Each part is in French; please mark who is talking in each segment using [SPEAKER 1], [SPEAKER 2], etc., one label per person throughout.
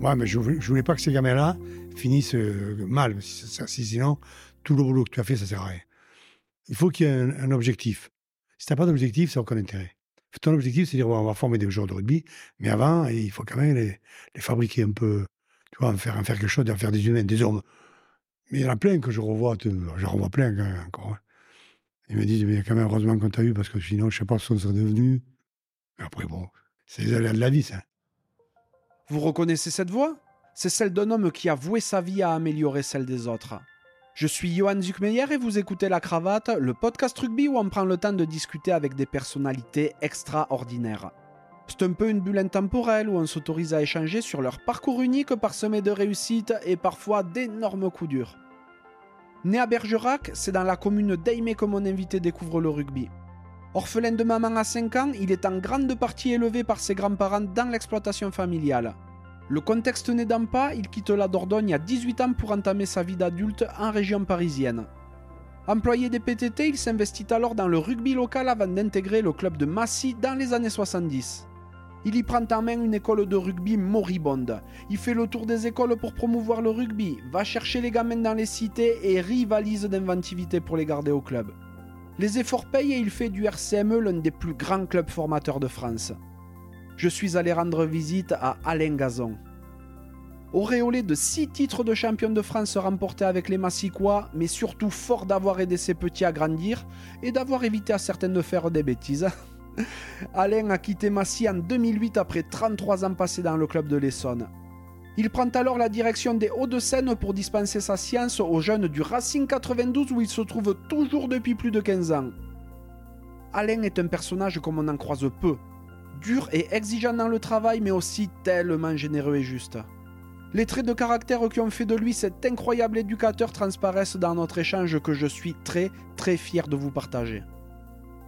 [SPEAKER 1] Ouais, mais je voulais, je voulais pas que ces gamins-là finissent euh, mal. Si- si- si- Sinon, tout le boulot que tu as fait, ça sert à rien. Il faut qu'il y ait un, un objectif. Si t'as pas d'objectif, ça n'a aucun intérêt. Ton objectif, c'est de dire, bon, on va former des joueurs de rugby, mais avant, eh, il faut quand même les, les fabriquer un peu, tu vois, en faire, en faire quelque chose, en faire des humains, des hommes. Mais il y en a plein que je revois, tu- je revois plein quand même, encore. hein. Ils me disent, mais quand même, heureusement qu'on t'a eu, parce que sinon, je sais pas ce qu'on serait devenu. Mais après, bon, c'est les aléas de la vie, ça.
[SPEAKER 2] Vous reconnaissez cette voix C'est celle d'un homme qui a voué sa vie à améliorer celle des autres. Je suis Johan Zuckmeyer et vous écoutez La Cravate, le podcast rugby où on prend le temps de discuter avec des personnalités extraordinaires. C'est un peu une bulle intemporelle où on s'autorise à échanger sur leur parcours unique parsemé de réussites et parfois d'énormes coups durs. Né à Bergerac, c'est dans la commune d'Aimé que mon invité découvre le rugby. Orphelin de maman à 5 ans, il est en grande partie élevé par ses grands-parents dans l'exploitation familiale. Le contexte n'aidant pas, il quitte la Dordogne à 18 ans pour entamer sa vie d'adulte en région parisienne. Employé des PTT, il s'investit alors dans le rugby local avant d'intégrer le club de Massy dans les années 70. Il y prend en main une école de rugby moribonde. Il fait le tour des écoles pour promouvoir le rugby, va chercher les gamins dans les cités et rivalise d'inventivité pour les garder au club. Les efforts payent et il fait du RCME E l'un des plus grands clubs formateurs de France. Je suis allé rendre visite à Alain Gazon. Auréolé de six titres de champion de France remportés avec les Massicois, mais surtout fort d'avoir aidé ses petits à grandir et d'avoir évité à certains de faire des bêtises, Alain a quitté Massy en 2008 après 33 ans passés dans le club de l'Essonne. Il prend alors la direction des Hauts-de-Seine pour dispenser sa science aux jeunes du Racing 92 où il se trouve toujours depuis plus de 15 ans. Alain est un personnage comme on en croise peu, dur et exigeant dans le travail mais aussi tellement généreux et juste. Les traits de caractère qui ont fait de lui cet incroyable éducateur transparaissent dans notre échange que je suis très très fier de vous partager.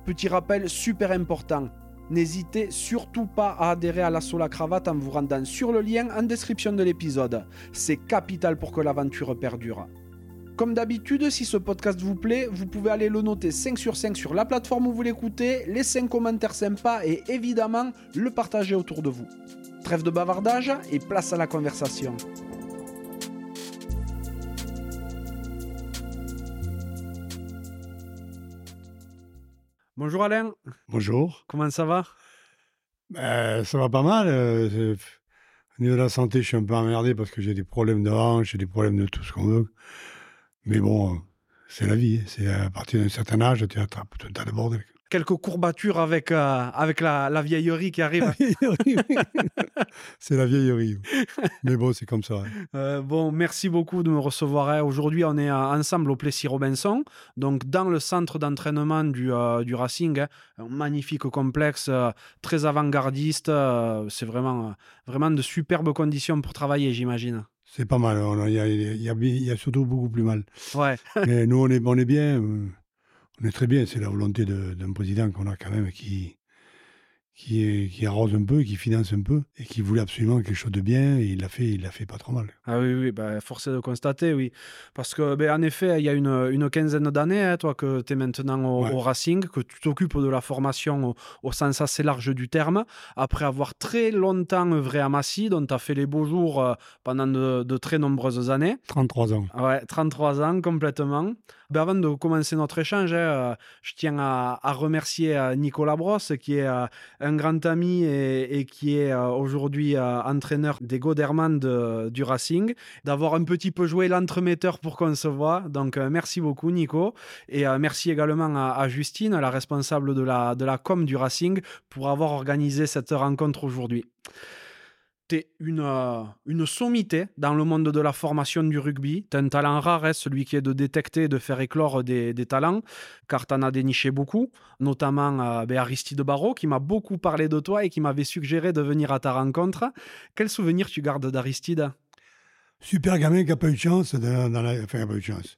[SPEAKER 2] Petit rappel super important, N'hésitez surtout pas à adhérer à l'assaut la cravate en vous rendant sur le lien en description de l'épisode. C'est capital pour que l'aventure perdure. Comme d'habitude, si ce podcast vous plaît, vous pouvez aller le noter 5 sur 5 sur la plateforme où vous l'écoutez, laisser un commentaire sympa et évidemment le partager autour de vous. Trêve de bavardage et place à la conversation. Bonjour Alain,
[SPEAKER 1] Bonjour.
[SPEAKER 2] comment ça va
[SPEAKER 1] Ben, ça va pas mal. euh, c'est- au niveau de la santé, je suis un peu emmerdé parce que j'ai des problèmes de hanche, j'ai des problèmes de tout ce qu'on veut. Mais bon, euh, c'est la vie. hein. C'est à partir d'un certain âge, tu attrapes tout un tas de bordel.
[SPEAKER 2] quelques courbatures avec, euh, avec la, la vieillerie qui arrive.
[SPEAKER 1] c'est la vieillerie. Mais bon, c'est comme ça. hein.
[SPEAKER 2] Euh, bon, merci beaucoup de me recevoir. hein. Aujourd'hui, on est euh, ensemble au Plessis Robinson, donc dans le centre d'entraînement du, euh, du Racing. hein. Un magnifique complexe, euh, très avant-gardiste. euh, c'est vraiment, euh, vraiment de superbes conditions pour travailler, j'imagine.
[SPEAKER 1] C'est pas mal. on a- Il y a, il y a- il y a surtout beaucoup plus mal.
[SPEAKER 2] Ouais,
[SPEAKER 1] Mais nous, on est, on est bien. euh, On est très bien. C'est la volonté de- d'un président qu'on a quand même qui, qui, est- qui arrose un peu, qui finance un peu et qui voulait absolument quelque chose de bien. Et il l'a fait, il l'a fait pas trop mal.
[SPEAKER 2] ah oui, oui, bah, force est de constater, oui. Parce que, ben, en effet, il y a une, une quinzaine d'années, hein, toi, que tu es maintenant au,
[SPEAKER 1] Ouais.
[SPEAKER 2] au Racing, que tu t'occupes de la formation au, au sens assez large du terme, après avoir très longtemps œuvré à Massy, dont tu as fait les beaux jours euh, pendant de, de très nombreuses années.
[SPEAKER 1] 33 ans.
[SPEAKER 2] Ah Ouais, 33 ans complètement. Ben, avant de commencer notre échange, hein, euh, je tiens à, à remercier euh, Nicolas Brosse, qui est euh, un grand ami et, et qui est euh, aujourd'hui euh, entraîneur des Goderman de- du Racing, d'avoir un petit peu joué l'entremetteur pour qu'on se voit. Donc, euh, merci beaucoup, Nico. Et euh, merci également à, à Justine, la responsable de la, de la com du Racing, pour avoir organisé cette rencontre aujourd'hui. T'es une, euh, une sommité dans le monde de la formation du rugby. T'as un talent rare, hein, celui qui est de détecter et de faire éclore des, des talents, car t'en as déniché beaucoup, notamment euh, ben, Aristide Barrault, qui m'a beaucoup parlé de toi et qui m'avait suggéré de venir à ta rencontre. Quel souvenir tu gardes d'Aristide
[SPEAKER 1] Super gamin qui n'a pas eu de chance. Dans, dans la... Enfin, il a pas eu de chance.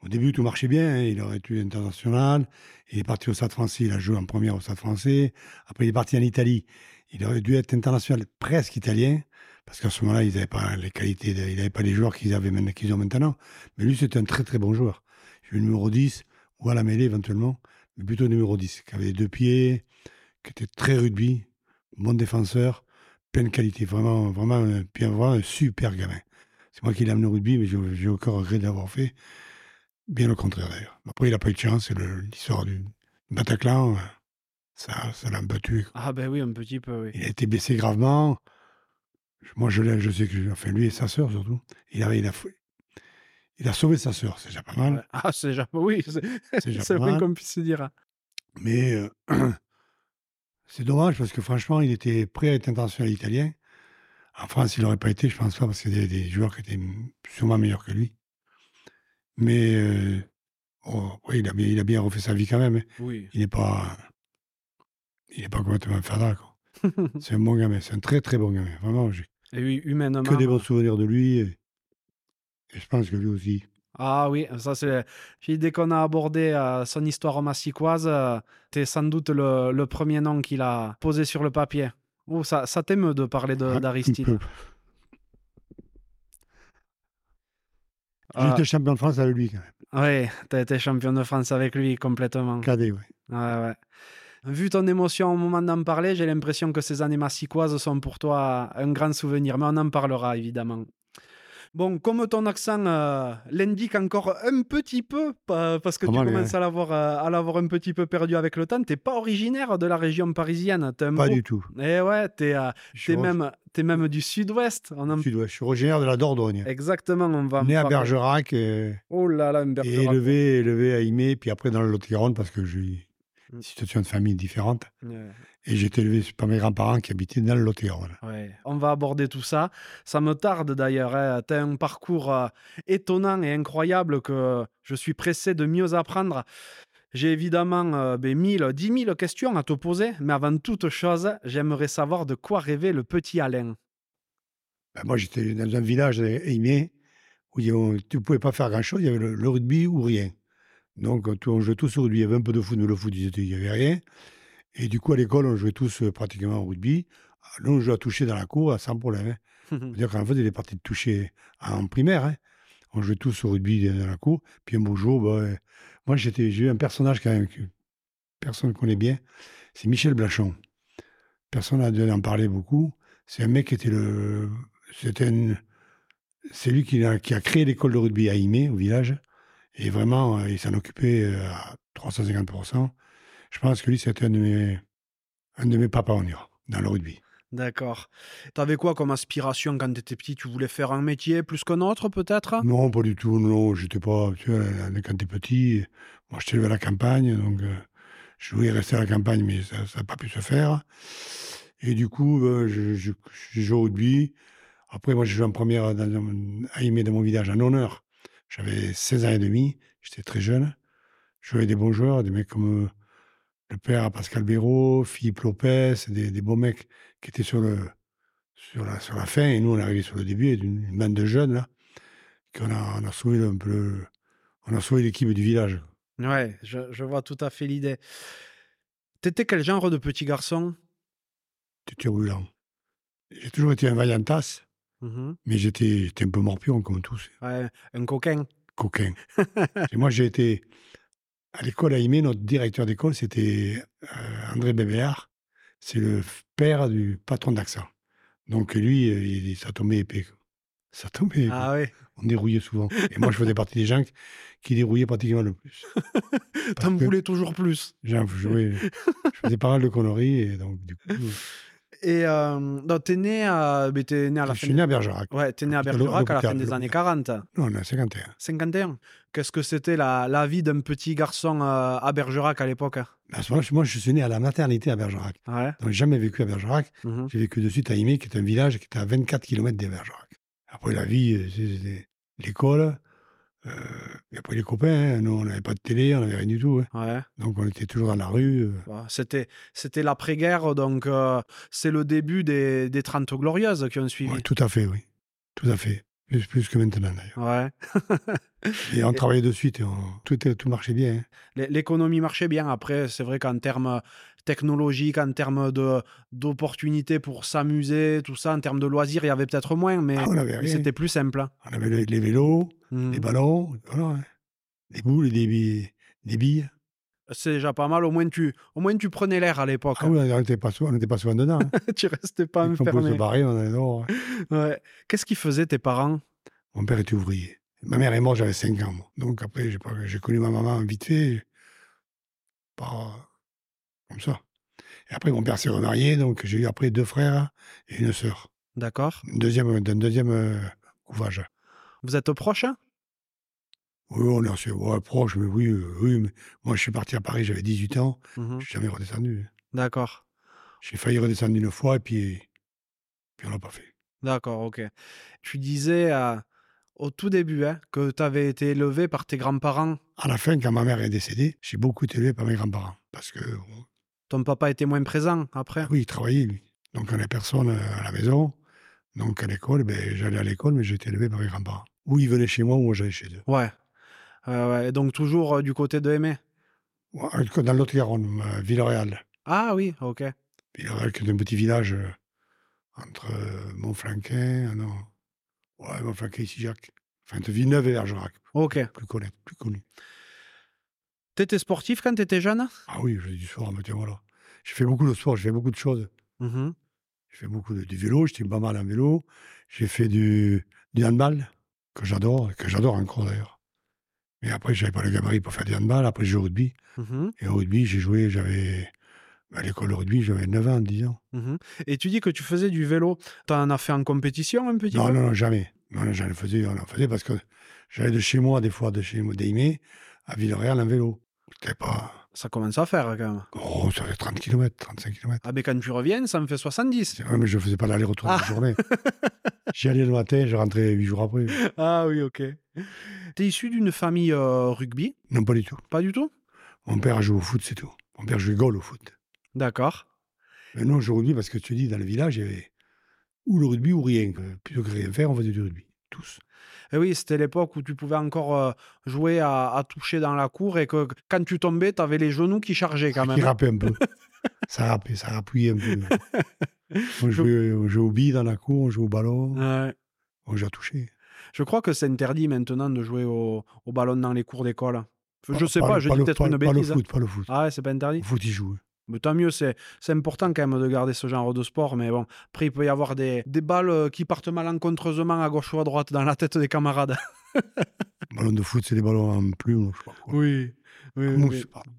[SPEAKER 1] Au début, tout marchait bien. hein. Il aurait été international. Il est parti au Stade français. Il a joué en première au Stade français. Après, il est parti en Italie. Il aurait dû être international presque italien. Parce qu'à ce moment-là, ils n'avaient pas les qualités, de- ils n'avaient pas les joueurs qu'ils avaient maintenant- qu'ils ont maintenant. Mais lui, c'était un très très bon joueur. J'ai eu le numéro 10, ou à la mêlée éventuellement, mais plutôt le numéro 10, qui avait les deux pieds, qui était très rugby, bon défenseur, pleine qualité, vraiment, vraiment, un- puis vraiment un super gamin. C'est moi qui l'ai amené au rugby, mais j'ai j'ai aucun regret d'avoir fait. Bien au contraire, d'ailleurs. Après, il n'a pas eu de chance, c'est le- l'histoire du Bataclan, euh, ça ça l'a un peu tué. quoi.
[SPEAKER 2] Ah ben oui, un petit peu, oui.
[SPEAKER 1] Il a été blessé gravement. Je- Moi, je, l'ai- je sais que. je- Enfin, lui et sa sœur, surtout. Il, avait, il, a, fou- il a sauvé sa sœur, c'est déjà pas mal.
[SPEAKER 2] Ouais. Ah, c'est déjà... Oui, c'est
[SPEAKER 1] déjà
[SPEAKER 2] c'est
[SPEAKER 1] pas
[SPEAKER 2] vrai
[SPEAKER 1] mal.
[SPEAKER 2] qu'on puisse se dire.
[SPEAKER 1] Mais euh, c'est dommage parce que franchement, il était prêt à être international italien. En France, il n'aurait pas été, je pense pas, parce qu'il y avait des joueurs qui étaient sûrement meilleurs que lui. Mais euh, oh, oui, il, a bien, il a bien refait sa vie quand même. hein.
[SPEAKER 2] Oui.
[SPEAKER 1] Il n'est pas, il n'est pas complètement fada. quoi. c'est un bon gamin, c'est un très très bon gamin. Vraiment, j'ai
[SPEAKER 2] Et oui, humainement.
[SPEAKER 1] que des bons souvenirs de lui. Et, et je pense que lui aussi.
[SPEAKER 2] Ah oui, ça c'est. puis Dès qu'on a abordé euh, son histoire massicoise, euh, t'es sans doute le, le premier nom qu'il a posé sur le papier. Oh, ça, ça t'émeut de parler de-
[SPEAKER 1] Ah,
[SPEAKER 2] euh, d'Aristide.
[SPEAKER 1] un peu.
[SPEAKER 2] Ah,
[SPEAKER 1] J'étais champion de France avec lui quand même.
[SPEAKER 2] oui, t'as été champion de France avec lui complètement.
[SPEAKER 1] Cadet, ouais.
[SPEAKER 2] Ouais, ouais. Vu ton émotion au moment d'en parler, j'ai l'impression que ces années massicoises sont pour toi un grand souvenir, mais on en parlera évidemment. Bon, comme ton accent euh, l'indique encore un petit peu, pa- parce que
[SPEAKER 1] Comment
[SPEAKER 2] tu
[SPEAKER 1] les-
[SPEAKER 2] commences à l'avoir, euh, à l'avoir un petit peu perdu avec le temps, t'es pas originaire de la région parisienne. T'es un
[SPEAKER 1] Pas
[SPEAKER 2] beau-
[SPEAKER 1] du tout.
[SPEAKER 2] Eh ouais, t'es, euh,
[SPEAKER 1] Je suis
[SPEAKER 2] t'es,
[SPEAKER 1] re-
[SPEAKER 2] même, t'es même du sud-ouest. On en-
[SPEAKER 1] du Sud-Ouest. Je suis originaire de la Dordogne.
[SPEAKER 2] Exactement, on va en
[SPEAKER 1] Né à
[SPEAKER 2] parler.
[SPEAKER 1] Bergerac et,
[SPEAKER 2] Oh là là, un
[SPEAKER 1] et
[SPEAKER 2] Bergerac.
[SPEAKER 1] élevé, élevé à Imé, puis après dans le Lot-et-Garonne parce que j'ai eu
[SPEAKER 2] Mm.
[SPEAKER 1] une situation de famille différente.
[SPEAKER 2] Ouais.
[SPEAKER 1] Et j'ai été élevé par mes grands-parents qui habitaient dans le Lot-et-Garonne.
[SPEAKER 2] Ouais, on va aborder tout ça. Ça me tarde d'ailleurs. hein. T'as un parcours euh, étonnant et incroyable que je suis pressé de mieux apprendre. J'ai évidemment euh, ben, mille, dix mille questions à te poser, mais avant toute chose, j'aimerais savoir de quoi rêvait le petit Alain.
[SPEAKER 1] Ben, moi, j'étais dans un village à Imé où il y avait- tu ne pouvais pas faire grand-chose. Il y avait le, le rugby ou rien. Donc, on- on jouait tous au rugby. Il y avait un peu de foot, mais le foot, ils étaient- il n'y avait rien. Et du coup, à l'école, on jouait tous euh, pratiquement au rugby. Ah, Nous, on jouait à toucher dans la cour, sans problème. hein.
[SPEAKER 2] Mmh.
[SPEAKER 1] C'est-à-dire qu'en fait, il est parti de toucher en primaire. hein. On jouait tous au rugby dans la cour. Puis un beau jour, bah, euh, moi, j'étais- j'ai eu un personnage quand même que personne ne connaît bien. C'est Michel Blachon. Personne n'a dû en parler beaucoup. C'est un mec qui était le. C'était un- C'est lui qui a, qui a créé l'école de rugby à Imé, au village. Et vraiment, euh, il s'en occupait euh, à 350%. Je pense que lui, c'était un de mes, un de mes papas, on dira, dans le rugby.
[SPEAKER 2] D'accord. T'avais quoi comme aspiration quand t'étais petit Tu voulais faire un métier plus qu'un autre, peut-être
[SPEAKER 1] Non, pas du tout, non, j'étais pas. Tu vois, la- la- quand t'es petit, moi j'étais élevé à la campagne, donc euh, je voulais rester à la campagne, mais ça n'a pas pu se faire. Et du coup, ben, je, je, je joue au rugby. Après, moi, je joué en première dans, un- à Aimé de mon village, en honneur. J'avais 16 ans et demi, j'étais très jeune. Je jouais avec des bons joueurs, des mecs comme euh, le père Pascal Béraud, Philippe Lopez, des, des beaux mecs qui étaient sur, le, sur, la, sur la fin, et nous, on arrivait sur le début, et d'une une bande de jeunes, là qu'on a, on a sauvé le- un peu le- on a sauvé l'équipe du village.
[SPEAKER 2] Ouais, je, je vois tout à fait l'idée. T'étais quel genre de petit garçon
[SPEAKER 1] C'était turbulent. J'ai toujours été un vaillantasse,
[SPEAKER 2] Mhm.
[SPEAKER 1] mais j'étais, j'étais un peu morpion comme tous,
[SPEAKER 2] Ouais, Un coquin
[SPEAKER 1] coquin. Et moi, j'ai été à l'école à Imé, notre directeur d'école, c'était euh, André Bébéard. C'est le f- père du patron d'Accent. Donc lui, euh, il- ça tombait épais. quoi. Ça tombait épais.
[SPEAKER 2] Ah ouais
[SPEAKER 1] On dérouillait souvent. Et moi, je faisais partie des gens qui- qui dérouillaient pratiquement le plus. Parce
[SPEAKER 2] T'en
[SPEAKER 1] que
[SPEAKER 2] voulais toujours plus.
[SPEAKER 1] j'en- je- oui, je faisais pas mal de conneries, et donc du coup...
[SPEAKER 2] Et euh, non, t'es né à, mais t'es né à la
[SPEAKER 1] je
[SPEAKER 2] fin.
[SPEAKER 1] suis né à Bergerac.
[SPEAKER 2] Ouais, t'es né à
[SPEAKER 1] À l'hôpital-
[SPEAKER 2] Bergerac à la fin
[SPEAKER 1] l'hôpital-
[SPEAKER 2] des années 40,
[SPEAKER 1] Non, on est à 51.
[SPEAKER 2] 51. Qu'est-ce que c'était la, la vie d'un petit garçon euh, à Bergerac à l'époque
[SPEAKER 1] Mais à ce moment-là, je- moi, je suis né à la maternité à Bergerac.
[SPEAKER 2] Ouais.
[SPEAKER 1] Donc, j'ai jamais vécu à Bergerac.
[SPEAKER 2] Mhm.
[SPEAKER 1] J'ai vécu de suite à Imé, qui est un village qui est à 24 km des Bergerac. Après, la vie, euh, c'est- c'était l'école. euh, et après, les copains. hein. Nous, on n'avait pas de télé, on n'avait rien du tout. hein.
[SPEAKER 2] Ouais.
[SPEAKER 1] Donc, on était toujours dans la rue. euh.
[SPEAKER 2] Bah, C'était, c'était l'après-guerre, donc euh, c'est le début des, des 30 glorieuses qui ont suivi.
[SPEAKER 1] Ouais, tout à fait, oui. Tout à fait. Plus, plus que maintenant, d'ailleurs.
[SPEAKER 2] Ouais.
[SPEAKER 1] Et on travaillait de suite. et on- Tout, était- tout marchait bien. hein.
[SPEAKER 2] L'é- L'économie marchait bien. Après, c'est vrai qu'en termes technologiques, en termes de, d'opportunités pour s'amuser, tout ça, en termes de loisirs, il y avait peut-être moins, mais,
[SPEAKER 1] Ah, on avait
[SPEAKER 2] mais
[SPEAKER 1] rien.
[SPEAKER 2] c'était plus simple.
[SPEAKER 1] On avait le- les vélos,
[SPEAKER 2] Mhm.
[SPEAKER 1] les ballons, voilà, hein. des boules et des billes. Des billes.
[SPEAKER 2] C'est déjà pas mal. Au moins, tu, au moins, tu prenais l'air à l'époque.
[SPEAKER 1] Ah oui, on n'était pas, sou- on n'était pas souvent dedans. Hein.
[SPEAKER 2] tu restais pas
[SPEAKER 1] Dès qu'on pouvait se
[SPEAKER 2] enfermé.
[SPEAKER 1] barrer, on allait dehors. hein.
[SPEAKER 2] Ouais. Qu'est-ce qu'ils faisaient tes parents
[SPEAKER 1] Mon père était ouvrier. Ma mère est morte, j'avais 5 ans. moi. Donc après, j'ai pas- j'ai connu ma maman vite fait. Pas comme ça. Et après, mon père s'est remarié, donc j'ai eu après deux frères et une sœur.
[SPEAKER 2] D'accord.
[SPEAKER 1] Une deuxième- D'un deuxième euh, couvage.
[SPEAKER 2] Vous êtes proches hein
[SPEAKER 1] Oui, on est assez ouais, proche, mais oui, euh, oui. mais moi, je suis parti à Paris, j'avais 18 ans.
[SPEAKER 2] Mhm.
[SPEAKER 1] Je suis jamais redescendu. hein.
[SPEAKER 2] D'accord.
[SPEAKER 1] J'ai failli redescendre une fois, et puis, puis on l'a pas fait.
[SPEAKER 2] D'accord, ok. Tu disais euh, au tout début hein, que tu avais été élevé par tes grands-parents.
[SPEAKER 1] À la fin, quand ma mère est décédée, j'ai beaucoup été élevé par mes grands-parents. Parce que, bon,
[SPEAKER 2] Ton papa était moins présent après.
[SPEAKER 1] oui, il travaillait, lui. Donc, on n'avait personne euh, à la maison. Donc, à l'école, ben, j'allais à l'école, mais j'étais élevé par mes grands-parents. Ou ils venaient chez moi, ou moi, j'allais chez eux.
[SPEAKER 2] Ouais. Euh, ouais, Donc toujours euh, du côté de Aimé.
[SPEAKER 1] Ou en tout cas, Dans l'autre Garonne, euh, Villeréal.
[SPEAKER 2] Ah oui, ok.
[SPEAKER 1] Villeréal, qui est un petit village euh, entre euh, Montflanquin, ah non. Ouais, Montflanquin, ici, Jacques. Enfin, entre Villeneuve et Bergerac,
[SPEAKER 2] Ok.
[SPEAKER 1] plus connu. Plus connu.
[SPEAKER 2] T'étais sportif quand t'étais jeune
[SPEAKER 1] Ah oui, je faisais du sport, mais tiens, voilà. J'ai fait beaucoup de sport, j'ai fait beaucoup de choses.
[SPEAKER 2] Mhm.
[SPEAKER 1] J'ai fait beaucoup de, du vélo, j'étais pas mal en vélo. J'ai fait du, du handball, que j'adore, que j'adore encore d'ailleurs. Mais après, j'avais pas le gabarit pour faire du handball. Après, j'ai joué au rugby.
[SPEAKER 2] Mhm.
[SPEAKER 1] Et au rugby, j'ai joué, j'avais. À l'école de rugby, j'avais 9 ans, 10 ans.
[SPEAKER 2] Mhm. Et tu dis que tu faisais du vélo. T'en as fait en compétition un petit
[SPEAKER 1] Non,
[SPEAKER 2] peu
[SPEAKER 1] non, non, jamais. Non, non, j'en faisais, on en faisait parce que j'allais de chez moi, des fois, de chez Modeimé, à Villeréal en vélo. C'était pas.
[SPEAKER 2] Ça commence à faire quand même.
[SPEAKER 1] Oh, ça fait 30 km, 35 km.
[SPEAKER 2] Ah ben quand tu reviens, ça me fait 70.
[SPEAKER 1] C'est vrai, mais je ne faisais pas l'aller-retour de la
[SPEAKER 2] Ah.
[SPEAKER 1] journée. J'y allais le matin, je rentrais huit jours après.
[SPEAKER 2] Ah oui, ok. T'es issu d'une famille euh, rugby
[SPEAKER 1] Non, pas du tout.
[SPEAKER 2] Pas du tout
[SPEAKER 1] Mon père joue au foot, c'est tout. Mon père jouait goal au foot.
[SPEAKER 2] D'accord.
[SPEAKER 1] Mais non, je joue au rugby parce que tu te dis, dans le village, il y avait ou le rugby ou rien. Euh, Plutôt que rien faire, on faisait du rugby. Tous.
[SPEAKER 2] Et Eh oui, c'était l'époque où tu pouvais encore euh, jouer à, à toucher dans la cour et que quand tu tombais, t'avais les genoux qui chargeaient quand
[SPEAKER 1] Qui
[SPEAKER 2] même. hein.
[SPEAKER 1] rappait un peu. ça rappait, ça rappuyait un peu. On jouait, on jouait au billes dans la cour, on jouait au ballon,
[SPEAKER 2] Ouais.
[SPEAKER 1] on jouait à toucher.
[SPEAKER 2] Je crois que c'est interdit maintenant de jouer au, au ballon dans les cours d'école. Je sais pas, je dis
[SPEAKER 1] le-
[SPEAKER 2] peut-être
[SPEAKER 1] pas-
[SPEAKER 2] une
[SPEAKER 1] Pas le
[SPEAKER 2] bêtise.
[SPEAKER 1] foot, pas le foot.
[SPEAKER 2] Ah ouais, c'est pas interdit.
[SPEAKER 1] Au foot, il joue. hein.
[SPEAKER 2] Mais tant mieux, c'est c'est important quand même de garder ce genre de sport. Mais bon, après, il peut y avoir des, des balles euh, qui partent malencontreusement à gauche ou à droite dans la tête des camarades.
[SPEAKER 1] Ballon de foot, c'est des ballons en plume, je sais pas quoi.
[SPEAKER 2] Oui. oui, oui,
[SPEAKER 1] Mousse,
[SPEAKER 2] oui.
[SPEAKER 1] pardon.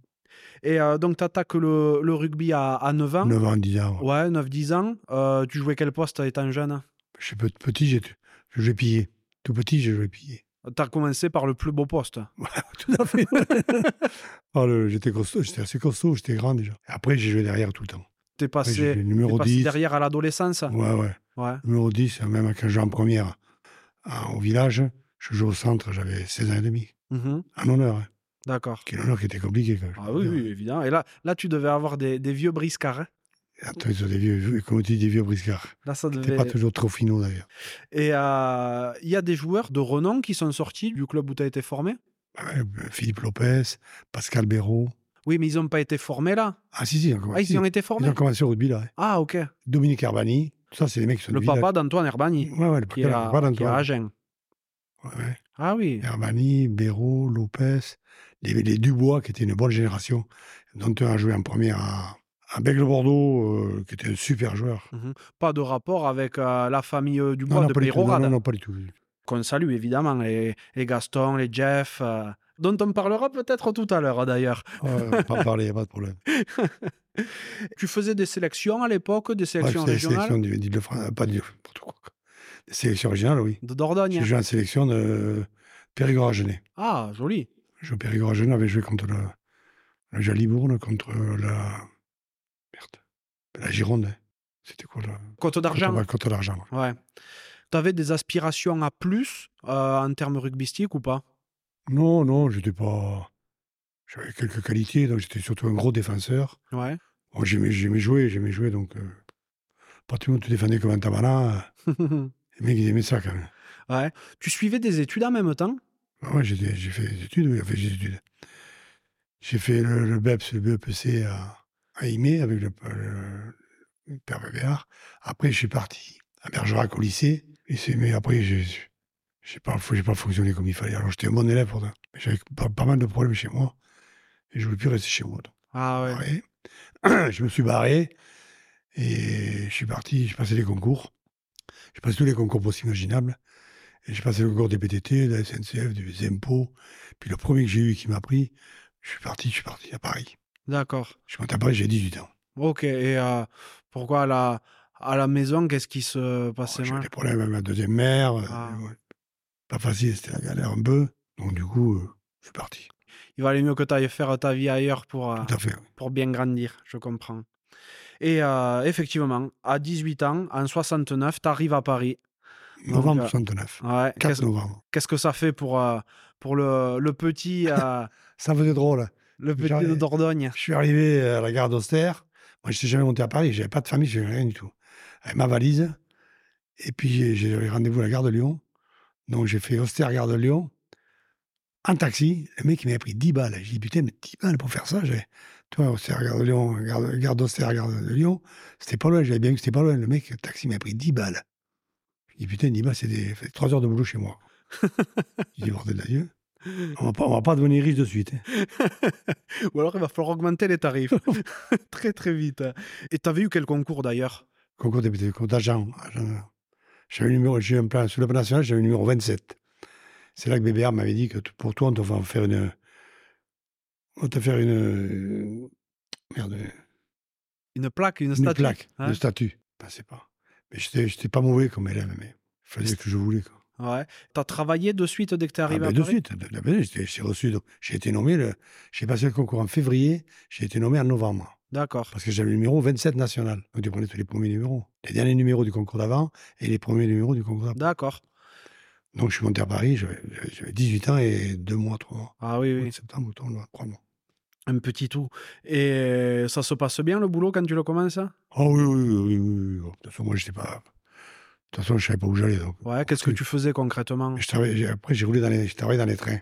[SPEAKER 2] Et euh, donc, tu attaques le, le rugby à, 9 ans.
[SPEAKER 1] 9 ans, 10 ans. ouais.
[SPEAKER 2] Ouais, 9-10 ans. Euh, tu jouais quel poste étant jeune
[SPEAKER 1] Je suis pe- petit, j'ai- je jouais piller. Tout petit, je jouais piller.
[SPEAKER 2] T'as commencé par le plus beau poste.
[SPEAKER 1] Tout à fait. Ah, le- j'étais costaud, j'étais assez costaud, j'étais grand déjà. Après, j'ai joué derrière tout le temps.
[SPEAKER 2] T'es
[SPEAKER 1] Après, j'ai
[SPEAKER 2] passé,
[SPEAKER 1] fait
[SPEAKER 2] t'es
[SPEAKER 1] numéro
[SPEAKER 2] passé
[SPEAKER 1] 10.
[SPEAKER 2] derrière à l'adolescence.
[SPEAKER 1] Ouais, ouais.
[SPEAKER 2] Ouais.
[SPEAKER 1] Numéro 10, même quand je jouais en première à- au village, je jouais au centre, j'avais 16 ans et demi.
[SPEAKER 2] Mhm.
[SPEAKER 1] En honneur, hein.
[SPEAKER 2] D'accord.
[SPEAKER 1] Quel honneur qui était compliqué. Quand même.
[SPEAKER 2] Ah oui, oui, évidemment. Et là, là tu devais avoir des, des vieux briscards. hein.
[SPEAKER 1] Attends, ils sont des vieux, vieux- comme on dit, des vieux briscards.
[SPEAKER 2] Là, ça
[SPEAKER 1] T'es
[SPEAKER 2] devait...
[SPEAKER 1] pas toujours trop finaux d'ailleurs.
[SPEAKER 2] Et euh, il y a des joueurs de renom qui sont sortis du club où tu as été formé.
[SPEAKER 1] Bah Ouais, euh, Philippe Lopez, Pascal Béraud.
[SPEAKER 2] Oui, mais ils n'ont pas été formés là.
[SPEAKER 1] Ah si, si, ils ont commencé,
[SPEAKER 2] Ah, ils ont été
[SPEAKER 1] ils
[SPEAKER 2] formés.
[SPEAKER 1] ont commencé au rugby là. hein.
[SPEAKER 2] Ah, ok.
[SPEAKER 1] Dominique Herbani, tout ça, c'est des mecs qui sont
[SPEAKER 2] Le
[SPEAKER 1] du
[SPEAKER 2] papa d'Antoine Herbani,
[SPEAKER 1] village. Ouais, ouais, le
[SPEAKER 2] qui est, à,
[SPEAKER 1] papa d'Antoine.
[SPEAKER 2] qui est à Agen.
[SPEAKER 1] Ouais, ouais.
[SPEAKER 2] Ah oui.
[SPEAKER 1] Herbani, Béraud, Lopez, les, les Dubois, qui étaient une bonne génération, dont un a joué en première à, à Bègle-Bordeaux, euh, qui était un super joueur.
[SPEAKER 2] Pas de rapport avec euh, la famille euh, Dubois
[SPEAKER 1] Non, non,
[SPEAKER 2] de
[SPEAKER 1] pas du tout, non,
[SPEAKER 2] Peyrorade,
[SPEAKER 1] non, non, pas du tout.
[SPEAKER 2] qu'on salue évidemment, les, les Gaston, les Jeff, euh, dont on parlera peut-être tout à l'heure d'ailleurs.
[SPEAKER 1] Ouais, on va pas parler, y a pas de problème.
[SPEAKER 2] Tu faisais des sélections à l'époque, des
[SPEAKER 1] Ouais,
[SPEAKER 2] sélections
[SPEAKER 1] c'est les
[SPEAKER 2] régionales
[SPEAKER 1] sélections du- d'Île-de-France, euh, pas du n'importe quoi. Des sélections régionales, oui.
[SPEAKER 2] de Dordogne.
[SPEAKER 1] J'ai joué en sélection de Périgord-Agenais.
[SPEAKER 2] Ah, joli.
[SPEAKER 1] Je au Périgord-Agenais, on avait joué contre le, le Jalibourne, contre la. Merde. La Gironde. hein. C'était quoi là
[SPEAKER 2] Côte d'Argent.
[SPEAKER 1] Contre, contre l'argent.
[SPEAKER 2] Ouais. Tu avais des aspirations à plus euh, en termes rugbystiques ou pas
[SPEAKER 1] Non, non, j'étais pas. J'avais quelques qualités, donc j'étais surtout un gros défenseur.
[SPEAKER 2] Ouais.
[SPEAKER 1] Bon, j'aimais, j'aimais jouer, j'aimais jouer, donc. Euh, pratiquement, tu défendais comme un tabana. euh, Les mecs, ils aimaient ça quand même.
[SPEAKER 2] ouais. Tu suivais des études en même temps
[SPEAKER 1] Ah Ouais, j'étais- j'ai fait des études, oui, enfin, j'ai fait des études. J'ai fait le, le BEPS, le BEPC à, à Imé avec le, le- le père Bébéard. Après, je suis parti à Bergerac au lycée. Et c'est- mais après, j'ai j'ai pas, j'ai pas fonctionné comme il fallait. Alors, j'étais un bon élève pourtant. Mais J'avais pas, pas mal de problèmes chez moi. Et je ne voulais plus rester chez moi. donc.
[SPEAKER 2] Ah ouais.
[SPEAKER 1] Ouais. je me suis barré et je suis parti, j'ai passé les concours. J'ai passé tous les concours possibles imaginables. Et j'ai passé le concours des PTT, de la SNCF, des impôts. Puis le premier que j'ai eu qui m'a pris, je suis parti, je suis parti à Paris.
[SPEAKER 2] D'accord.
[SPEAKER 1] Je suis monté à Paris, j'ai 18 ans.
[SPEAKER 2] Ok. Et euh, pourquoi à la, à la maison, qu'est-ce qui se passait
[SPEAKER 1] J'ai eu
[SPEAKER 2] Ah, mal
[SPEAKER 1] des problèmes avec ma deuxième mère. euh,
[SPEAKER 2] Ah.
[SPEAKER 1] ouais. Pas facile, c'était la galère un peu. Donc du coup, euh, je suis parti.
[SPEAKER 2] Il valait mieux que tu ailles faire ta vie ailleurs pour, euh,
[SPEAKER 1] Tout à fait.
[SPEAKER 2] pour bien grandir, je comprends. Et euh, effectivement, à 18 ans, en 69, tu arrives à Paris.
[SPEAKER 1] Novembre
[SPEAKER 2] euh,
[SPEAKER 1] 69.
[SPEAKER 2] Ouais.
[SPEAKER 1] 4
[SPEAKER 2] Qu'est-ce
[SPEAKER 1] novembre.
[SPEAKER 2] qu'est-ce que ça fait pour, euh, pour le, le petit, euh,
[SPEAKER 1] Ça faisait drôle. hein.
[SPEAKER 2] le petit
[SPEAKER 1] J'arrive.
[SPEAKER 2] de Dordogne
[SPEAKER 1] Je suis arrivé à la gare d'Auster. Moi, je n'étais jamais monté à Paris. J'avais pas de famille, j'avais rien du tout. Avec ma valise. Et puis, j'ai- j'ai eu rendez-vous à la gare de Lyon. Donc, j'ai fait Auster, gare de Lyon. En taxi, le mec, il m'avait pris 10 balles. J'ai dit, putain, mais 10 balles pour faire ça. J'ai- Toi, Auster, gare de Lyon, gare, de- gare d'Auster, gare de Lyon. C'était pas loin. J'avais bien vu que c'était pas loin. Le mec, le taxi, m'a pris 10 balles. J'ai dit, putain, 10 balles, c'est des... fait 3 heures de boulot chez moi. J'ai dit, bordel d'adieu. On va pas- on va pas devenir riche de suite. hein.
[SPEAKER 2] Ou alors il va falloir augmenter les tarifs. très très vite. hein. Et tu avais eu quel concours d'ailleurs
[SPEAKER 1] concours des petits concours d'agent. agent. J'avais le numéro, j'ai eu un plan, sur le plan national, j'avais le numéro 27. C'est là que BBR m'avait dit que t- pour toi, on te va faire une. On va te faire une. Merde,
[SPEAKER 2] Une plaque, une
[SPEAKER 1] une
[SPEAKER 2] statue
[SPEAKER 1] plaque,
[SPEAKER 2] hein
[SPEAKER 1] une statue. Ben, c'est pas. Mais j'étais, j'étais pas mauvais comme élève, mais il fallait ce que je voulais. Quoi.
[SPEAKER 2] Ouais. Tu as travaillé de suite dès que tu es
[SPEAKER 1] Ah,
[SPEAKER 2] arrivé
[SPEAKER 1] ben,
[SPEAKER 2] à
[SPEAKER 1] de
[SPEAKER 2] Paris
[SPEAKER 1] suite, de- de- ben, j'étais- j'ai reçu. donc, j'ai été nommé, le- j'ai passé le concours en février, j'ai été nommé en novembre.
[SPEAKER 2] D'accord.
[SPEAKER 1] Parce que j'avais le numéro 27 national. Donc tu prenais tous les premiers numéros. Les derniers numéros du concours d'avant et les premiers numéros du concours d'après.
[SPEAKER 2] D'accord.
[SPEAKER 1] Donc, je suis monté à Paris, j'avais j'avais- j'avais 18 ans et 2 mois, 3 mois.
[SPEAKER 2] Ah oui,
[SPEAKER 1] Au mois
[SPEAKER 2] oui.
[SPEAKER 1] de septembre, octobre, novembre, trois mois.
[SPEAKER 2] Un petit tout. Et ça se passe bien le boulot quand tu le commences hein
[SPEAKER 1] Ah oui, oui, oui, oui, oui, oui. De toute façon, moi, j'étais pas. De toute façon, je savais pas où j'allais. Donc.
[SPEAKER 2] Ouais. Qu'est-ce que tu faisais concrètement
[SPEAKER 1] Je travaillais- j'ai- après, j'ai roulé dans les, je travaillais dans les trains.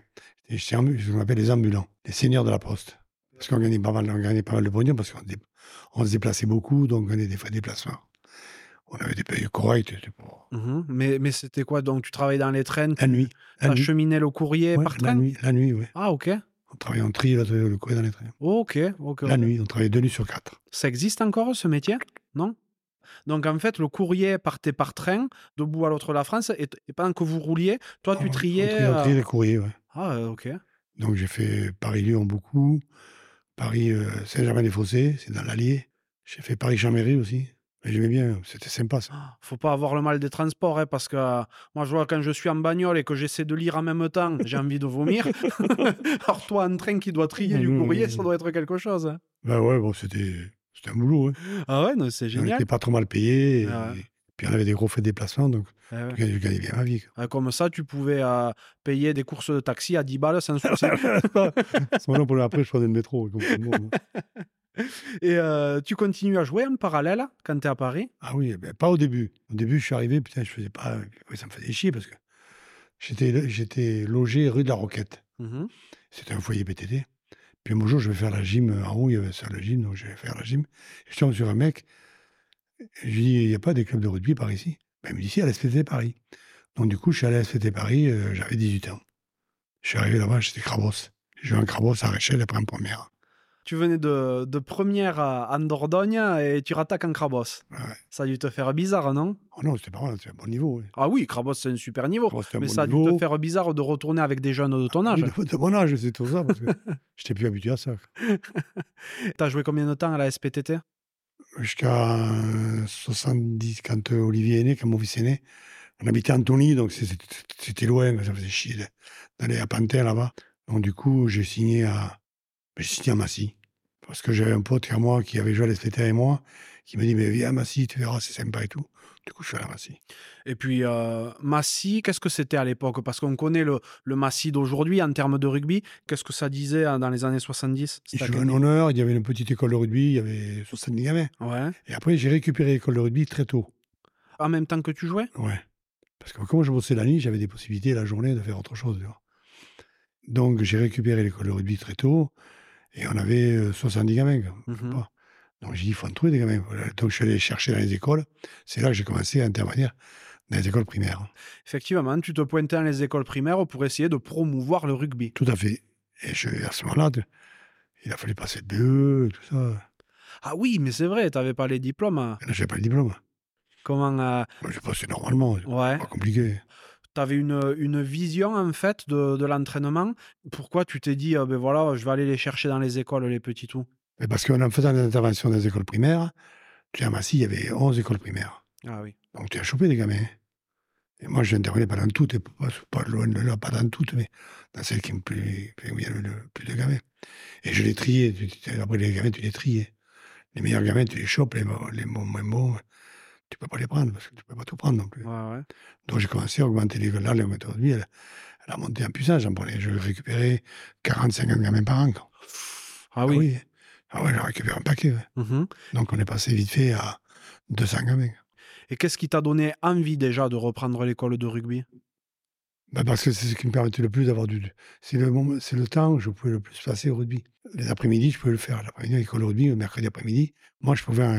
[SPEAKER 1] Et J'étais ambu- ce qu'on appelle les ambulants, les seigneurs de la poste. Parce qu'on gagnait pas mal, on gagnait pas mal de pognon parce qu'on se dé- on se déplaçait beaucoup, donc on gagnait des frais de déplacement. On avait des payes correctes. c'était pour-
[SPEAKER 2] Mhm. Mais, mais c'était quoi Donc tu travaillais dans les trains,
[SPEAKER 1] La nuit. La
[SPEAKER 2] tu
[SPEAKER 1] nuit.
[SPEAKER 2] cheminais le courrier
[SPEAKER 1] Ouais,
[SPEAKER 2] par
[SPEAKER 1] la
[SPEAKER 2] train
[SPEAKER 1] nuit, la nuit, ouais.
[SPEAKER 2] Ah ok.
[SPEAKER 1] On travaillait en tri, là, le coin dans les trains.
[SPEAKER 2] Ok, ok.
[SPEAKER 1] La nuit, on travaillait deux nuits sur quatre.
[SPEAKER 2] Ça existe encore ce métier Non Donc en fait, le courrier partait par train de bout à l'autre de la France et, et pendant que vous rouliez, toi tu
[SPEAKER 1] On- on
[SPEAKER 2] triais.
[SPEAKER 1] triait- On
[SPEAKER 2] euh,
[SPEAKER 1] triait les courriers, ouais.
[SPEAKER 2] Ah euh, ok.
[SPEAKER 1] Donc j'ai fait Paris-Lyon beaucoup, Paris-Saint-Germain-des-Fossés, c'est dans l'Allier. J'ai fait Paris-Chambéry aussi. Mais J'aimais bien, c'était sympa ça.
[SPEAKER 2] Ah, Faut pas avoir le mal des transports hein, parce que euh, moi je vois quand je suis en bagnole et que j'essaie de lire en même temps, j'ai envie de vomir. Alors toi en train qui doit trier du
[SPEAKER 1] Mhm,
[SPEAKER 2] courrier,
[SPEAKER 1] mhm,
[SPEAKER 2] ça
[SPEAKER 1] mhm.
[SPEAKER 2] doit être quelque chose. hein.
[SPEAKER 1] Ben ouais, bon, c'était c'était un boulot. hein.
[SPEAKER 2] Ah ouais, non, c'est
[SPEAKER 1] On
[SPEAKER 2] génial.
[SPEAKER 1] n'était pas trop mal payé. et-
[SPEAKER 2] Ah ouais.
[SPEAKER 1] et Puis on avait des gros frais de déplacement, donc
[SPEAKER 2] Eh ouais.
[SPEAKER 1] je gagnais je gagnais bien ma vie. quoi.
[SPEAKER 2] Ah, Comme ça, tu pouvais euh, payer des courses de taxi à 10 balles sans souci.
[SPEAKER 1] C'est maintenant pour le- après, je prenais le métro. comme tout le monde, hein.
[SPEAKER 2] Et euh, tu continues à jouer en parallèle quand tu es à Paris
[SPEAKER 1] Ah oui, ben, pas au début. Au début, je suis arrivé, putain, je faisais pas. ouais, ça me faisait chier parce que j'étais j'étais logé rue de la Roquette.
[SPEAKER 2] Mhm.
[SPEAKER 1] C'était un foyer PTT. Puis un beau jour, je vais faire la gym euh, en haut, il y avait ça, la gym, donc je vais faire la gym. Je tombe sur un mec, je lui dis, il n'y a pas des clubs de rugby par ici ben, Il me dit, si, à la SPT Paris. Donc du coup, je suis allé à la SPT Paris, euh, j'avais 18 ans. Je suis arrivé là-bas, j'étais Crabos. J'ai eu un Crabos à Réchelle après en première.
[SPEAKER 2] Tu venais de, de première à- en Dordogne et tu rattaques en Crabos.
[SPEAKER 1] Ouais.
[SPEAKER 2] Ça a dû te faire bizarre, non
[SPEAKER 1] Oh non, c'était pas mal, c'était un bon niveau. ouais.
[SPEAKER 2] Ah oui, Crabos, c'est un super niveau.
[SPEAKER 1] Crabos, c'était un
[SPEAKER 2] Oh, Mais
[SPEAKER 1] bon
[SPEAKER 2] ça a dû te
[SPEAKER 1] niveau.
[SPEAKER 2] faire bizarre de retourner avec des jeunes de ton
[SPEAKER 1] Oui,
[SPEAKER 2] âge.
[SPEAKER 1] de, de mon âge, c'est tout ça, parce que j'étais plus habitué à ça.
[SPEAKER 2] T'as joué combien de temps à la SPTT
[SPEAKER 1] Jusqu'à euh, 70, quand euh, Olivier est né, quand mon fils est né, on habitait à Antony, donc c'est- c'était c'était loin, ça faisait chier de- d'aller à Pantin là-bas. Donc du coup, j'ai signé à, j'ai signé à Massy. Parce que j'avais un pote à moi qui avait joué à l'SPT et moi, qui me dit, mais viens à Massy, tu verras, c'est sympa et tout. Du coup, je suis allé à Massy.
[SPEAKER 2] Et puis, euh, Massy, qu'est-ce que c'était à l'époque Parce qu'on connaît le, le Massy d'aujourd'hui en termes de rugby. Qu'est-ce que ça disait hein, dans les années 70
[SPEAKER 1] J'ai
[SPEAKER 2] C'était à
[SPEAKER 1] eu
[SPEAKER 2] quel
[SPEAKER 1] un honneur, il y avait une petite école de rugby, il y avait 70 gamins.
[SPEAKER 2] Ouais.
[SPEAKER 1] Et après, j'ai récupéré l'école de rugby très tôt.
[SPEAKER 2] En même temps que tu jouais
[SPEAKER 1] Ouais. Parce que comme je bossais la nuit, j'avais des possibilités la journée de faire autre chose. tu vois. Donc j'ai récupéré l'école de rugby très tôt et on avait euh, 70 gamins. quoi.
[SPEAKER 2] Mhm.
[SPEAKER 1] pas. Donc j'ai dit, il faut en trouver des gamins. Voilà. Donc je suis allé chercher dans les écoles. C'est là que j'ai commencé à intervenir dans les écoles primaires.
[SPEAKER 2] Effectivement, tu te pointais dans les écoles primaires pour essayer de promouvoir le rugby.
[SPEAKER 1] Tout à fait. Et je, à ce moment-là, de- Il a fallu passer le BE et tout ça.
[SPEAKER 2] Ah oui, mais c'est vrai, t'avais pas les diplômes. hein.
[SPEAKER 1] Et Là, j'avais pas le diplôme.
[SPEAKER 2] Comment. euh,
[SPEAKER 1] Moi, J'ai passé normalement. c'est
[SPEAKER 2] ouais.
[SPEAKER 1] Pas compliqué.
[SPEAKER 2] T'avais une, une vision, en fait, de, de l'entraînement. Pourquoi tu t'es dit, euh, ben voilà, je vais aller les chercher dans les écoles, les petits tout
[SPEAKER 1] Mais parce qu'en faisant des interventions dans les écoles primaires, Clermassy, il y avait 11 écoles primaires.
[SPEAKER 2] Ah oui.
[SPEAKER 1] Donc tu as chopé des gamins. Et moi, j'intervenais pas dans toutes, et pas, pas loin de là, pas dans toutes, mais dans celles qui me plaît, où il y avait le plus de gamins. Et je les triais. tu- tu- Après, les gamins, tu les triais. Les meilleurs gamins, tu les chopes, les, mo- les mo- moins bons, tu peux pas les prendre, parce que tu peux pas tout prendre non plus.
[SPEAKER 2] Ouais, ouais.
[SPEAKER 1] Donc j'ai commencé à augmenter les là, les méthodes de vie, elle, elle a monté en puissance. J'en prenais, je récupérais 40, 50 gamins par an. quoi.
[SPEAKER 2] Ah oui.
[SPEAKER 1] Ah ouais, j'en récupère un paquet. ouais.
[SPEAKER 2] Mhm.
[SPEAKER 1] Donc on est passé vite fait à 200 gamins.
[SPEAKER 2] Et qu'est-ce qui t'a donné envie déjà de reprendre l'école de rugby
[SPEAKER 1] Ben, parce que c'est ce qui me permettait le plus d'avoir du. C'est le, moment- c'est le temps où je pouvais le plus passer au rugby. Les après-midi, je pouvais le faire. L'après-midi, à l'école de rugby, le mercredi après-midi, moi, je pouvais euh,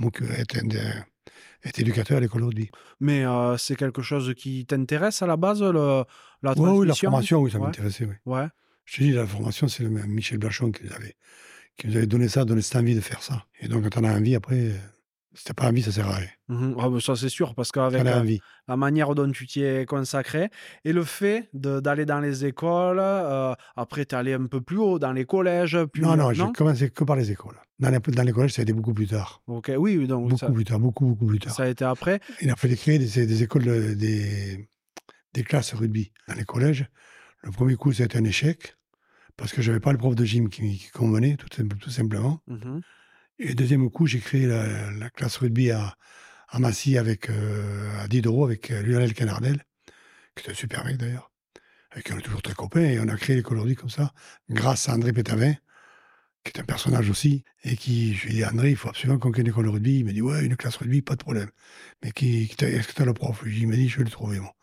[SPEAKER 1] m'occu- être, un des- être éducateur à l'école de rugby.
[SPEAKER 2] Mais euh, c'est quelque chose qui t'intéresse à la base, le, la
[SPEAKER 1] Ouais,
[SPEAKER 2] transmission
[SPEAKER 1] oui, la formation, oui, ça
[SPEAKER 2] Ouais.
[SPEAKER 1] m'intéressait. Oui.
[SPEAKER 2] Ouais.
[SPEAKER 1] Je te dis, la formation, c'est le même Michel Blachon qui nous avait, qui nous avait donné ça, donné cette envie de faire ça. Et donc, quand on a envie, après, euh, si t'as pas envie, ça sert à rien.
[SPEAKER 2] Mhm. Ah ben ça, c'est sûr, parce
[SPEAKER 1] Quand on
[SPEAKER 2] qu'avec
[SPEAKER 1] a
[SPEAKER 2] euh,
[SPEAKER 1] envie.
[SPEAKER 2] la manière dont tu t'y es consacré et le fait de- d'aller dans les écoles, euh, après, t'es allé un peu plus haut, dans les collèges. Puis,
[SPEAKER 1] Non, non,
[SPEAKER 2] euh,
[SPEAKER 1] j'ai commencé que par les écoles. Dans les, dans les collèges, ça a été beaucoup plus tard.
[SPEAKER 2] Ok, oui, oui, donc
[SPEAKER 1] beaucoup
[SPEAKER 2] ça,
[SPEAKER 1] plus tard, beaucoup, beaucoup plus tard.
[SPEAKER 2] ça a été après.
[SPEAKER 1] Il a fallu créer des, des écoles, euh, des, des classes rugby dans les collèges. Le premier coup, ça a été un échec, parce que je n'avais pas le prof de gym qui, qui convenait, tout, simple- tout simplement.
[SPEAKER 2] Mhm.
[SPEAKER 1] Et deuxième coup, j'ai créé la, la classe rugby à, à Massy avec, euh, à Diderot, avec euh, Lionel Canardel, qui était un super mec d'ailleurs, avec qui on est toujours très copains. Et on a créé l'école rugby comme ça, grâce à André Pétavin, qui est un personnage aussi, et qui, je lui ai dit, André, il faut absolument qu'on crée une école rugby. Il m'a dit, ouais, une classe rugby, pas de problème. Mais qui, qui t'a- est-ce que tu as le prof Lui, Il m'a dit, je vais le trouver, moi.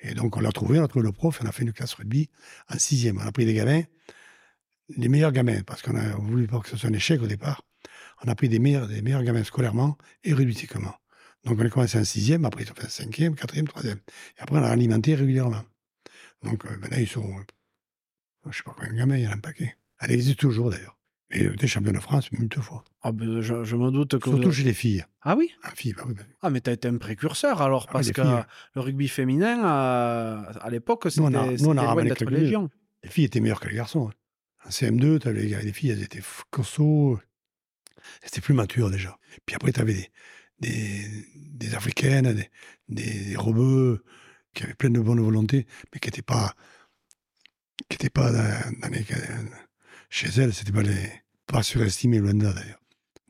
[SPEAKER 1] Et donc, on l'a trouvé, on a trouvé le prof, et on a fait une classe rugby en sixième. On a pris des gamins, les meilleurs gamins, parce qu'on a voulu pas que ce soit un échec au départ. On a pris des meilleurs, des meilleurs gamins scolairement et rugbystiquement. Donc on a commencé en sixième, après ils ont fait en cinquième, quatrième, troisième. Et après on a alimenté régulièrement. Donc euh, ben là ils sont, euh, je ne sais pas combien de gamins, il y en a un paquet. Elle existe toujours d'ailleurs. Et euh, des champions de France, même deux fois.
[SPEAKER 2] Ah ben, je, je me doute que... vous-
[SPEAKER 1] Surtout chez les filles.
[SPEAKER 2] Ah oui
[SPEAKER 1] En filles, bah oui, bah oui.
[SPEAKER 2] Ah, mais t'as été un précurseur alors,
[SPEAKER 1] Ah oui,
[SPEAKER 2] parce
[SPEAKER 1] les
[SPEAKER 2] que
[SPEAKER 1] filles.
[SPEAKER 2] le rugby féminin, euh, à l'époque,
[SPEAKER 1] Nous, on
[SPEAKER 2] c'était
[SPEAKER 1] a- nous, on a
[SPEAKER 2] c'était loin
[SPEAKER 1] ramené
[SPEAKER 2] d'être
[SPEAKER 1] quelques minutes.
[SPEAKER 2] légion.
[SPEAKER 1] Les filles étaient meilleures que les garçons. hein. En CM2, t'avais les, gars- les filles, elles étaient f- costauds. Elles étaient plus matures déjà. Puis après, tu avais des, des, des Africaines, des, des, des rebeux, qui avaient plein de bonne volonté, mais qui n'étaient pas, qui étaient pas dans, dans les- chez elles, c'était pas, les, pas surestimé, loin de là d'ailleurs.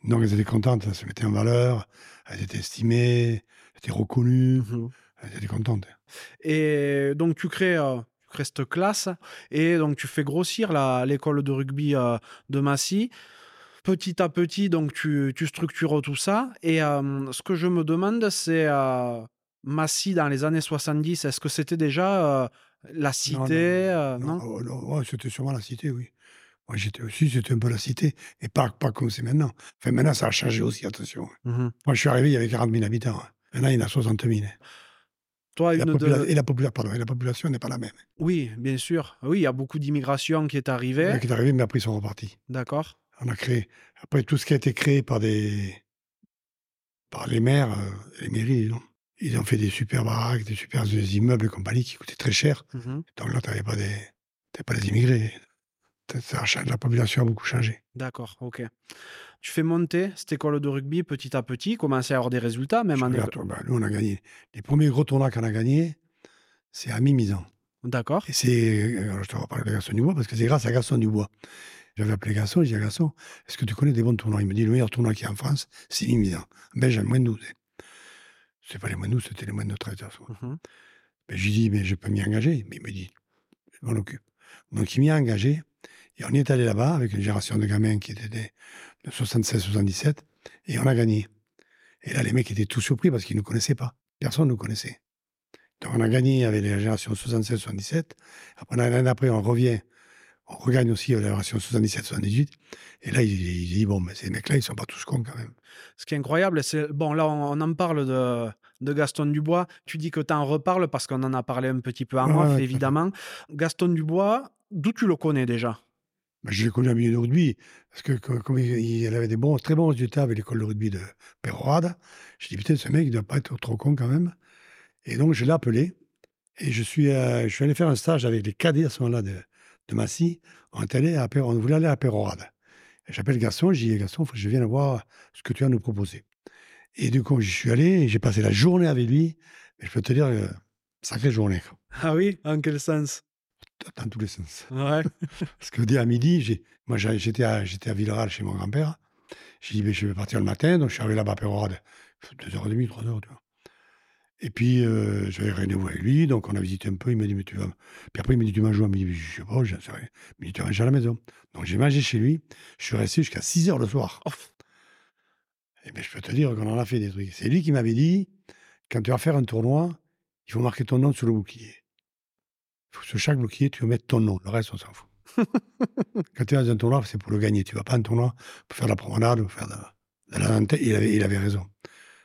[SPEAKER 1] Donc elles étaient contentes, elles se mettaient en valeur, elles étaient estimées, elles étaient reconnues,
[SPEAKER 2] Mhm.
[SPEAKER 1] elles étaient contentes.
[SPEAKER 2] Et donc, tu crées, euh, tu crées cette classe et donc tu fais grossir la- l'école de rugby euh, de Massy. Petit à petit, donc tu, tu structures tout ça. Et euh, ce que je me demande, c'est euh, Massy dans les années 70, est-ce que c'était déjà euh, la cité
[SPEAKER 1] non,
[SPEAKER 2] euh, non,
[SPEAKER 1] Non, oh, non, ouais, c'était sûrement la cité, oui. Moi, j'étais aussi, c'était un peu la cité, mais pas, pas comme c'est maintenant. Enfin, maintenant, ça a changé aussi, attention. hein.
[SPEAKER 2] Mhm.
[SPEAKER 1] Moi, je suis arrivé, il y avait 40 000 habitants. hein. Maintenant, il y en a 60 000.
[SPEAKER 2] Toi,
[SPEAKER 1] Et la,
[SPEAKER 2] Ah, une de-
[SPEAKER 1] popula- et la popula- pardon, et la population n'est pas la même.
[SPEAKER 2] Oui, bien sûr. Ah Oui, il y a beaucoup d'immigration qui est
[SPEAKER 1] Il y
[SPEAKER 2] arrivée.
[SPEAKER 1] en a qui est arrivé, mais après, ils sont repartis.
[SPEAKER 2] D'accord.
[SPEAKER 1] On a créé. Après, tout ce qui a été créé par des. par les maires, euh, les mairies, disons. Ils ont fait des super baraques, des super immeubles et compagnie qui coûtaient très cher.
[SPEAKER 2] Mhm.
[SPEAKER 1] Donc là, tu n'avais pas, des... t'avais pas des immigrés. Ça- ça a changé- La population a beaucoup changé.
[SPEAKER 2] D'accord, ok. Tu fais monter cette école de rugby petit à petit, commencer à avoir des résultats, même en
[SPEAKER 1] Regarde, toi,
[SPEAKER 2] éco-
[SPEAKER 1] bah, nous, on a gagné. Les premiers gros tournois qu'on a gagnés, c'est à Mimizan.
[SPEAKER 2] D'accord.
[SPEAKER 1] Et c'est. euh, Je te reparle de Gaston Dubois, parce que c'est grâce à Gaston Dubois. J'avais appelé Gaston, j'ai dit à Gaston, est-ce que tu connais des bons tournois Il me dit, le meilleur tournoi qu'il y a en France, c'est Mimizan. Ben, j'ai le moins de 12. hein. C'est pas les moins de 12, c'était les moins de 13. à ce moment.
[SPEAKER 2] Mhm.
[SPEAKER 1] Mais Ben, je lui dis, mais je peux m'y engager. Mais il me dit, je m'en occupe. Donc il m'y a engagé. Et on y est allé là-bas avec une génération de gamins qui était des- de 76-77. Et on a gagné. Et là, les mecs étaient tous surpris parce qu'ils ne nous connaissaient pas. Personne ne nous connaissait. Donc on a gagné avec la génération 76-77. Après, l'année après, on revient. On regagne aussi avec la génération 77-78. Et là, il, il dit, bon, mais ces mecs-là, ils sont pas tous cons quand même.
[SPEAKER 2] Ce qui est incroyable, c'est. Bon, là, on, on en parle de, de Gaston Dubois. Tu dis que tu en reparles parce qu'on en a parlé un petit peu en
[SPEAKER 1] Ouais, ouais,
[SPEAKER 2] off,
[SPEAKER 1] tout à fait.
[SPEAKER 2] évidemment. Gaston Dubois, d'où tu le connais déjà
[SPEAKER 1] Bah, je l'ai connu en milieu de rugby, parce que co- comme il, il avait des bons, très bons résultats avec l'école de rugby de Perroade, je dis putain, ce mec, il doit pas être trop con quand même. Et donc, je l'ai appelé, et je suis, euh, je suis allé faire un stage avec les cadets à ce moment-là de, de Massy. On, est allé à, Pe- on voulait aller à Perroade. Et J'appelle Gaston, je dis Gaston, faut que je vienne voir ce que tu as à nous proposer. Et du coup, j'y suis allé, et j'ai passé la journée avec lui, et je peux te dire, euh, sacrée journée, quoi.
[SPEAKER 2] Ah oui En quel sens
[SPEAKER 1] dans tous les sens.
[SPEAKER 2] Ouais.
[SPEAKER 1] Parce que dès à midi, j'ai, moi j'a- j'étais à, j'étais à Villeral chez mon grand-père. J'ai dit, ben, je vais partir le matin, donc je suis arrivé là-bas à Pérorade, 2h30, 3h, tu vois. Et puis, euh, j'avais rendez-vous avec lui, donc on a visité un peu. Il m'a dit, mais tu vas. Puis après, il m'a dit, tu manges où Il m'a dit, je sais pas, j'en sais rien. Il m'a dit, tu vas manger à la maison. Donc j'ai mangé chez lui, je suis resté jusqu'à 6h le soir.
[SPEAKER 2] Oh.
[SPEAKER 1] Et bien, je peux te dire qu'on en a fait des trucs. C'est lui qui m'avait dit, quand tu vas faire un tournoi, il faut marquer ton nom sur le bouclier. Il faut que sur chaque bouclier, tu mettes ton nom. Le reste, on s'en fout. Quand tu vas dans un tournoi, c'est pour le gagner. Tu vas pas en tournoi pour faire la promenade ou faire de, de la lanterne. Il avait, il avait raison.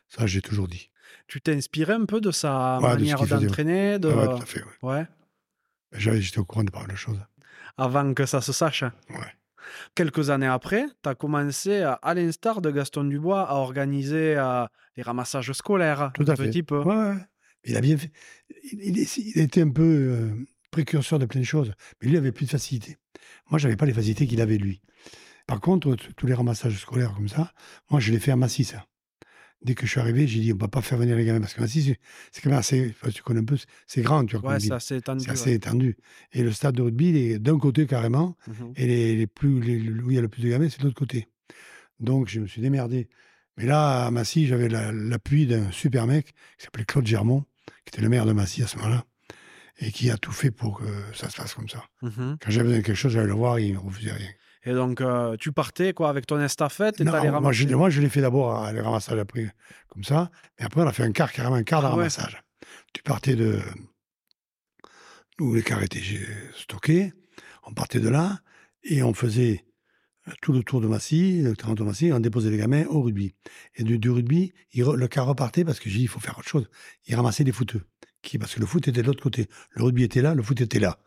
[SPEAKER 1] Ça, j'ai toujours dit.
[SPEAKER 2] Tu t'es inspiré un peu de sa
[SPEAKER 1] Ouais, de ce
[SPEAKER 2] manière
[SPEAKER 1] qu'il faisait, ouais.
[SPEAKER 2] d'entraîner, de...
[SPEAKER 1] Ah ouais, tout à fait. ouais.
[SPEAKER 2] ouais.
[SPEAKER 1] J'avais- J'étais au courant de pas mal de choses.
[SPEAKER 2] avant que ça se sache.
[SPEAKER 1] Ouais.
[SPEAKER 2] Quelques années après, tu as commencé, à à l'instar de Gaston Dubois, à organiser euh, les ramassages scolaires.
[SPEAKER 1] Tout
[SPEAKER 2] un
[SPEAKER 1] à fait.
[SPEAKER 2] petit peu.
[SPEAKER 1] Ouais, ouais. Il a bien fait. Il, il est- il était un peu euh, précurseur de plein de choses, mais lui avait plus de facilité. Moi, j'avais pas les facilités qu'il avait lui. Par contre, t- tous les ramassages scolaires comme ça, moi, je les fais à Massy, ça. Dès que je suis arrivé, j'ai dit, on ne peut pas faire venir les gamins, parce que Massy, c'est- c'est quand même assez, enfin, tu connais un peu, c'est- c'est grand, tu vois. comme
[SPEAKER 2] Ouais,
[SPEAKER 1] ville.
[SPEAKER 2] c'est assez étendu.
[SPEAKER 1] C'est
[SPEAKER 2] ouais.
[SPEAKER 1] assez étendu. Et le stade de rugby, il est d'un côté carrément,
[SPEAKER 2] Mhm.
[SPEAKER 1] et les, les plus, les- le- où il y a le plus de gamins, c'est de l'autre côté. Donc, je me suis démerdé. Mais là, à Massy, j'avais la- l'appui d'un super mec qui s'appelait Claude Germont, qui était le maire de Massy à ce moment-là, et qui a tout fait pour que ça se fasse comme ça.
[SPEAKER 2] Mhm.
[SPEAKER 1] Quand j'avais besoin de quelque chose, j'allais le voir, il ne refusait rien.
[SPEAKER 2] Et donc, euh, tu partais quoi avec ton estafette et
[SPEAKER 1] Non,
[SPEAKER 2] t'allais
[SPEAKER 1] moi, je,
[SPEAKER 2] ramasser.
[SPEAKER 1] moi, je l'ai fait d'abord à les ramassages après, comme ça. Mais après, on a fait un quart, carrément un quart de
[SPEAKER 2] Ah ouais.
[SPEAKER 1] ramassage. Tu partais de. Nous, les quarts étaient gé- stockés. On partait de là et on faisait euh, tout le tour de Massy, le terrain de Massy, on déposait les gamins au rugby. Et du, du rugby, il re- le quart repartait parce que j'ai dit, il faut faire autre chose. Il ramassait les footeux. Qui, parce que le foot était de l'autre côté. Le rugby était là, le foot était là.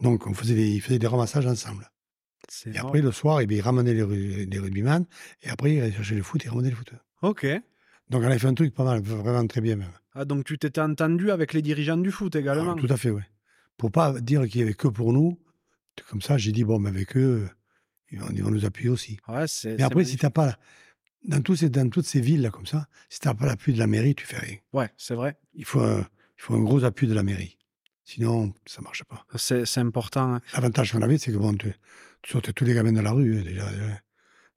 [SPEAKER 1] Donc, on faisait des, ils faisaient des ramassages ensemble.
[SPEAKER 2] C'est
[SPEAKER 1] Et
[SPEAKER 2] énorme.
[SPEAKER 1] après, le soir, eh bien, il ramenait les, ru- les rugbyman. Et après, il allait chercher le foot et ramenait le foot.
[SPEAKER 2] Ok.
[SPEAKER 1] Donc, on avait fait un truc pas mal, vraiment très bien même.
[SPEAKER 2] Ah, donc, tu t'étais entendu avec les dirigeants du foot également.
[SPEAKER 1] Ah, tout à fait, oui. Pour pas dire qu'il y avait que pour nous, tout comme ça, j'ai dit, bon, mais avec eux, ils vont, ils vont nous appuyer aussi.
[SPEAKER 2] Ouais, c'est.
[SPEAKER 1] Mais
[SPEAKER 2] c'est
[SPEAKER 1] après, si
[SPEAKER 2] magnifique.
[SPEAKER 1] t'as pas, la- dans, tous ces, dans toutes ces villes-là, comme ça, si t'as pas l'appui de la mairie, tu fais rien.
[SPEAKER 2] Ouais, c'est vrai.
[SPEAKER 1] Il faut un, il faut un gros appui de la mairie. Sinon, ça marche pas.
[SPEAKER 2] C'est c'est important. hein.
[SPEAKER 1] L'avantage qu'on avait, c'est que bon, tu, tu sortais tous les gamins de la rue, hein, déjà. déjà.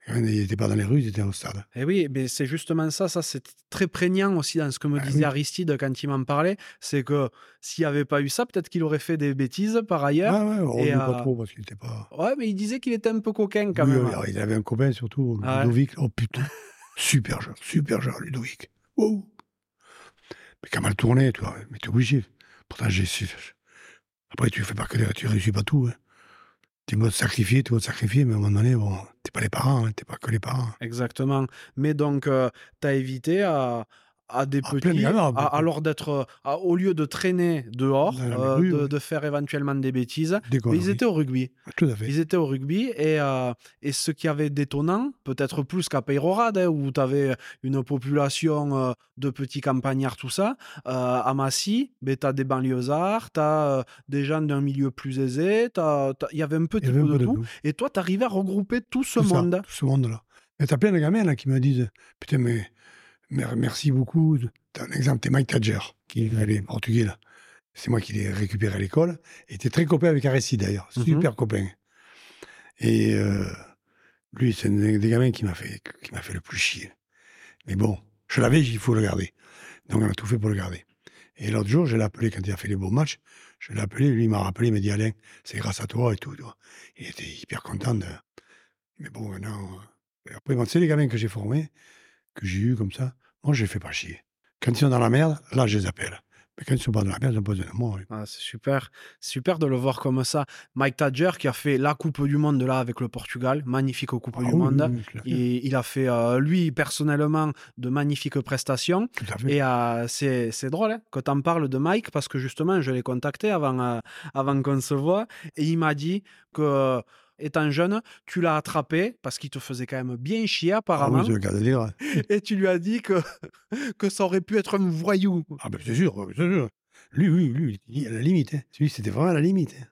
[SPEAKER 1] Les gamins, ils n'étaient pas dans les rues, ils étaient au stade.
[SPEAKER 2] Et Eh oui, mais c'est justement ça, ça c'est très prégnant aussi dans ce que me
[SPEAKER 1] Ah
[SPEAKER 2] disait
[SPEAKER 1] oui.
[SPEAKER 2] Aristide quand il m'en parlait, c'est que s'il n'y avait pas eu ça, peut-être qu'il aurait fait des bêtises par ailleurs.
[SPEAKER 1] Ah ouais, on
[SPEAKER 2] et,
[SPEAKER 1] ne pas
[SPEAKER 2] euh,
[SPEAKER 1] trop parce qu'il n'était pas.
[SPEAKER 2] Ouais, mais il disait qu'il était un peu coquin quand
[SPEAKER 1] Oui,
[SPEAKER 2] même.
[SPEAKER 1] oui, alors, il avait un copain surtout,
[SPEAKER 2] Ah ouais.
[SPEAKER 1] Ludovic. Oh putain, super joueur, super joueur, Ludovic. Wow. Mais quand mal tourné, tu vois, mais t'es obligé. Pourtant, j'ai su. Après, tu fais pas que des- tu réussis pas tout. Hein. Tu vas te sacrifier, tu vas te sacrifier, mais à un moment donné, bon, t'es pas les parents, hein, t'es pas que les parents.
[SPEAKER 2] Exactement. Mais donc, euh, tu as évité à, à des
[SPEAKER 1] Ah, plein de
[SPEAKER 2] petits,
[SPEAKER 1] galères,
[SPEAKER 2] à-
[SPEAKER 1] beaucoup.
[SPEAKER 2] alors d'être, euh, à- au lieu de traîner dehors,
[SPEAKER 1] Dans la
[SPEAKER 2] euh,
[SPEAKER 1] rue,
[SPEAKER 2] de,
[SPEAKER 1] ouais. Bah
[SPEAKER 2] de faire éventuellement des bêtises,
[SPEAKER 1] Dès qu'on
[SPEAKER 2] mais
[SPEAKER 1] a
[SPEAKER 2] ils
[SPEAKER 1] envie.
[SPEAKER 2] étaient au rugby.
[SPEAKER 1] Ah, Tout à fait.
[SPEAKER 2] Ils étaient au rugby et, euh, et ce qui avait d'étonnant, peut-être plus qu'à Peyrorade, hein, où tu avais une population euh, de petits campagnards, tout ça, euh, à Massy, tu as des banlieusards, tu as des gens d'un milieu plus aisé, t'as- t'as- il y avait un
[SPEAKER 1] Il y
[SPEAKER 2] petit
[SPEAKER 1] avait
[SPEAKER 2] peu
[SPEAKER 1] un
[SPEAKER 2] de
[SPEAKER 1] peu de
[SPEAKER 2] tout.
[SPEAKER 1] tout.
[SPEAKER 2] Et toi, tu arrivais à regrouper tout ce
[SPEAKER 1] Tout ça,
[SPEAKER 2] monde.
[SPEAKER 1] tout ce monde-là. Mais t'as plein de gamins là, qui me disent Putain, mais mer- merci beaucoup. T'as un exemple, t'es Mike Tadger, qui est les portugais là. C'est moi qui l'ai récupéré à l'école. Et était très copain avec Aristide d'ailleurs,
[SPEAKER 2] Mhm.
[SPEAKER 1] super copain. Et euh, lui, c'est un des des gamins qui m'a fait, qui m'a fait le plus chier. Mais bon, je l'avais, j'ai dit, il faut le garder. Donc on a tout fait pour le garder. Et l'autre jour, je l'ai appelé quand il a fait les beaux matchs. Je l'ai appelé, lui il m'a rappelé, il m'a dit Alain, c'est grâce à toi et tout. tu vois. Il était hyper content. de- Mais bon, maintenant. euh, et Après, bon, tu sais, les gamins que j'ai formés, que j'ai eus comme ça, moi, je les fais pas chier. Quand ils sont dans la merde, là, je les appelle. Mais quand ils sont pas dans la merde, ils ont pas besoin de moi.
[SPEAKER 2] Ah, c'est super, super de le voir comme ça. Mike Tadger qui a fait la Coupe du Monde là avec le Portugal, magnifique Coupe
[SPEAKER 1] Ah
[SPEAKER 2] du
[SPEAKER 1] oui,
[SPEAKER 2] Monde.
[SPEAKER 1] oui, oui, tout à fait,
[SPEAKER 2] Et il a fait, euh, lui, personnellement, de magnifiques prestations.
[SPEAKER 1] tout à fait.
[SPEAKER 2] Et euh, c'est c'est drôle hein, quand on parle de Mike, parce que justement, je l'ai contacté avant, euh, avant qu'on se voit, et il m'a dit que étant jeune, tu l'as attrapé parce qu'il te faisait quand même bien chier
[SPEAKER 1] Ah
[SPEAKER 2] apparemment.
[SPEAKER 1] oui, c'est le cas de dire.
[SPEAKER 2] Et tu lui as dit que, que ça aurait pu être un voyou.
[SPEAKER 1] Ah ben c'est sûr, c'est sûr. Lui, lui, lui, il est à la limite. hein. Lui, c'était vraiment à la limite. hein.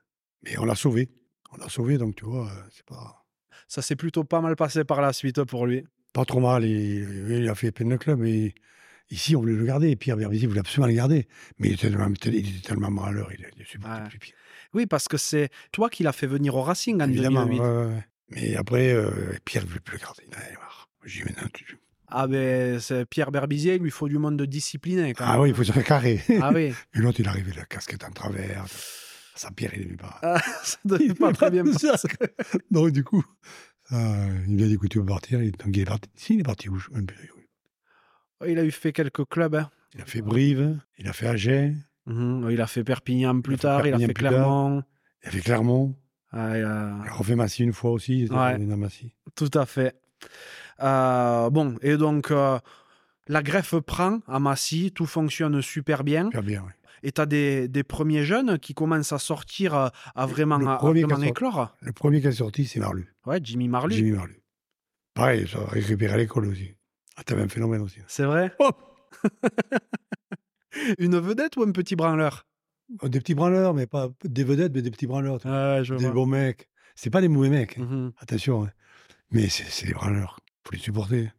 [SPEAKER 1] Mais on l'a sauvé. On l'a sauvé, donc tu vois, euh, c'est pas,
[SPEAKER 2] Ça s'est plutôt pas mal passé par la suite pour lui.
[SPEAKER 1] pas trop mal. Il, il a fait peine le club. Et ici, on voulait le garder. Pierre Berbizier voulait absolument le garder. Mais il était tellement, il était tellement malheur, il ne supportait
[SPEAKER 2] Ouais.
[SPEAKER 1] plus Pierre.
[SPEAKER 2] Oui, parce que c'est toi qui l'as fait venir au Racing en
[SPEAKER 1] Évidemment.
[SPEAKER 2] 2008.
[SPEAKER 1] ouais, ouais, ouais. Mais après, euh, Pierre ne voulait plus le garder. Il en avait marre. J'ai dit, mais non, tu-
[SPEAKER 2] Ah ben, c'est Pierre Berbizier, il lui faut du monde discipliné. Quand
[SPEAKER 1] Ah
[SPEAKER 2] même.
[SPEAKER 1] oui, il faut se faire carré.
[SPEAKER 2] Ah oui,
[SPEAKER 1] Et l'autre, il arrivait, la casquette en travers. Sa pierre, il n'aimait pas.
[SPEAKER 2] ça devait pas très bien
[SPEAKER 1] Ça.
[SPEAKER 2] passer.
[SPEAKER 1] Donc, Ah, du coup, euh, il lui a dit écoute, tu peux partir. Et donc, il est parti. Si, il est parti où Je sais même plus.
[SPEAKER 2] Il a eu fait quelques clubs. hein.
[SPEAKER 1] Il a fait Brive, il a fait Agen,
[SPEAKER 2] Mhm, Il a fait Perpignan
[SPEAKER 1] Il
[SPEAKER 2] plus
[SPEAKER 1] a fait
[SPEAKER 2] tard, il a
[SPEAKER 1] Perpignan
[SPEAKER 2] fait
[SPEAKER 1] plus tard.
[SPEAKER 2] Clermont.
[SPEAKER 1] il a fait Clermont,
[SPEAKER 2] Ah, il a-
[SPEAKER 1] il a refait Massy une fois aussi. Il était
[SPEAKER 2] Ouais.
[SPEAKER 1] dans Massy.
[SPEAKER 2] Tout à fait. Euh, bon, et donc, euh, la greffe prend à Massy, tout fonctionne super bien.
[SPEAKER 1] Super bien, oui.
[SPEAKER 2] Et tu as des, des premiers jeunes qui commencent à sortir, euh, à vraiment,
[SPEAKER 1] Le
[SPEAKER 2] à- à
[SPEAKER 1] premier qui
[SPEAKER 2] vraiment
[SPEAKER 1] sort.
[SPEAKER 2] éclore.
[SPEAKER 1] Le premier qui est sorti, c'est Marlu.
[SPEAKER 2] Ouais, Jimmy Marley,
[SPEAKER 1] Jimmy Marlu. Pareil, ça a récupéré à l'école aussi. Ah, t'avais un phénomène aussi.
[SPEAKER 2] c'est vrai
[SPEAKER 1] Oh
[SPEAKER 2] Une vedette ou un petit branleur
[SPEAKER 1] Oh, Des petits branleurs, mais pas des vedettes, mais des petits branleurs. tu vois.
[SPEAKER 2] Ouais, je
[SPEAKER 1] des
[SPEAKER 2] vois.
[SPEAKER 1] bons mecs. C'est pas des mauvais mecs. hein.
[SPEAKER 2] Mhm.
[SPEAKER 1] Attention, hein. mais c'est c'est des branleurs. Faut les supporter.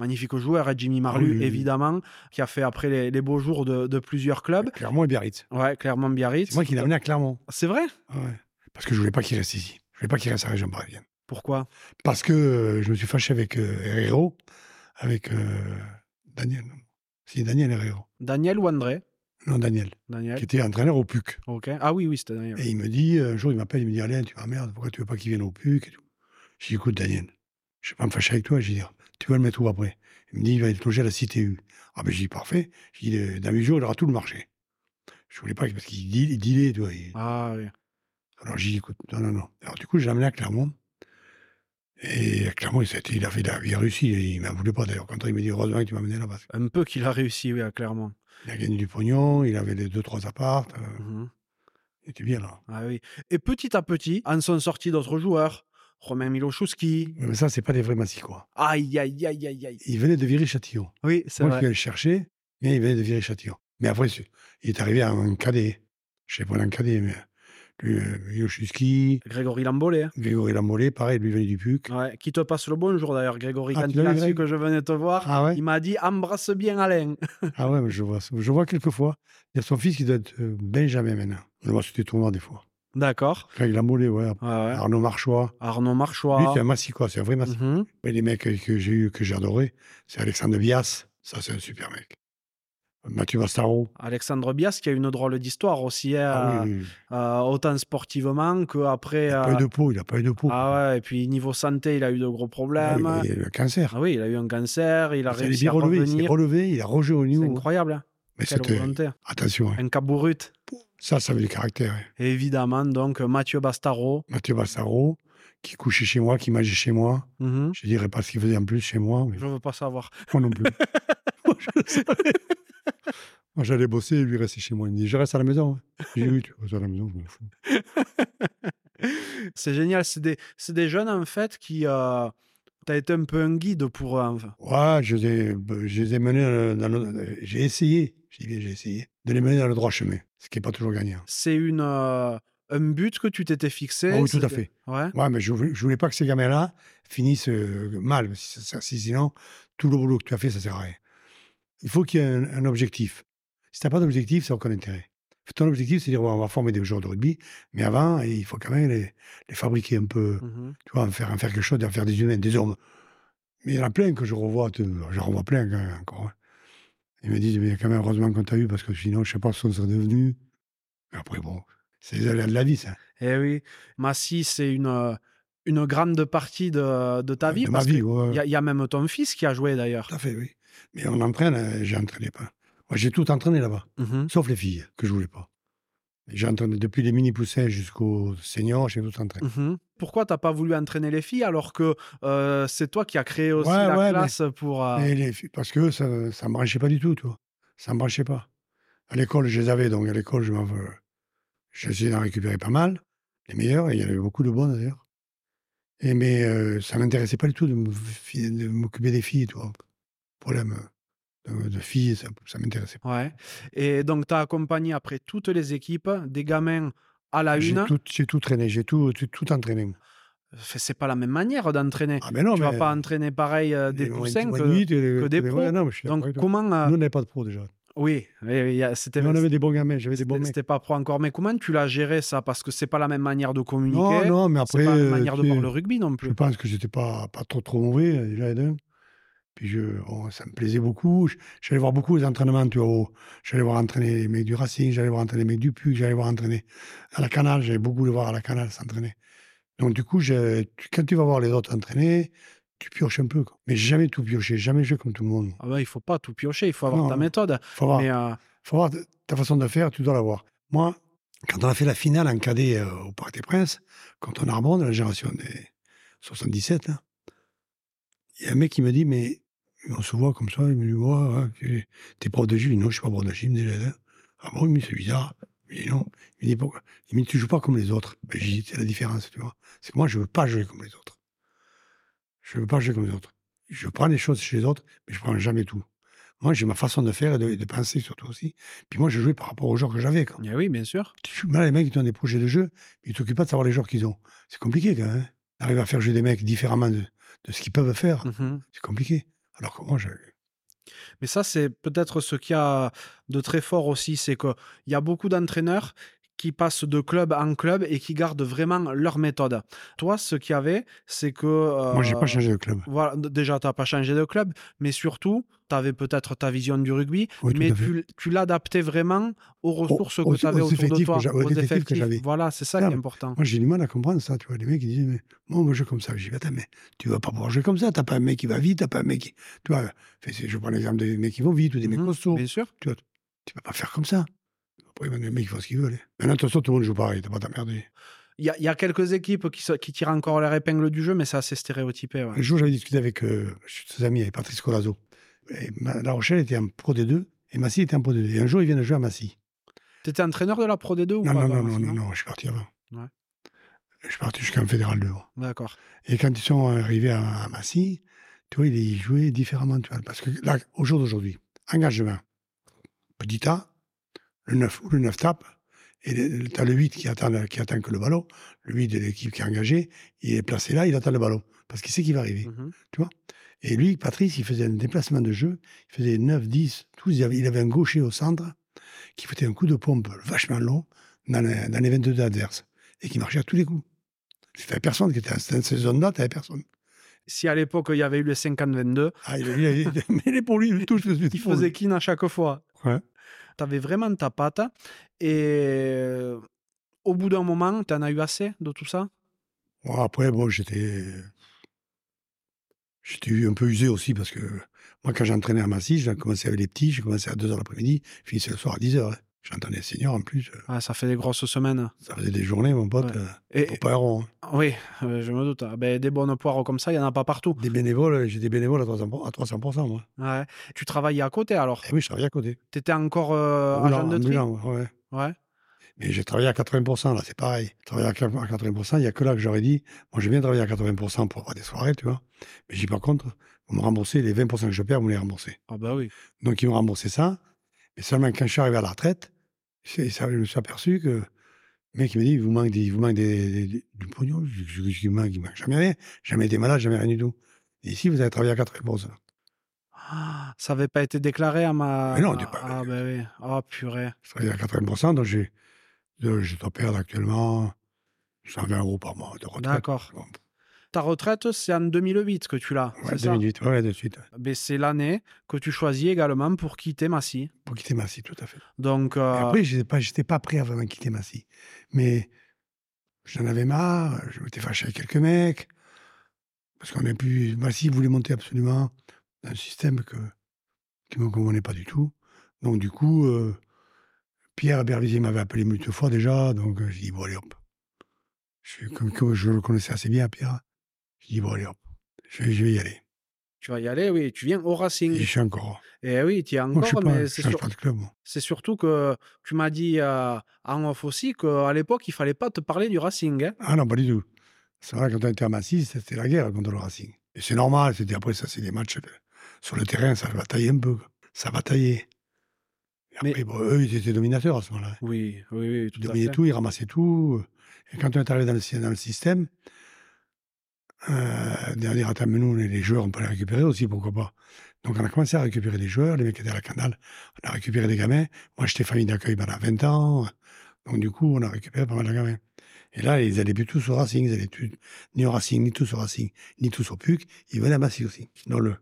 [SPEAKER 2] Magnifique joueur, hein, Jimmy Marlu,
[SPEAKER 1] Ah oui, oui.
[SPEAKER 2] évidemment, qui a fait après les, les beaux jours de, de plusieurs clubs.
[SPEAKER 1] Clermont et Biarritz.
[SPEAKER 2] Ouais, clairement Biarritz.
[SPEAKER 1] C'est moi qui l'ai amené à Clermont.
[SPEAKER 2] C'est vrai
[SPEAKER 1] Ouais. Parce que je voulais pas qu'il reste ici. Je voulais pas qu'il reste à la région parisienne.
[SPEAKER 2] Pourquoi
[SPEAKER 1] Parce que euh, je me suis fâché avec euh, Herrero, avec euh, Daniel. Si, Daniel Herrero.
[SPEAKER 2] Daniel ou André
[SPEAKER 1] Non, Daniel,
[SPEAKER 2] Daniel.
[SPEAKER 1] qui était entraîneur au PUC.
[SPEAKER 2] Ok. Ah oui, oui, c'était Daniel.
[SPEAKER 1] Et il me dit, euh, un jour, il m'appelle, il me dit Alain, tu m'emmerdes, pourquoi tu veux pas qu'il vienne au PUC et tout. J'ai dit, écoute, Daniel, je vais pas me fâcher avec toi. J'ai dit, tu vas le mettre où après Il me dit, il va être logé à la CTU. Ah ben, j'ai dit, parfait. J'ai dit, euh, dans huit jours, il aura tout le marché. Je voulais pas, que- parce qu'il dit, il dealait, tu vois. il-
[SPEAKER 2] Ah oui.
[SPEAKER 1] Alors j'ai dit, écoute, non, non, non. Alors du coup, je l'ai amené à Clermont. Et à Clermont, il, s'est- il a fait la vie réussie. Il m'en voulait pas d'ailleurs. Quand il m'a dit, heureusement que tu m'as amené là, parce
[SPEAKER 2] Un peu qu'il a réussi, oui, ah, clairement.
[SPEAKER 1] qu'il a gagné du pognon, il avait les deux, trois appartes. euh,
[SPEAKER 2] Mhm.
[SPEAKER 1] il était bien là.
[SPEAKER 2] Ah oui. Et petit à petit, en sont sortis d'autres joueurs. Romain Milochowski.
[SPEAKER 1] Mais ça, c'est pas des vrais massicois.
[SPEAKER 2] Aïe, aïe, aïe, aïe, aïe.
[SPEAKER 1] Il venait de Viry-Châtillon.
[SPEAKER 2] Oui, c'est
[SPEAKER 1] Moi, je suis
[SPEAKER 2] vrai.
[SPEAKER 1] allé le chercher, mais il venait de Viry-Châtillon. Mais après, c'est- il est arrivé en cadet. Je sais pas en cadet, mais lui, euh, Yoshiski,
[SPEAKER 2] Grégory Lambolé. hein.
[SPEAKER 1] Grégory Lamollet, pareil, lui venait du PUC.
[SPEAKER 2] Ouais, qui te passe le bonjour d'ailleurs, Grégory.
[SPEAKER 1] Ah,
[SPEAKER 2] quand
[SPEAKER 1] tu
[SPEAKER 2] il
[SPEAKER 1] l'as
[SPEAKER 2] a
[SPEAKER 1] vu,
[SPEAKER 2] su
[SPEAKER 1] Greg
[SPEAKER 2] que je venais te voir,
[SPEAKER 1] Ah ouais,
[SPEAKER 2] il m'a dit embrasse bien Alain.
[SPEAKER 1] ah ouais, mais je vois, je vois quelquefois. Il y a son fils qui doit être euh, Benjamin maintenant. On le voit sur des tournois des fois.
[SPEAKER 2] D'accord.
[SPEAKER 1] Greg Lamollet, ouais.
[SPEAKER 2] Ouais, ouais.
[SPEAKER 1] Arnaud Marchois.
[SPEAKER 2] Arnaud
[SPEAKER 1] Ah. Lui,
[SPEAKER 2] Marchois.
[SPEAKER 1] c'est un massicois, c'est un vrai massicois.
[SPEAKER 2] Mhm.
[SPEAKER 1] Et les mecs euh, que j'ai eu, que j'ai adoré, c'est Alexandre Bias. Ça, c'est un super mec. Mathieu Bastaro.
[SPEAKER 2] Alexandre Bias, qui a une drôle d'histoire aussi, hein,
[SPEAKER 1] Ah oui, oui.
[SPEAKER 2] euh, autant sportivement qu'après.
[SPEAKER 1] Il n'a
[SPEAKER 2] euh,
[SPEAKER 1] pas eu de peau, il n'a pas eu de peau.
[SPEAKER 2] Ah ouais, et puis niveau santé, il a eu de gros
[SPEAKER 1] Ah,
[SPEAKER 2] problèmes.
[SPEAKER 1] il a eu le cancer.
[SPEAKER 2] Ah oui, il a eu un cancer, il a
[SPEAKER 1] Il s'est
[SPEAKER 2] réussi
[SPEAKER 1] bien
[SPEAKER 2] à
[SPEAKER 1] relevé, il s'est
[SPEAKER 2] revenir.
[SPEAKER 1] relevé, il a rejoué au
[SPEAKER 2] C'est
[SPEAKER 1] niveau.
[SPEAKER 2] incroyable, hein.
[SPEAKER 1] Mais
[SPEAKER 2] quelle
[SPEAKER 1] c'était.
[SPEAKER 2] volonté.
[SPEAKER 1] Attention, hein.
[SPEAKER 2] Un cabourut.
[SPEAKER 1] ça, ça avait du caractère. hein.
[SPEAKER 2] Et Évidemment, donc Mathieu Bastaro.
[SPEAKER 1] Mathieu Bastaro, qui couchait chez moi, qui mangeait chez moi.
[SPEAKER 2] Mhm.
[SPEAKER 1] Je ne dirais pas ce qu'il faisait en plus chez moi, mais
[SPEAKER 2] Je veux pas savoir.
[SPEAKER 1] moi non plus. moi, je le savais. Moi, j'allais bosser et lui restait chez moi. Il me dit Je reste à la maison. hein. J'ai dit Oui, tu restes à la maison, je m'en fous.
[SPEAKER 2] C'est génial, c'est des, c'est des jeunes en fait qui... Euh, T'as été un peu un guide pour eux. enfin.
[SPEAKER 1] Ouais, je les, ai- euh, je les ai menés dans le- dans le- J'ai essayé, je dis bien j'ai essayé, de les mener dans le droit chemin, ce qui n'est pas toujours gagnant.
[SPEAKER 2] C'est une, euh, un but que tu t'étais fixé.
[SPEAKER 1] Ah oui, tout à
[SPEAKER 2] c'était-
[SPEAKER 1] fait.
[SPEAKER 2] Ouais.
[SPEAKER 1] Ouais, mais je voulais, je voulais pas que ces gamins-là finissent euh, mal, parce que ça- si- sinon, tout le boulot que tu as fait, ça sert à rien. Il faut qu'il y ait un, un objectif. Si tu n'as pas d'objectif, ça n'a aucun intérêt. Ton objectif, c'est de dire, ouais, on va former des joueurs de rugby, mais avant, eh, il faut quand même les, les fabriquer un peu,
[SPEAKER 2] Mhm.
[SPEAKER 1] tu vois, en faire, en faire quelque chose, en faire des humains, des hommes. Mais il y en a plein que je revois, tu- j'en revois plein quand même, encore. hein. Ils me disent, mais quand même, heureusement qu'on t'a eu, parce que sinon, je sais pas ce qu'on serait devenu. Mais après, bon, c'est les aléas de la vie, ça.
[SPEAKER 2] Eh oui, Massy, c'est une, euh, une grande partie de, de ta vie.
[SPEAKER 1] de ma
[SPEAKER 2] parce
[SPEAKER 1] vie, euh.
[SPEAKER 2] que
[SPEAKER 1] ouais.
[SPEAKER 2] Il y, a- il y a même ton fils qui a joué d'ailleurs.
[SPEAKER 1] Tout à fait, oui. Mais on entraîne, euh, j'ai entraîné pas. Moi, j'ai tout entraîné là-bas,
[SPEAKER 2] Mhm.
[SPEAKER 1] sauf les filles, que je voulais pas. J'ai entraîné depuis les mini-poussins jusqu'aux seniors, j'ai tout entraîné.
[SPEAKER 2] Mhm. Pourquoi t'as pas voulu entraîner les filles alors que euh, c'est toi qui as créé aussi
[SPEAKER 1] Ouais,
[SPEAKER 2] la
[SPEAKER 1] ouais, mais-
[SPEAKER 2] classe pour... euh,
[SPEAKER 1] Et les filles- parce que ça ne me branchait pas du tout, toi. Ça me branchait pas. À l'école, je les avais, donc à l'école, je m'en veux. J'essayais d'en récupérer pas mal. les meilleurs, et il y avait beaucoup de bons d'ailleurs. Et mais euh, ça m'intéressait pas du tout de me fi- de m'occuper des filles, tu vois. Problème euh, de, de filles, ça, ça m'intéressait pas.
[SPEAKER 2] Ouais. Et donc, tu as accompagné après toutes les équipes, des gamins à la
[SPEAKER 1] J'ai
[SPEAKER 2] une.
[SPEAKER 1] tout, j'ai tout traîné, j'ai tout, j'ai tout entraîné.
[SPEAKER 2] Fait- C'est pas la même manière d'entraîner.
[SPEAKER 1] Ah ben non,
[SPEAKER 2] tu
[SPEAKER 1] mais
[SPEAKER 2] vas pas entraîner pareil euh, des
[SPEAKER 1] les moins-
[SPEAKER 2] poussins
[SPEAKER 1] moins
[SPEAKER 2] que.
[SPEAKER 1] de huit, euh,
[SPEAKER 2] que des
[SPEAKER 1] ouais,
[SPEAKER 2] pros.
[SPEAKER 1] non, mais je suis d'accord
[SPEAKER 2] Donc,
[SPEAKER 1] avec toi.
[SPEAKER 2] comment. euh,
[SPEAKER 1] Nous, on n'avait pas de pro déjà.
[SPEAKER 2] Oui, oui, oui, y a- c'était.
[SPEAKER 1] Mais on avait des bons gamins, j'avais des bons
[SPEAKER 2] c'était-
[SPEAKER 1] mecs.
[SPEAKER 2] C'était pas pro encore, mais comment tu l'as géré ça Parce que c'est pas la même manière de communiquer.
[SPEAKER 1] Non, non, mais
[SPEAKER 2] c'est
[SPEAKER 1] après,
[SPEAKER 2] pas la même
[SPEAKER 1] euh,
[SPEAKER 2] manière de
[SPEAKER 1] tu sais,
[SPEAKER 2] voir le rugby non
[SPEAKER 1] je
[SPEAKER 2] plus.
[SPEAKER 1] pense que j'étais pas, pas trop trop mauvais euh, déjà d'un. Puis je, bon, ça me plaisait beaucoup. Je- J'allais voir beaucoup les entraînements, tu vois. au- J'allais voir entraîner les mecs du Racing, j'allais voir entraîner les mecs du Puy, j'allais voir entraîner à la Canale. J'allais beaucoup les voir à la Canale s'entraîner. Donc du coup, je- tu- quand tu vas voir les autres entraîner, tu pioches un peu. quoi. Mais jamais tout piocher, jamais jouer comme tout le monde.
[SPEAKER 2] Ah ben, il faut pas tout piocher, il faut avoir
[SPEAKER 1] Non, Ah.
[SPEAKER 2] ta
[SPEAKER 1] non.
[SPEAKER 2] méthode.
[SPEAKER 1] Faut avoir-
[SPEAKER 2] Mais euh,
[SPEAKER 1] faut voir t- ta façon de faire, tu dois l'avoir. Moi, quand on a fait la finale en cadet euh, au Parc des Princes, quand on arbonne, la génération des 77, là, il y a un mec qui me dit, mais on se voit comme ça, il me dit, ouais, ouais, tu- t'es prof de gym, Je dis, non, je suis pas prof de gym déjà. là. Ah bon, mais c'est bizarre. Il dit non. Il me dit, pourquoi Il me dit, tu joues pas comme les autres. Ben, j'ai dit, c'est la différence, tu vois. C'est que moi, je veux pas jouer comme les autres. Je veux pas jouer comme les autres. Je prends les choses chez les autres, mais je prends jamais tout. Moi, j'ai ma façon de faire et de, et de penser surtout aussi. Puis moi, je jouais par rapport aux joueurs que j'avais. quand.
[SPEAKER 2] eh oui, bien sûr.
[SPEAKER 1] Tu- Là, les mecs, ils ont des projets de jeu, ils ne t'occupent pas de savoir les joueurs qu'ils ont. C'est compliqué quand même. hein. Arriver à faire jouer des mecs différemment de, de ce qu'ils peuvent faire,
[SPEAKER 2] Mhm.
[SPEAKER 1] c'est compliqué. Alors que moi, je...
[SPEAKER 2] Mais ça, c'est peut-être ce qu'il y a de très fort aussi, c'est qu'il y a beaucoup d'entraîneurs qui passent de club en club et qui gardent vraiment leur méthode. Toi, ce qu'il y avait, c'est que...
[SPEAKER 1] moi, j'ai
[SPEAKER 2] euh,
[SPEAKER 1] pas changé de club.
[SPEAKER 2] Voilà, d- déjà, tu n'as pas changé de club, mais surtout, tu avais peut-être ta vision du rugby,
[SPEAKER 1] Oui, tout
[SPEAKER 2] mais
[SPEAKER 1] à fait.
[SPEAKER 2] tu, l- tu l'adaptais vraiment aux ressources
[SPEAKER 1] aux-
[SPEAKER 2] que tu avais
[SPEAKER 1] aux
[SPEAKER 2] autour de
[SPEAKER 1] effectifs
[SPEAKER 2] toi,
[SPEAKER 1] que j'a- aux effectifs que j'avais.
[SPEAKER 2] Voilà, c'est ça
[SPEAKER 1] Non,
[SPEAKER 2] qui est
[SPEAKER 1] mais-
[SPEAKER 2] important.
[SPEAKER 1] Moi, j'ai du mal à comprendre ça. Tu vois, les mecs, ils disent, mais moi, moi, je joue comme ça. J'ai dit, attends, mais tu vas pas pouvoir jouer comme ça. T'as pas un mec qui va vite, t'as pas un mec qui. Tu vois, fait, c'est- je prends l'exemple des mecs qui vont vite ou des mecs
[SPEAKER 2] Mhm,
[SPEAKER 1] costauds.
[SPEAKER 2] Bien sûr.
[SPEAKER 1] Tu peux pas faire comme ça. Après, les mecs, ils font ce qu'ils veulent. hein. Maintenant, de toute façon, tout le monde joue pareil. T'as pas t'emmerder.
[SPEAKER 2] Il y, a- il y a quelques équipes qui, se- qui tirent encore leur épingle du jeu, mais c'est assez stéréotypé. ouais.
[SPEAKER 1] Un jour, j'avais discuté avec euh, je suis ses amis, avec Patrice Colazo. Et Ma- La Rochelle était en pro des deux et Massy était en pro des deux. Et un jour, ils viennent jouer à Massy.
[SPEAKER 2] T'étais entraîneur de la Pro D2 ou
[SPEAKER 1] Non,
[SPEAKER 2] pas
[SPEAKER 1] non,
[SPEAKER 2] toi,
[SPEAKER 1] non, non,
[SPEAKER 2] Maxime,
[SPEAKER 1] non, non, je suis parti avant.
[SPEAKER 2] Ouais.
[SPEAKER 1] Je suis parti jusqu'en Fédéral 2.
[SPEAKER 2] D'accord.
[SPEAKER 1] Et quand ils sont arrivés à, à Massy, tu vois, ils jouaient différemment. Tu vois, parce que là, au jour d'aujourd'hui, engagement, petit A, le 9 ou le 9 tape, et tu as le 8 qui attend, qui attend que le ballon. Le 8 de l'équipe qui est engagé, il est placé là, il attend le ballon. Parce qu'il sait qu'il va arriver.
[SPEAKER 2] Mhm.
[SPEAKER 1] Et lui, Patrice, il faisait un déplacement de jeu, il faisait 9, 10, 12, il avait, il avait un gaucher au centre qui foutait un coup de pompe vachement long dans les, dans les 22 adverses et qui marchait à tous les coups. C'était personne qui était dans cette zone-là, t'avais personne.
[SPEAKER 2] Si à l'époque, il y avait eu le 50-22,
[SPEAKER 1] Ah, il, il, il, mais il est pour lui, il touche, il
[SPEAKER 2] il faisait kin à chaque fois.
[SPEAKER 1] Ouais.
[SPEAKER 2] Tu avais vraiment ta patte. Et euh, au bout d'un moment, tu en as eu assez de tout ça
[SPEAKER 1] Bon, après, bon, j'étais. J'étais un peu usé aussi parce que moi, quand j'entraînais à Massy, j'ai commencé avec les petits, j'ai commencé à 2h l'après-midi, je finissais le soir à 10h. J'entraînais senior en plus, euh,
[SPEAKER 2] Ah, Ça fait des grosses semaines.
[SPEAKER 1] ça faisait des journées, mon pote,
[SPEAKER 2] Ouais.
[SPEAKER 1] euh,
[SPEAKER 2] Et,
[SPEAKER 1] pour pas un rond.
[SPEAKER 2] Oui, euh, je me doute. Ah ben, des bonnes poires comme ça, il n'y en a pas partout.
[SPEAKER 1] Des bénévoles, j'ai des bénévoles à 300%, à 300% moi.
[SPEAKER 2] Ouais. Tu travaillais à côté alors
[SPEAKER 1] Et oui, je travaillais à côté.
[SPEAKER 2] Tu étais encore euh,
[SPEAKER 1] Eh. Ambulant,
[SPEAKER 2] agent de tri
[SPEAKER 1] ambulant, ouais.
[SPEAKER 2] Ouais.
[SPEAKER 1] Mais j'ai travaillé à 80%, là, c'est pareil. Travailler à 80%, il n'y a que là que j'aurais dit, moi, j'ai bien travaillé à 80% pour avoir des soirées, tu vois. Mais j'ai dit, par contre, vous me remboursez les 20% que je perds, vous me les remboursez.
[SPEAKER 2] Ah bah oui.
[SPEAKER 1] Donc, ils m'ont remboursé ça. Mais seulement quand je suis arrivé à la retraite, c'est- ça, je me suis aperçu que le mec, il me dit, il vous manque, des, il vous manque des, des- des- du pognon. Je je- je- il manque, il manque jamais rien. Jamais été malade, jamais rien du tout. Et ici, vous avez travaillé à 80%.
[SPEAKER 2] Ah, ça n'avait pas été déclaré à ma.
[SPEAKER 1] Mais non, du pas-
[SPEAKER 2] Ah bah oui. Ah purée.
[SPEAKER 1] Je travaille à 80%, donc j'ai, de- je dois perdre actuellement 120 euros par mois de retraite.
[SPEAKER 2] D'accord.
[SPEAKER 1] Bon,
[SPEAKER 2] Ta retraite, c'est en 2008 que tu l'as.
[SPEAKER 1] ouais,
[SPEAKER 2] c'est ça
[SPEAKER 1] 2008, ouais, de suite.
[SPEAKER 2] Ben, c'est l'année que tu choisis également pour quitter Massy.
[SPEAKER 1] Pour quitter Massy, tout à fait.
[SPEAKER 2] Donc, euh,
[SPEAKER 1] Et après, je n'étais pas, j'étais pas prêt à vraiment quitter Massy. Mais j'en avais marre, je m'étais fâché avec quelques mecs. Parce qu'on a pu. Massy voulait monter absolument un système que, qui ne me convenait pas du tout. Donc, du coup, euh, Pierre Bervisier m'avait appelé multiples fois déjà. Donc, euh, j'ai dit, bon, allez, hop. Je, suis- comme, comme je le connaissais assez bien, Pierre, j'ai dit, bon, allez, hop. Je, vais- je vais y aller.
[SPEAKER 2] Tu vas y aller, oui. Tu viens au
[SPEAKER 1] Et
[SPEAKER 2] Racing.
[SPEAKER 1] je suis encore.
[SPEAKER 2] Et oui, tu y es
[SPEAKER 1] Moi, je
[SPEAKER 2] encore,
[SPEAKER 1] suis pas,
[SPEAKER 2] mais
[SPEAKER 1] je
[SPEAKER 2] c'est
[SPEAKER 1] change
[SPEAKER 2] sûr-
[SPEAKER 1] pas de club. moi.
[SPEAKER 2] c'est surtout que tu m'as dit euh, en off aussi qu'à l'époque, il fallait pas te parler du Racing. hein.
[SPEAKER 1] Ah non, pas du tout. C'est vrai, quand on était à Massy, c'était la guerre contre le Racing. Et c'est normal, c'était après, ça, c'est des matchs euh, sur le terrain, ça bataillait un peu. quoi. Ça bataillait. Et
[SPEAKER 2] Mais-
[SPEAKER 1] après, bon, eux, ils étaient dominateurs à ce moment-là.
[SPEAKER 2] Oui, oui, oui, tout
[SPEAKER 1] Ils
[SPEAKER 2] à
[SPEAKER 1] dominaient
[SPEAKER 2] fait.
[SPEAKER 1] tout, ils ramassaient tout. Et quand on est arrivé dans le, sy- dans le système, euh, dernière attaque, mais nous, les- les joueurs, on peut les récupérer aussi, pourquoi pas. Donc on a commencé à récupérer des joueurs, les mecs étaient à la canale, on a récupéré des gamins. Moi, j'étais famille d'accueil pendant 20 ans. Donc du coup, on a récupéré pas mal de gamins. Et là, ils allaient plus tous au Racing, ils allaient tous- ni au Racing, ni tous au Racing, ni tous au PUC. Ils venaient à Massy aussi. Donc le,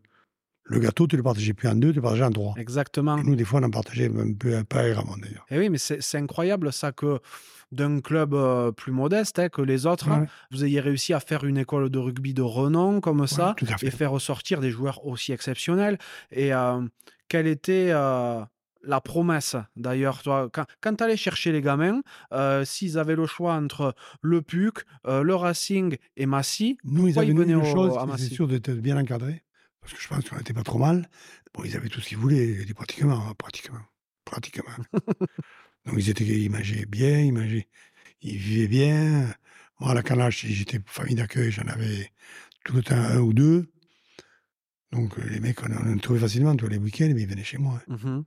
[SPEAKER 1] le gâteau, tu le partageais plus en deux, tu le partageais en trois.
[SPEAKER 2] Exactement.
[SPEAKER 1] Et nous, des fois, on en partageait même peu, pas énormément d'ailleurs.
[SPEAKER 2] Et oui, mais c'est c'est incroyable ça que d'un club euh, plus modeste hein, que les autres,
[SPEAKER 1] Ouais.
[SPEAKER 2] vous ayez réussi à faire une école de rugby de renom comme ça
[SPEAKER 1] Ouais, tout à fait.
[SPEAKER 2] et faire ressortir des joueurs aussi exceptionnels. Et euh, quelle était euh, la promesse d'ailleurs toi Quand, quand tu allais chercher les gamins, euh, s'ils avaient le choix entre le PUC, euh, le Racing et Massy,
[SPEAKER 1] Nous, ils
[SPEAKER 2] Pourquoi
[SPEAKER 1] avaient
[SPEAKER 2] ils
[SPEAKER 1] une
[SPEAKER 2] venaient
[SPEAKER 1] une
[SPEAKER 2] au-
[SPEAKER 1] chose,
[SPEAKER 2] à
[SPEAKER 1] c'est
[SPEAKER 2] Massy
[SPEAKER 1] sûr d'être bien encadrés, parce que je pense qu'on n'était pas trop mal. Bon, ils avaient tout ce qu'ils voulaient, je dis pratiquement, hein, pratiquement, pratiquement. Donc, ils étaient, ils mangeaient bien, ils mangeaient, ils vivaient bien. Moi, à la Canache, si j'étais famille d'accueil, j'en avais tout le temps un ou deux. Donc, euh, les mecs, on, on les trouvait facilement tous les week-ends, mais ils venaient chez moi. hein.
[SPEAKER 2] Mhm.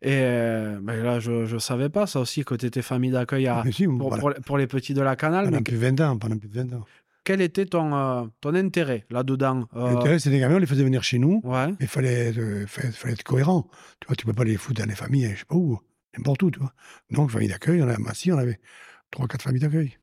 [SPEAKER 2] Et euh, ben là, je ne savais pas ça aussi, que tu étais famille d'accueil à-
[SPEAKER 1] Ah, Mais si,
[SPEAKER 2] Ah, pour,
[SPEAKER 1] voilà,
[SPEAKER 2] pour les- pour les petits de la canale. mais
[SPEAKER 1] pendant plus de 20 ans, pendant plus de 20 ans.
[SPEAKER 2] quel était ton, euh, ton intérêt là-dedans euh,
[SPEAKER 1] L'intérêt, c'est les gamins, on les faisait venir chez nous.
[SPEAKER 2] Ouais,
[SPEAKER 1] Mais il fallait, être- euh, fa- fallait être cohérent. Tu vois, tu peux pas les foutre dans les familles, je sais pas où, n'importe où, tu vois. Donc, famille d'accueil, on a à Massy, on avait trois, quatre familles d'accueil.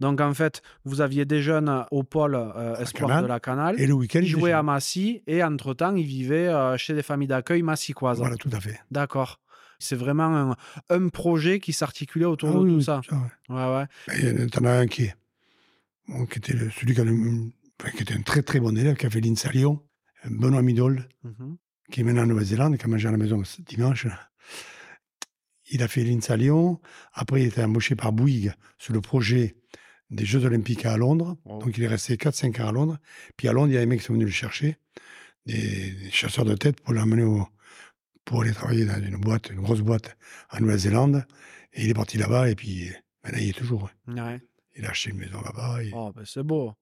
[SPEAKER 2] donc en fait, vous aviez des jeunes au pôle euh, Espoir
[SPEAKER 1] Canale.
[SPEAKER 2] de la Canale,
[SPEAKER 1] Et le week-end,
[SPEAKER 2] ils
[SPEAKER 1] étaient
[SPEAKER 2] jouaient
[SPEAKER 1] chez
[SPEAKER 2] à
[SPEAKER 1] nous.
[SPEAKER 2] Massy et entre-temps, ils vivaient euh, chez des familles d'accueil massicoises.
[SPEAKER 1] Voilà, tout à fait.
[SPEAKER 2] D'accord. C'est vraiment un, un projet qui s'articulait autour
[SPEAKER 1] Ah
[SPEAKER 2] de
[SPEAKER 1] oui,
[SPEAKER 2] tout
[SPEAKER 1] oui,
[SPEAKER 2] ça.
[SPEAKER 1] ouais.
[SPEAKER 2] Ouais, ouais.
[SPEAKER 1] Et il y en a- T'en as un qui, est- bon, qui était le- celui qui, a le- enfin, qui était un très très bon élève, qui a fait l'INSA Lyon, euh, Benoît Midol,
[SPEAKER 2] Mhm.
[SPEAKER 1] qui est maintenant en Nouvelle-Zélande, qui a mangé à la maison ce dimanche. Il a fait l'INSA Lyon. Après, il était embauché par Bouygues sur le projet des Jeux Olympiques à Londres.
[SPEAKER 2] Wow.
[SPEAKER 1] Donc, il est resté 4-5 ans à Londres. Puis à Londres, il y a des mecs qui sont venus le chercher, des, des chasseurs de tête, pour l'emmener au- pour aller travailler dans une boîte, une grosse boîte en Nouvelle-Zélande. Et il est parti là-bas. Et puis, maintenant, il y est toujours.
[SPEAKER 2] Ouais.
[SPEAKER 1] Il a acheté une maison là-bas. et-
[SPEAKER 2] Oh, ben c'est beau.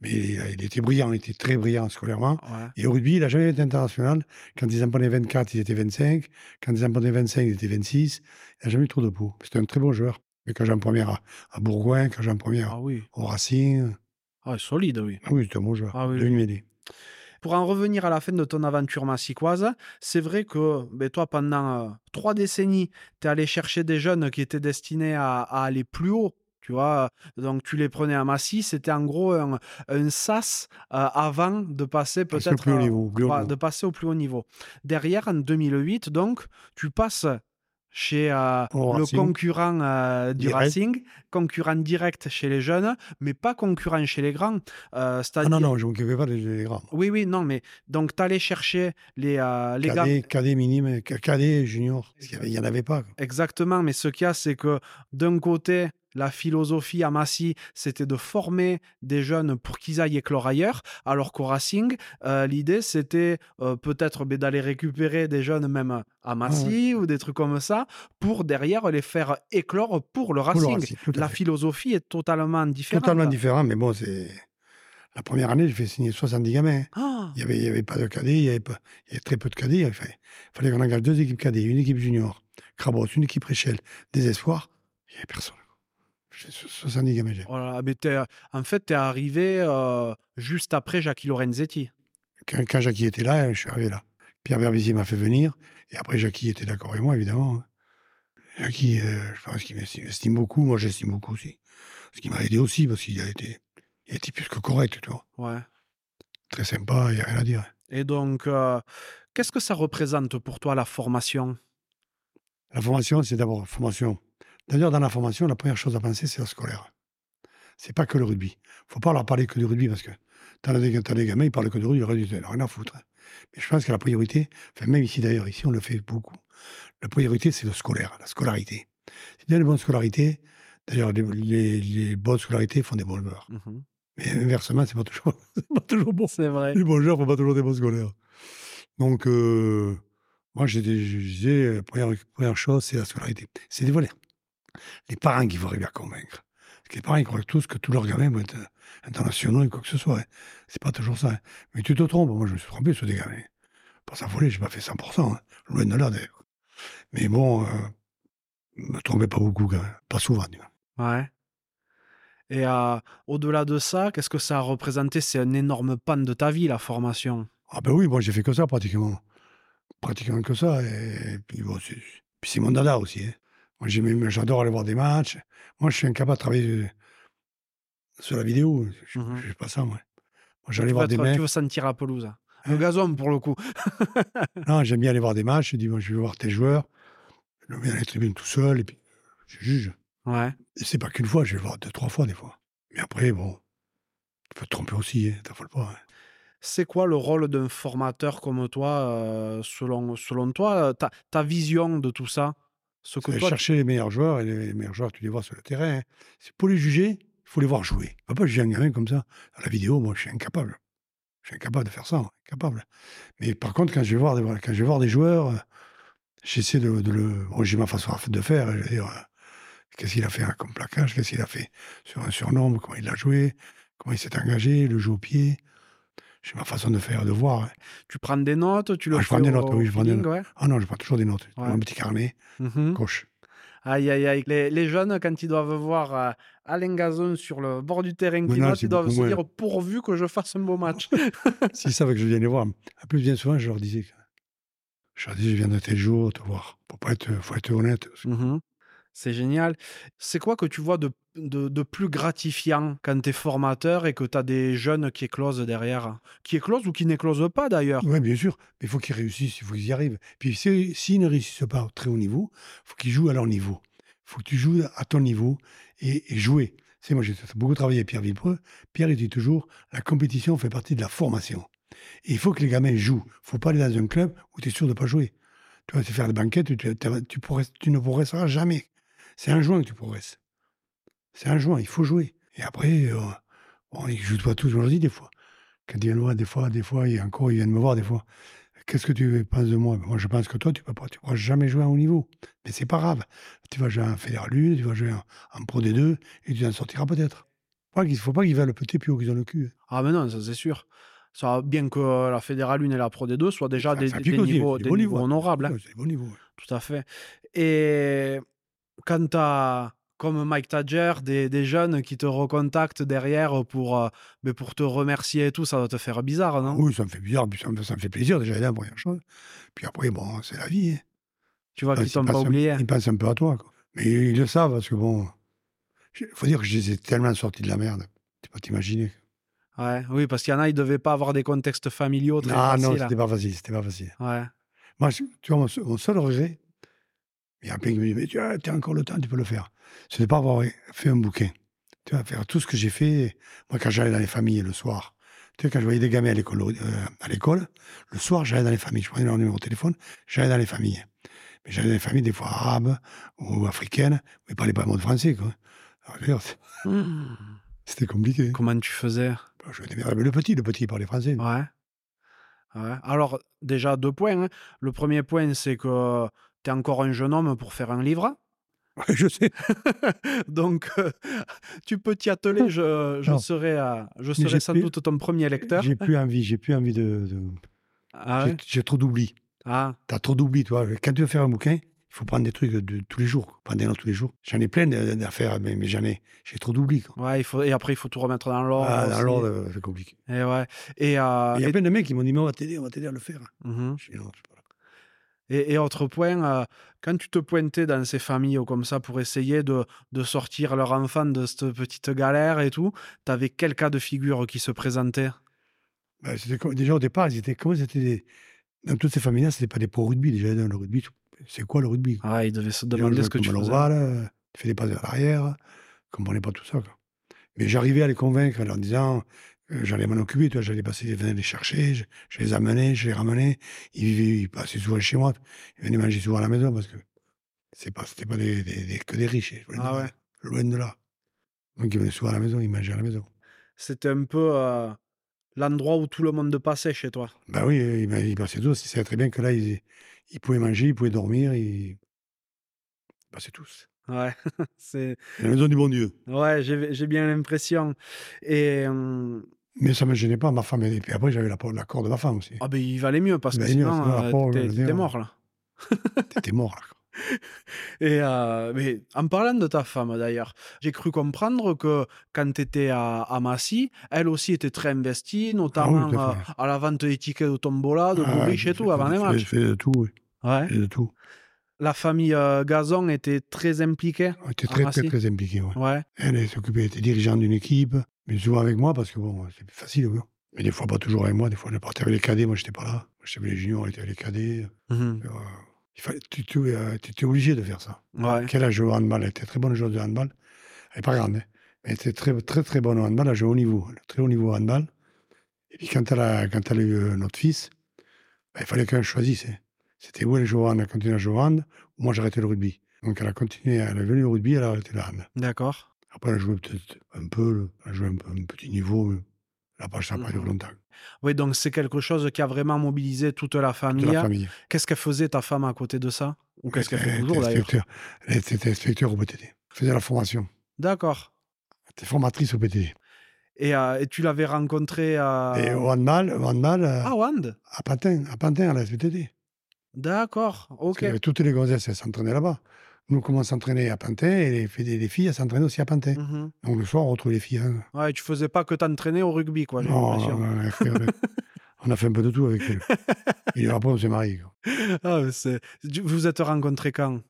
[SPEAKER 1] Mais il, a- il était brillant, il était très brillant scolairement.
[SPEAKER 2] Ouais.
[SPEAKER 1] Et au rugby, il n'a jamais été international. Quand ils en prenaient 24, ils étaient 25. Quand ils en prenaient 25, ils étaient 26. Il n'a jamais eu trop de peau. C'était un très bon joueur. Mais quand j'en première à, à Bourgoin, quand j'en première
[SPEAKER 2] Ah oui.
[SPEAKER 1] au Racing,
[SPEAKER 2] Ah, solide, oui.
[SPEAKER 1] ah oui, c'était un bon joueur.
[SPEAKER 2] Ah oui,
[SPEAKER 1] Demi-mêlée.
[SPEAKER 2] Pour en revenir à la fin de ton aventure massicoise, c'est vrai que ben, toi, pendant euh, trois décennies, tu es allé chercher des jeunes qui étaient destinés à, à aller plus haut. Tu vois, donc tu les prenais à Massy, c'était en gros un, un sas euh, avant de passer
[SPEAKER 1] Parce que
[SPEAKER 2] peut-être
[SPEAKER 1] plus
[SPEAKER 2] euh,
[SPEAKER 1] haut
[SPEAKER 2] à-
[SPEAKER 1] niveau. plus haut
[SPEAKER 2] ouais,
[SPEAKER 1] niveau.
[SPEAKER 2] de passer au plus haut niveau. Derrière, en 2008, donc, tu passes chez euh,
[SPEAKER 1] Au
[SPEAKER 2] le
[SPEAKER 1] Racing.
[SPEAKER 2] concurrent euh, du
[SPEAKER 1] Direct.
[SPEAKER 2] Racing, concurrent direct chez les jeunes, mais pas concurrent chez les grands. Euh,
[SPEAKER 1] Ah
[SPEAKER 2] c'est-à-dire-
[SPEAKER 1] non, non, je ne m'occupais pas des, des grands.
[SPEAKER 2] oui, oui, non, mais donc t'allais chercher les, euh, les gars.
[SPEAKER 1] Cadet, cadet minime, ca- cadet junior. Parce qu'il n'y en avait pas. quoi.
[SPEAKER 2] Exactement, mais ce qu'il y a, c'est que d'un côté, la philosophie à Massy, c'était de former des jeunes pour qu'ils aillent éclore ailleurs, alors qu'au Racing, euh, l'idée, c'était euh, peut-être ben, d'aller récupérer des jeunes même euh, à Massy ou des trucs comme ça, pour derrière les faire éclore pour le
[SPEAKER 1] Pour
[SPEAKER 2] Racing.
[SPEAKER 1] le Racing, tout à
[SPEAKER 2] La
[SPEAKER 1] fait.
[SPEAKER 2] philosophie est totalement différente.
[SPEAKER 1] Totalement différent, mais bon, c'est. La première année, j'ai fait signer 70 gamins. hein.
[SPEAKER 2] Ah,
[SPEAKER 1] Il n'y avait, il y avait pas de cadets, il y avait, pas- il y avait très peu de cadets. Il fallait, il fallait qu'on engage deux équipes cadets, une équipe junior, Crabos, une équipe Réchelle, des espoirs. Il n'y avait personne. J'ai so- 70 gamins. j'ai.
[SPEAKER 2] oh là là, mais t'es- en fait, tu es arrivé euh, juste après Jackie Lorenzetti.
[SPEAKER 1] Quand, quand Jackie était là, je suis arrivé là. Pierre Verbizier m'a fait venir. Et après, Jackie était d'accord avec moi, évidemment. hein. Jackie, euh, je pense qu'il m'estime estime beaucoup. Moi, j'estime beaucoup aussi. Ce qui m'a aidé aussi, parce qu'il a été, il a été plus que correct, tu vois.
[SPEAKER 2] Ouais.
[SPEAKER 1] Très sympa, il n'y a rien à dire.
[SPEAKER 2] Et donc, euh, qu'est-ce que ça représente pour toi la formation
[SPEAKER 1] La formation, c'est d'abord formation. D'ailleurs, dans la formation, la première chose à penser, c'est la scolaire. C'est pas que le rugby. Faut pas leur parler que du rugby parce que t'as des, t'as des gamins, ils parlent que du rugby, le rugby, ils en ont rien à foutre. hein. Mais je pense que la priorité, enfin, même ici d'ailleurs, ici, on le fait beaucoup. La priorité, c'est le scolaire, la scolarité.
[SPEAKER 2] Mmh
[SPEAKER 1] Si tu as une bonne scolarité, d'ailleurs, les, les- les bonnes scolarités font des bons joueurs. Mais inversement, c'est pas toujours, c'est pas toujours bon.
[SPEAKER 2] C'est vrai.
[SPEAKER 1] Les bons joueurs font pas toujours des bons scolaires. Donc, euh, moi, j'ai des- je disais, la première, première chose, c'est la scolarité. C'est des volets. Les parents qu'il faut arriver à convaincre. Parce que les parents, ils croient tous que tous leurs gamins vont être internationaux et quoi que ce soit. hein. C'est pas toujours ça. hein. Mais tu te trompes. Moi, je me suis trompé sur des gamins. Pour s'affoler, j'ai pas fait 100%. hein. Loin de là, d'ailleurs. Mais bon, euh, je me trompais pas beaucoup, quand même. Pas souvent, du moins.
[SPEAKER 2] Ouais. Et euh, au-delà de ça, qu'est-ce que ça a représenté C'est un énorme panne de ta vie, la formation.
[SPEAKER 1] Ah ben oui, moi j'ai fait que ça pratiquement. Pratiquement que ça. Et, puis bon, c'est puis c'est mon dada aussi. hein. Moi j'aimais- j'adore aller voir des matchs. Moi je suis incapable de travailler euh, sur la vidéo. Je
[SPEAKER 2] Mhm.
[SPEAKER 1] je fais pas ça moi. Moi
[SPEAKER 2] Tu
[SPEAKER 1] j'allais
[SPEAKER 2] veux,
[SPEAKER 1] voir des
[SPEAKER 2] être-
[SPEAKER 1] mecs.
[SPEAKER 2] tu veux sentir la pelouse. Le
[SPEAKER 1] Hein
[SPEAKER 2] gazon, pour le coup.
[SPEAKER 1] Non, j'aime bien aller voir des matchs. Je dis, moi je vais voir tes joueurs. Je le mets dans les tribunes tout seul et puis je juge.
[SPEAKER 2] Ouais.
[SPEAKER 1] Et c'est pas qu'une fois, je vais le voir deux, trois fois des fois. Mais après, bon, tu peux te tromper aussi, hein, t'affoles pas. hein.
[SPEAKER 2] C'est quoi le rôle d'un formateur comme toi, euh, selon, selon toi, euh, ta, ta vision de tout ça Ce que
[SPEAKER 1] Tu vas
[SPEAKER 2] toi,
[SPEAKER 1] chercher les meilleurs joueurs, et les, les meilleurs joueurs, tu les vois sur le terrain. hein. C'est pour les juger, il faut les voir jouer. On peut pas juger un gamin comme ça. À la vidéo, moi, je suis incapable. Je suis incapable de faire ça, incapable. Mais par contre, quand je vais voir des, quand je vais voir des joueurs, euh, j'essaie de, de le... bon, j'ai ma façon de faire, je veux dire, euh, qu'est-ce qu'il a fait hein, comme plaquage, qu'est-ce qu'il a fait sur un surnombre, comment il l'a joué, comment il s'est engagé, le jeu au pied. J'ai ma façon de faire, de voir. hein.
[SPEAKER 2] tu prends des notes, tu le
[SPEAKER 1] Ah, je
[SPEAKER 2] fais
[SPEAKER 1] prends des
[SPEAKER 2] au-
[SPEAKER 1] notes,
[SPEAKER 2] au
[SPEAKER 1] oui, je prends des
[SPEAKER 2] feeling, ouais.
[SPEAKER 1] Ah non, je prends toujours des notes.
[SPEAKER 2] Ouais.
[SPEAKER 1] Un petit carnet,
[SPEAKER 2] Mhm.
[SPEAKER 1] coche.
[SPEAKER 2] Aïe, aïe, aïe. Les, les jeunes, quand ils doivent voir euh, Alain Gazon sur le bord du terrain qui
[SPEAKER 1] non,
[SPEAKER 2] note,
[SPEAKER 1] c'est
[SPEAKER 2] ils doivent
[SPEAKER 1] beaucoup
[SPEAKER 2] se
[SPEAKER 1] moins.
[SPEAKER 2] dire pourvu que je fasse un beau match.
[SPEAKER 1] S'ils savent que je viens les voir. En plus, bien souvent, je leur disais. que- Je leur disais, je viens de tel jour te voir. Pour pas être, faut être honnête.
[SPEAKER 2] Mhm. C'est génial. C'est quoi que tu vois de, de, de plus gratifiant quand tu es formateur et que tu as des jeunes qui éclosent derrière Qui éclosent ou qui n'éclosent pas d'ailleurs
[SPEAKER 1] Oui, bien sûr. Mais il faut qu'ils réussissent, il faut qu'ils y arrivent. Puis si- s'ils ne réussissent pas au très haut niveau, il faut qu'ils jouent à leur niveau. Il faut que tu joues à ton niveau et, et jouer. Tu sais, moi, j'ai beaucoup travaillé avec Pierre Villepreux. Pierre, il dit toujours, la compétition fait partie de la formation. Et il faut que les gamins jouent. Il faut pas aller dans un club où tu es sûr de pas jouer. Tu vas te faire des banquettes, tu, tu, tu progresses- tu ne progresseras jamais. C'est un juin que tu progresses. C'est un juin, il faut jouer. Et après, euh, bon, ils ne jouent pas tous, je leur dis des fois. Quand ils viennent voir, des fois, des fois, et encore, ils viennent me voir, des fois. Qu'est-ce que tu penses de moi Ben, Moi, je pense que toi, tu ne pourras, tu pourras jamais jouer à haut niveau. Mais c'est pas grave. Tu vas jouer en Fédéralu, tu vas jouer en, en Pro D2, et tu en sortiras peut-être. Il ne faut pas qu'ils veulent le petit plus haut qu'ils ont le cul.
[SPEAKER 2] Ah, mais non, ça c'est sûr. Ça, bien que euh, la Fédérale 1 et la Pro D2 soient déjà
[SPEAKER 1] Ça-
[SPEAKER 2] des,
[SPEAKER 1] ça
[SPEAKER 2] des
[SPEAKER 1] pique aussi,
[SPEAKER 2] niveaux,
[SPEAKER 1] c'est
[SPEAKER 2] des
[SPEAKER 1] bon
[SPEAKER 2] niveaux
[SPEAKER 1] niveau.
[SPEAKER 2] honorables, hein,
[SPEAKER 1] Ouais, c'est le bon niveau. ouais.
[SPEAKER 2] tout à fait. Et quand tu comme Mike Tadger, des, des jeunes qui te recontactent derrière pour, euh, mais pour te remercier et tout, ça doit te faire bizarre, non
[SPEAKER 1] Oui, ça me fait bizarre, puis ça me, ça me fait plaisir déjà, la première chose. Puis après, bon, c'est la vie. hein.
[SPEAKER 2] Tu vois
[SPEAKER 1] Ah,
[SPEAKER 2] qu'ils
[SPEAKER 1] c'est
[SPEAKER 2] t'ont
[SPEAKER 1] pas
[SPEAKER 2] pas hein.
[SPEAKER 1] ça.
[SPEAKER 2] oublié.
[SPEAKER 1] Ils pensent un peu à toi. quoi. Mais ils le savent, parce que bon, il faut dire que je les ai tellement sortis de la merde. Tu peux t'imaginer.
[SPEAKER 2] Ouais, oui, parce qu'il y en a, ils devaient pas avoir des contextes familiaux très
[SPEAKER 1] Ah non,
[SPEAKER 2] faciles.
[SPEAKER 1] c'était pas facile, c'était pas facile.
[SPEAKER 2] Ouais.
[SPEAKER 1] Moi, je- tu vois, mon, seul- mon seul regret, il y a plein qui me disent, mais tu as t'as encore le temps, tu peux le faire. C'est de pas avoir fait un bouquin. Tu vas faire tout ce que j'ai fait. Moi, quand j'allais dans les familles le soir, tu sais, quand je voyais des gamins à l'école, euh, à l'école, le soir, j'allais dans les familles. Je prenais leur numéro de téléphone, j'allais dans les familles. Mais j'allais dans les familles, des fois arabes ou africaines, mais pas les mots de français, quoi. Alors, je veux dire, c'est-
[SPEAKER 2] Mmh.
[SPEAKER 1] c'était compliqué.
[SPEAKER 2] Comment tu faisais
[SPEAKER 1] Je me démerdais. Mais le petit, le petit, il parlait français.
[SPEAKER 2] Ouais. Ouais. Alors, déjà, deux points. hein. Le premier point, c'est que tu es encore un jeune homme pour faire un livre.
[SPEAKER 1] je sais.
[SPEAKER 2] Donc, euh, tu peux t'y atteler. Je, je
[SPEAKER 1] Non.
[SPEAKER 2] serai, euh, je
[SPEAKER 1] j'ai
[SPEAKER 2] serai sans
[SPEAKER 1] pu-
[SPEAKER 2] doute ton premier lecteur.
[SPEAKER 1] J'ai plus envie, j'ai plus envie de. de-
[SPEAKER 2] Ah,
[SPEAKER 1] j'ai-
[SPEAKER 2] ouais
[SPEAKER 1] J'ai trop d'oubli.
[SPEAKER 2] Ah,
[SPEAKER 1] T'as trop d'oubli, toi. Quand tu veux faire un bouquin, il faut prendre des trucs de, de tous les jours. quoi. Prendre des notes tous les jours. J'en ai plein de- d'affaires, mais, mais j'en ai. J'ai trop d'oubli. quoi.
[SPEAKER 2] ouais, il faut, et après, il faut tout remettre dans l'ordre.
[SPEAKER 1] Ah,
[SPEAKER 2] Oh, aussi.
[SPEAKER 1] alors, euh, c'est compliqué.
[SPEAKER 2] Et ouais. Et, euh,
[SPEAKER 1] Il y a
[SPEAKER 2] et-
[SPEAKER 1] plein de mecs qui m'ont dit, mais on va t'aider, on va t'aider à le faire.
[SPEAKER 2] Mhm.
[SPEAKER 1] Je dis, non, je sais pas.
[SPEAKER 2] Et, et autre point, euh, quand tu te pointais dans ces familles ou comme ça pour essayer de, de sortir leur enfant de cette petite galère et tout, t'avais quel cas de figure qui se présentait
[SPEAKER 1] Ben, c'était comme- déjà, au départ, ils étaient, comment c'était des- Dans toutes ces familles-là, c'était pas des pros rugby. Déjà, dans le rugby, tu- c'est quoi le rugby quoi
[SPEAKER 2] Ah, ils devaient se
[SPEAKER 1] Les gens
[SPEAKER 2] demander
[SPEAKER 1] jouent
[SPEAKER 2] ce que tu
[SPEAKER 1] comme à
[SPEAKER 2] faisais.
[SPEAKER 1] l'ovale, euh, tu fais des passes vers l'arrière. Je comprenais pas tout ça. quoi. Mais j'arrivais à les convaincre en leur disant, euh, j'allais m'en occuper, tu vois, j'allais passer, je venais les chercher, je, je les amenais, je les ramenais. Ils vivaient, ils passaient souvent chez moi, ils venaient manger souvent à la maison parce que c'est pas, c'était pas des, des- des- que des riches. hein, loin de
[SPEAKER 2] Ah
[SPEAKER 1] là,
[SPEAKER 2] ouais.
[SPEAKER 1] Loin de là. Donc ils venaient souvent à la maison, ils mangeaient à la maison.
[SPEAKER 2] C'était un peu euh, l'endroit où tout le monde passait chez toi.
[SPEAKER 1] Ben oui, euh, il m'a- il passait tous. Il savait très bien que là, ils, ils pouvaient manger, ils pouvaient dormir. Ils ils passaient tous.
[SPEAKER 2] Ouais, c'est...
[SPEAKER 1] La maison du bon Dieu.
[SPEAKER 2] ouais j'ai, j'ai bien l'impression. Et euh,
[SPEAKER 1] Mais ça ne me gênait pas, ma femme. Et puis après, j'avais la- l'accord de ma femme aussi.
[SPEAKER 2] ah ben, il valait mieux parce que
[SPEAKER 1] Il valait mieux,
[SPEAKER 2] sinon,
[SPEAKER 1] sinon, la
[SPEAKER 2] euh,
[SPEAKER 1] pauvre,
[SPEAKER 2] t'es,
[SPEAKER 1] je veux dire.
[SPEAKER 2] t'es mort là.
[SPEAKER 1] T'étais mort, là.
[SPEAKER 2] Ah, Et euh, mais en parlant de ta femme d'ailleurs, j'ai cru comprendre que quand tu étais à, à Massy, elle aussi était très investie, notamment
[SPEAKER 1] Ah tout à
[SPEAKER 2] euh, à la vente des tickets de tombola, de
[SPEAKER 1] Ah,
[SPEAKER 2] bourriche
[SPEAKER 1] j'ai
[SPEAKER 2] et tout
[SPEAKER 1] fait-
[SPEAKER 2] avant les
[SPEAKER 1] j'ai
[SPEAKER 2] matchs.
[SPEAKER 1] fait de tout, oui.
[SPEAKER 2] Ouais.
[SPEAKER 1] J'ai fait de tout.
[SPEAKER 2] La famille euh, Gazon était très impliquée.
[SPEAKER 1] On était
[SPEAKER 2] Ah,
[SPEAKER 1] très,
[SPEAKER 2] merci.
[SPEAKER 1] très, très impliqués. ouais.
[SPEAKER 2] Ouais.
[SPEAKER 1] Elle elle s'occupait, elle était dirigeante d'une équipe, mais souvent avec moi parce que bon, c'est plus facile. oui. Mais des fois, pas toujours avec moi. Des fois, elle partait avec les cadets. Moi, j'étais pas là. Moi, j'étais avec les juniors, elle était avec les cadets.
[SPEAKER 2] Mhm.
[SPEAKER 1] Euh, il fallait, tu, tu- euh, tu étais obligé de faire ça.
[SPEAKER 2] Ouais.
[SPEAKER 1] Quel âge au handball Elle était très bonne joueuse de handball. Elle n'est pas grande, hein, mais elle était très, très, très bonne au handball. Elle jouait au niveau, elle a très haut niveau au handball. Et puis quand elle a, quand elle a eu euh, notre fils, ben, il fallait qu'elle choisisse. hein. C'était où elle jouait au hand, elle continuait à jouer au hand, ou moi j'arrêtais le rugby. Donc elle a continué, elle est venue au rugby, elle a arrêté le hand.
[SPEAKER 2] D'accord.
[SPEAKER 1] Après elle a joué peut-être un peu, le- elle a joué un, peu- un petit niveau, mais elle a pas, ça n'a pas
[SPEAKER 2] Mhm.
[SPEAKER 1] duré longtemps.
[SPEAKER 2] Oui, donc c'est quelque chose qui a vraiment mobilisé toute la
[SPEAKER 1] De
[SPEAKER 2] famille.
[SPEAKER 1] la famille.
[SPEAKER 2] Qu'est-ce qu'elle faisait ta femme à côté de ça Ou qu'est-ce qu'elle fait
[SPEAKER 1] Elle était
[SPEAKER 2] toujours d'ailleurs
[SPEAKER 1] inspecteur- Elle était inspecteur au PTT. Elle faisait la formation.
[SPEAKER 2] D'accord.
[SPEAKER 1] Elle était formatrice au PTT.
[SPEAKER 2] Et, euh, et tu l'avais rencontrée à...
[SPEAKER 1] Et au handball, au handball euh,
[SPEAKER 2] à Wand
[SPEAKER 1] à Pantin, à Pantin, à la SPTT.
[SPEAKER 2] D'accord.
[SPEAKER 1] Parce
[SPEAKER 2] Ok.
[SPEAKER 1] que toutes les gonzesses, elles s'entraînaient là-bas. Nous, comment on s'entraînait à Pantin, et les, les- les filles, elles s'entraînaient aussi à Pantin.
[SPEAKER 2] Mhm.
[SPEAKER 1] Donc le soir, on retrouvait les filles. hein. Oh,
[SPEAKER 2] Ouais, tu faisais pas que t'entraîner au rugby, quoi. j'ai
[SPEAKER 1] Non,
[SPEAKER 2] l'impression.
[SPEAKER 1] on a, fait, on a fait un peu de tout avec elles. Et après, on s'est mariés. quoi.
[SPEAKER 2] Ah, mais c'est- tu- Vous vous êtes rencontrés quand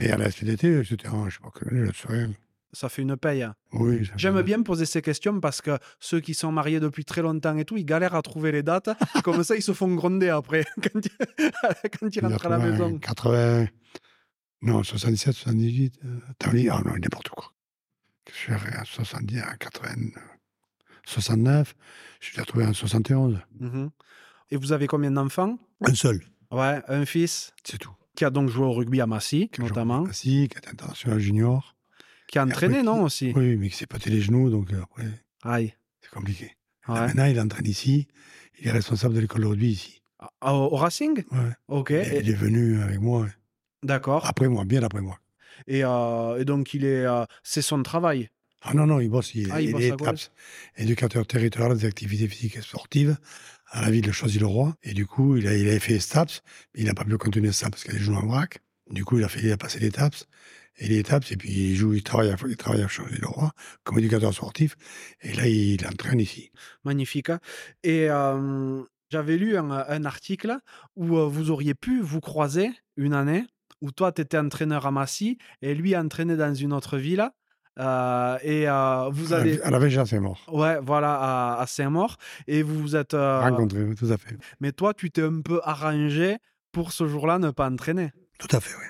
[SPEAKER 1] Mais à la SPTT, c'était, en- je sais pas, quelle année, la soirée.
[SPEAKER 2] Ça fait une paye.
[SPEAKER 1] Oui, ça-
[SPEAKER 2] J'aime bien poser ces questions parce que ceux qui sont mariés depuis très longtemps et tout, ils galèrent à trouver les dates. Comme ça, ils se font gronder après quand ils, quand ils rentrent à la
[SPEAKER 1] 80,
[SPEAKER 2] maison.
[SPEAKER 1] 80, non, 77, 78. euh, T'as dit, ah non, n'importe quoi. Je suis arrivé en 70, en 80, 69. Je l'ai trouvé en 71.
[SPEAKER 2] Mhm. Et vous avez combien d'enfants
[SPEAKER 1] Un seul,
[SPEAKER 2] Ouais, un fils
[SPEAKER 1] c'est tout.
[SPEAKER 2] qui a donc joué au rugby à Massy,
[SPEAKER 1] Qui a joué au
[SPEAKER 2] notamment,
[SPEAKER 1] Ainsi, qui est international junior.
[SPEAKER 2] qui a entraîné,
[SPEAKER 1] après,
[SPEAKER 2] non,
[SPEAKER 1] qui-
[SPEAKER 2] aussi
[SPEAKER 1] Oui, mais qui s'est pâté les genoux, donc euh, après,
[SPEAKER 2] Aïe.
[SPEAKER 1] c'est compliqué.
[SPEAKER 2] Ouais.
[SPEAKER 1] Là, maintenant, il entraîne ici. Il est responsable de l'école de rugby ici.
[SPEAKER 2] Ah, Au, au Racing
[SPEAKER 1] Ouais. Ah.
[SPEAKER 2] Ok.
[SPEAKER 1] Il est-
[SPEAKER 2] et-
[SPEAKER 1] il est venu avec moi.
[SPEAKER 2] D'accord.
[SPEAKER 1] Après moi, bien après moi.
[SPEAKER 2] Et, euh, et donc, il est, euh, c'est son travail.
[SPEAKER 1] Ah non, non, il bosse. Il,
[SPEAKER 2] Ah, il bosse
[SPEAKER 1] est
[SPEAKER 2] à Gaulle.
[SPEAKER 1] éducateur territorial des activités physiques et sportives à la ville de Choisy-le-Roi. Et du coup, il, a, il avait fait STAPS, mais il n'a pas pu continuer ça parce qu'il joue en vrac. Du coup, il a, fait, il a passé les TAPS. Et les TAPS, et puis il joue, il travaille à, il travaille à Choisy-le-Roi comme éducateur sportif. Et là, il entraîne ici.
[SPEAKER 2] Magnifique. hein. Et euh, j'avais lu un, un article où euh, vous auriez pu vous croiser une année où toi, tu étais entraîneur à Massy et lui entraîné dans une autre ville. euh, et euh, vous avez.
[SPEAKER 1] À la Végin, c'est mort.
[SPEAKER 2] Ouais, voilà, à, à Saint-Maur. Et vous vous êtes. euh,
[SPEAKER 1] Rencontré, oui, tout à fait.
[SPEAKER 2] mais toi, tu t'es un peu arrangé pour ce jour-là ne pas entraîner.
[SPEAKER 1] Tout à fait, oui.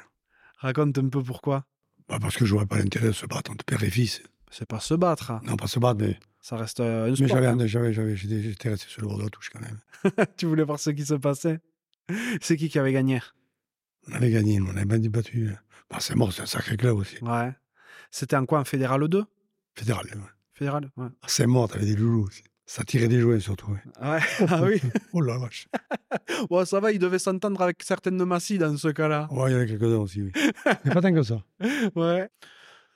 [SPEAKER 2] Raconte un peu pourquoi.
[SPEAKER 1] Bah, parce que je n'aurais pas l'intérêt de se battre entre père et fils.
[SPEAKER 2] C'est pas se battre. hein.
[SPEAKER 1] Non, pas se battre, mais,
[SPEAKER 2] Ça reste euh, un
[SPEAKER 1] mais
[SPEAKER 2] sport.
[SPEAKER 1] j'avais,
[SPEAKER 2] hein.
[SPEAKER 1] j'avais, j'avais, j'étais, j'étais resté sur le bord de la touche quand même.
[SPEAKER 2] Tu voulais voir ce qui se passait. C'est qui qui avait gagné
[SPEAKER 1] On avait gagné, on avait bien battu. Bah, c'est mort, c'est un sacré club aussi.
[SPEAKER 2] Ouais. C'était en quoi En fédéral 2
[SPEAKER 1] Fédéral. ouais.
[SPEAKER 2] Fédéral Ouais.
[SPEAKER 1] Ah, C'est mort, t'avais des loulous aussi. Ça tirait des jouets surtout. ouais.
[SPEAKER 2] Ah ouais, ah oui.
[SPEAKER 1] Oh la vache.
[SPEAKER 2] Bon, ça va, il devait s'entendre avec certaines de Massy dans ce cas-là.
[SPEAKER 1] Ouais, il y en a quelques-uns aussi, oui. Mais pas tant que ça.
[SPEAKER 2] Ouais.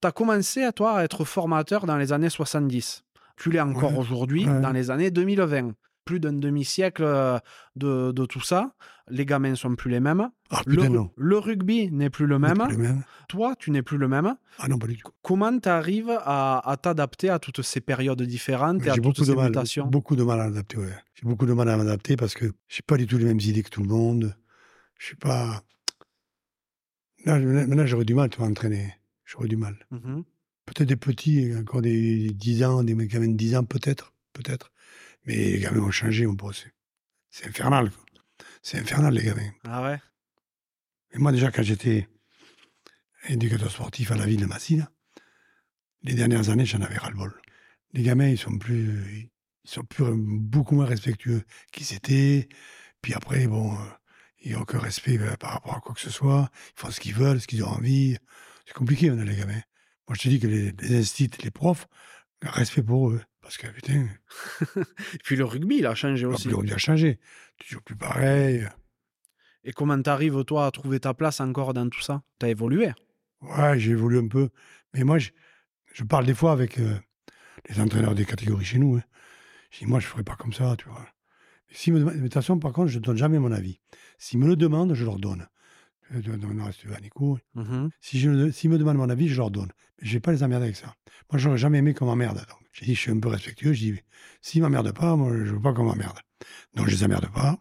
[SPEAKER 2] T'as commencé, à toi, à être formateur dans les années 70. Tu l'es encore
[SPEAKER 1] Ouais.
[SPEAKER 2] aujourd'hui,
[SPEAKER 1] Ouais.
[SPEAKER 2] dans les années 2020. Plus d'un demi-siècle euh, de, de tout ça. Les gamins sont plus les mêmes.
[SPEAKER 1] Ah
[SPEAKER 2] Le,
[SPEAKER 1] putain,
[SPEAKER 2] ru-
[SPEAKER 1] non.
[SPEAKER 2] le rugby n'est plus le
[SPEAKER 1] Pas
[SPEAKER 2] même.
[SPEAKER 1] du tout les mêmes.
[SPEAKER 2] Toi, tu n'es plus le même.
[SPEAKER 1] Ah non, pas du tout.
[SPEAKER 2] Comment tu arrives à, à t'adapter à toutes ces périodes différentes et à
[SPEAKER 1] J'ai
[SPEAKER 2] toutes
[SPEAKER 1] beaucoup de
[SPEAKER 2] ces
[SPEAKER 1] mal.
[SPEAKER 2] mutations
[SPEAKER 1] Beaucoup de mal à m'adapter, ouais. J'ai beaucoup de mal à m'adapter parce que j'ai pas du tout les mêmes idées que tout le monde. Je suis pas. Là, je- maintenant, j'aurais du mal, tu vas entraîner. J'aurais du mal.
[SPEAKER 2] Mhm.
[SPEAKER 1] Peut-être des petits, encore des 10 ans, des gamins de 10 ans, peut-être, peut-être. Mais les gamins ont changé, on pense. C'est infernal. quoi. C'est infernal, les gamins.
[SPEAKER 2] Ah ouais
[SPEAKER 1] Et moi, déjà, quand j'étais éducateur sportif à la ville de Massy, là, les dernières années, j'en avais ras-le-bol. Les gamins, ils sont plus, ils sont plus, beaucoup moins respectueux qu'ils étaient. Puis après, bon, euh, ils n'ont aucun respect euh, par rapport à quoi que ce soit. Ils font ce qu'ils veulent, ce qu'ils ont envie. C'est compliqué, on a les gamins. Moi, je te dis que les, les instituts, les profs, le respect pour eux. Parce Parce que, putain,
[SPEAKER 2] Et puis le rugby, il a changé
[SPEAKER 1] Ah, le
[SPEAKER 2] aussi.
[SPEAKER 1] rugby a changé. Toujours plus pareil.
[SPEAKER 2] Et comment t'arrives, toi, à trouver ta place encore dans tout ça T'as évolué.
[SPEAKER 1] Ouais, j'ai évolué un peu. Mais moi, je, je parle des fois avec euh, les entraîneurs des catégories chez nous. hein. Je dis, moi, je ne ferai pas comme ça, tu vois. Et s'ils me demandent- mais de toute façon, par contre, je ne donne jamais mon avis. S'ils me le demandent, je leur donne. Je leur donne, non, si tu veux, Nico.
[SPEAKER 2] Mhm.
[SPEAKER 1] Si je le- S'ils me demandent mon avis, je leur donne. Mais je ne vais pas les emmerder avec ça. Moi, j'aurais jamais aimé qu'on m'emmerde. Donc, j'ai dit, je suis un peu respectueux. Je dis, s'ils ne m'emmerdent pas, moi, je ne veux pas qu'on m'emmerde. Donc, je ne les emmerde pas.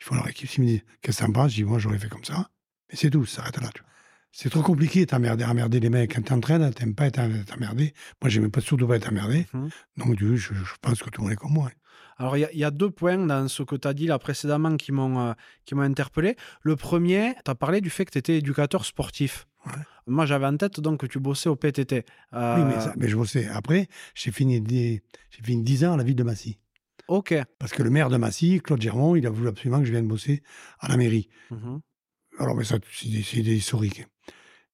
[SPEAKER 1] Ils font leur équipe. S'ils me disent, qu'est-ce que t'en penses Je dis, moi, j'aurais fait comme ça. Mais c'est tout, ça s'arrête là. tu vois. C'est trop compliqué d'emmerder emmerder les mecs. Quand t'entraînes, t'aimes pas être être emmerdé. Moi, j'aime pas surtout pas être emmerdé.
[SPEAKER 2] Mhm.
[SPEAKER 1] Donc, du coup, je, je pense que tout le monde est comme moi.
[SPEAKER 2] Alors, il y a- il y, a deux points dans ce que tu as dit là précédemment qui m'ont euh, qui m'ont interpellé. Le premier, tu as parlé du fait que tu étais éducateur sportif.
[SPEAKER 1] Ouais.
[SPEAKER 2] Moi, j'avais en tête donc que tu bossais au PTT. Euh,
[SPEAKER 1] Oui, mais, ça- mais je bossais. Après, j'ai fini, des- j'ai fini 10 ans à la ville de Massy.
[SPEAKER 2] Euh, Ok.
[SPEAKER 1] Parce que le maire de Massy, Claude Germont, il a voulu absolument que je vienne bosser à la mairie.
[SPEAKER 2] Mhm.
[SPEAKER 1] Alors, mais ça, c'est des, c'est des historiques.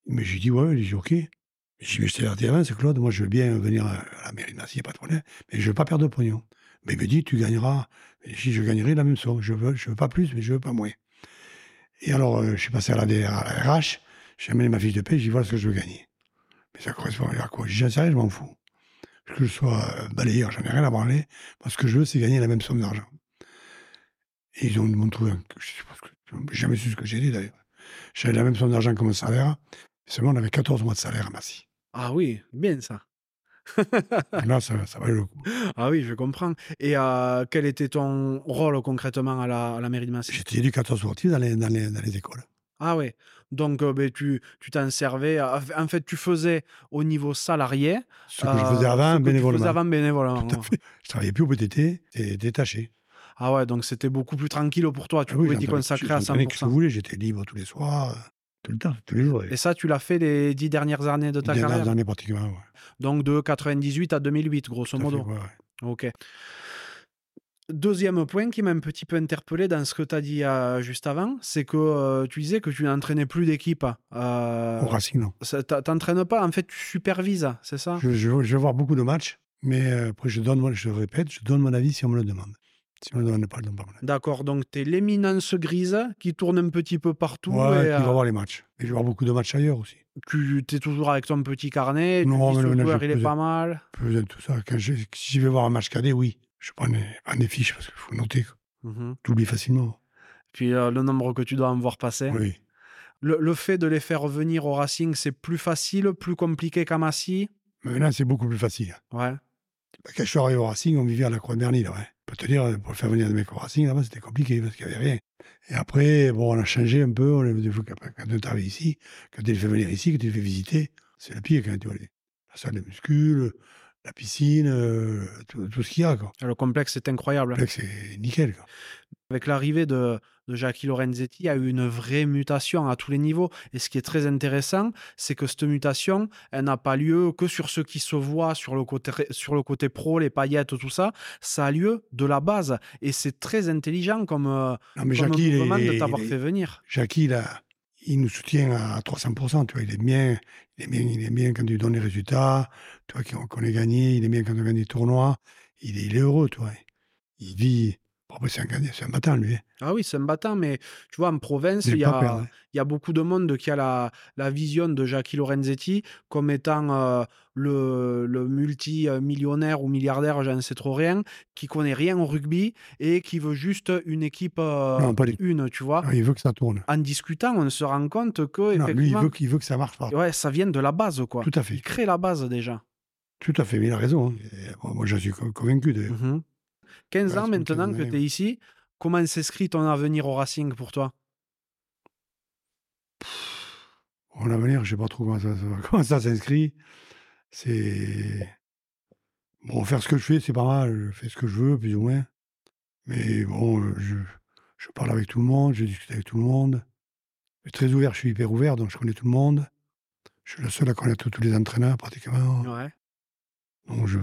[SPEAKER 1] Mais j'ai dit, ouais, j'ai dit, ok. J'ai dit, mais je t'ai dit avant, c'est Claude, moi, je veux bien venir à à la mairie de Massy, il n'y a pas de problème, mais je veux pas perdre de pognon. Mais il me dit, tu gagneras. J'ai dit, je gagnerai la même somme. Je veux, je veux pas plus, mais je veux pas moins. Et alors, euh, je suis passé à la, D- à la RH, j'ai amené ma fiche de paie, j'ai dit, voilà ce que je veux gagner. Mais ça correspond à quoi J'ai dit, j'en sais rien, je m'en fous. Que je sois euh, balayeur, j'en ai rien à branler. Moi, ce que je veux, c'est gagner la même somme d'argent. Et ils ont m'ont trouvé, un- je sais pas ce que- j'ai jamais su ce que j'ai dit d'ailleurs. J'avais la même somme d'argent que mon salaire. Seulement, on avait 14 mois de salaire à Massy.
[SPEAKER 2] Ah oui, bien ça.
[SPEAKER 1] Et Là, ça, ça valait le coup.
[SPEAKER 2] Ah oui, je comprends. Et euh, quel était ton rôle concrètement à la, à la mairie de Massy
[SPEAKER 1] J'étais éducateur sportif dans les, dans les, dans les écoles.
[SPEAKER 2] Ah oui. Donc, euh, ben, tu tu t'en servais. euh, En fait, tu faisais au niveau salarié.
[SPEAKER 1] Ce que je
[SPEAKER 2] euh,
[SPEAKER 1] faisais avant,
[SPEAKER 2] ce que tu
[SPEAKER 1] bénévolement.
[SPEAKER 2] faisais avant bénévolement,
[SPEAKER 1] Tout à
[SPEAKER 2] ouais.
[SPEAKER 1] fait. Je travaillais plus au PTT, et détaché.
[SPEAKER 2] Ah ouais, donc c'était beaucoup plus tranquille pour toi. Tu
[SPEAKER 1] Ah oui,
[SPEAKER 2] pouvais t'y
[SPEAKER 1] j'entraînais-
[SPEAKER 2] consacrer à
[SPEAKER 1] j'entraînais que je
[SPEAKER 2] 100%.
[SPEAKER 1] voulais, j'étais libre tous les soirs, euh, tout le temps, tous les jours.
[SPEAKER 2] Et ça, tu l'as fait les dix dernières années de ta
[SPEAKER 1] Bien
[SPEAKER 2] carrière
[SPEAKER 1] dans les particulièrement, ouais.
[SPEAKER 2] Donc de 98 à 2008, grosso
[SPEAKER 1] Tout à fait,
[SPEAKER 2] modo.
[SPEAKER 1] ouais, ouais.
[SPEAKER 2] Ok. Deuxième point qui m'a un petit peu interpellé dans ce que tu as dit euh, juste avant, c'est que euh, tu disais que tu n'entraînais plus d'équipe. Euh,
[SPEAKER 1] Au Racing, non.
[SPEAKER 2] ça- t'a- T'entraînes pas, en fait, tu supervises, c'est ça
[SPEAKER 1] Je, je- je vais voir beaucoup de matchs, mais euh, après, je donne, mon- je répète, je donne mon avis si on me le demande. Si on ne me le demande pas, je ne donne pas mon avis.
[SPEAKER 2] D'accord, donc tu es l'éminence grise qui tourne un petit peu partout.
[SPEAKER 1] Ouais,
[SPEAKER 2] et,
[SPEAKER 1] tu vas
[SPEAKER 2] euh,
[SPEAKER 1] voir les matchs. Mais je vais voir beaucoup de matchs ailleurs aussi.
[SPEAKER 2] tu es toujours avec ton petit carnet,
[SPEAKER 1] Non,
[SPEAKER 2] tu
[SPEAKER 1] mais
[SPEAKER 2] dis ce
[SPEAKER 1] le ménage
[SPEAKER 2] joueur
[SPEAKER 1] de
[SPEAKER 2] il est
[SPEAKER 1] pesée.
[SPEAKER 2] pas mal.
[SPEAKER 1] Peu de tout ça. Quand je- si je vais voir un match cadet, oui. Je prends des, prends des fiches parce qu'il faut noter. quoi.
[SPEAKER 2] Mhm.
[SPEAKER 1] T'oublies facilement.
[SPEAKER 2] Puis euh, le nombre que tu dois en voir passer.
[SPEAKER 1] Oui.
[SPEAKER 2] Le, le fait de les faire venir au Racing, c'est plus facile, plus compliqué qu'à Massy.
[SPEAKER 1] Mais là, c'est beaucoup plus facile.
[SPEAKER 2] Ouais.
[SPEAKER 1] Bah, Quand je suis arrivé au Racing, on vivait à la Croix de Berny. Là, ouais. Je peux te dire, pour faire venir des mecs au Racing, là-bas, c'était compliqué parce qu'il n'y avait rien. Et après, bon, on a changé un peu. On a, des fois, quand quand on est arrivé ici, quand tu les fais venir ici, quand tu les fais visiter, c'est le pire quand tu vois les- la salle de muscu, le- la piscine, euh, tout, tout ce qu'il y a. Quoi.
[SPEAKER 2] Le complexe est incroyable.
[SPEAKER 1] Là, c'est nickel. Quoi.
[SPEAKER 2] Avec l'arrivée de, de Jackie Lorenzetti, il y a eu une vraie mutation à tous les niveaux. Et ce qui est très intéressant, c'est que cette mutation, elle n'a pas lieu que sur ce qui se voit sur le côté, sur le côté pro, les paillettes, tout ça. Ça a lieu de la base. Et c'est très intelligent comme, euh,
[SPEAKER 1] Non, mais
[SPEAKER 2] comme
[SPEAKER 1] Jackie, il est-
[SPEAKER 2] mouvement de
[SPEAKER 1] il
[SPEAKER 2] t'avoir
[SPEAKER 1] est-
[SPEAKER 2] fait venir.
[SPEAKER 1] Jackie, il, a- il nous soutient à 300%. Tu vois, il est bien, il est bien, il est bien quand il donne les résultats. Tu vois, qu'on- qu'on ait gagné, il est bien quand on gagne des tournois. Il est, il est heureux, tu vois. Il vit. Bon, après, c'est un gagnant, c'est un battant, lui. hein.
[SPEAKER 2] Ah oui, c'est un battant, mais tu vois, en province,
[SPEAKER 1] Il
[SPEAKER 2] il
[SPEAKER 1] aime
[SPEAKER 2] y
[SPEAKER 1] pas
[SPEAKER 2] a...
[SPEAKER 1] perdre, hein.
[SPEAKER 2] il y a beaucoup de monde qui a la, la vision de Jackie Lorenzetti comme étant euh, le, le multi-millionnaire ou milliardaire, j'en sais trop rien, qui connaît rien au rugby et qui veut juste une équipe, euh,
[SPEAKER 1] Non, pas du tout.
[SPEAKER 2] une, tu vois.
[SPEAKER 1] Non, Il veut que ça tourne.
[SPEAKER 2] En discutant, on se rend compte que,
[SPEAKER 1] Non, lui, il
[SPEAKER 2] effectivement,
[SPEAKER 1] veut, qu'il veut que ça marche. Pas.
[SPEAKER 2] ouais, ça vient de la base, quoi.
[SPEAKER 1] Tout à
[SPEAKER 2] Il
[SPEAKER 1] fait.
[SPEAKER 2] crée la base déjà.
[SPEAKER 1] Tout à fait. Mais il a raison. hein. Et, bon, moi, je suis co- convaincu. De...
[SPEAKER 2] Mhm. 15
[SPEAKER 1] Ouais,
[SPEAKER 2] ans
[SPEAKER 1] c'est une
[SPEAKER 2] maintenant
[SPEAKER 1] quinzaine
[SPEAKER 2] que
[SPEAKER 1] d'années,
[SPEAKER 2] tu es
[SPEAKER 1] ouais.
[SPEAKER 2] ici, comment s'inscrit ton avenir au Racing pour toi
[SPEAKER 1] Bon, l'avenir, Oh, je ne sais pas trop comment ça, ça- comment ça s'inscrit. C'est. Bon, faire ce que je fais, c'est pas mal. Je fais ce que je veux, plus ou moins. Mais bon, euh, je, je parle avec tout le monde, je discute avec tout le monde. Je suis très ouvert, je suis hyper ouvert, donc je connais tout le monde. Je suis le seul à connaître tous les entraîneurs, pratiquement.
[SPEAKER 2] ouais.
[SPEAKER 1] Donc je.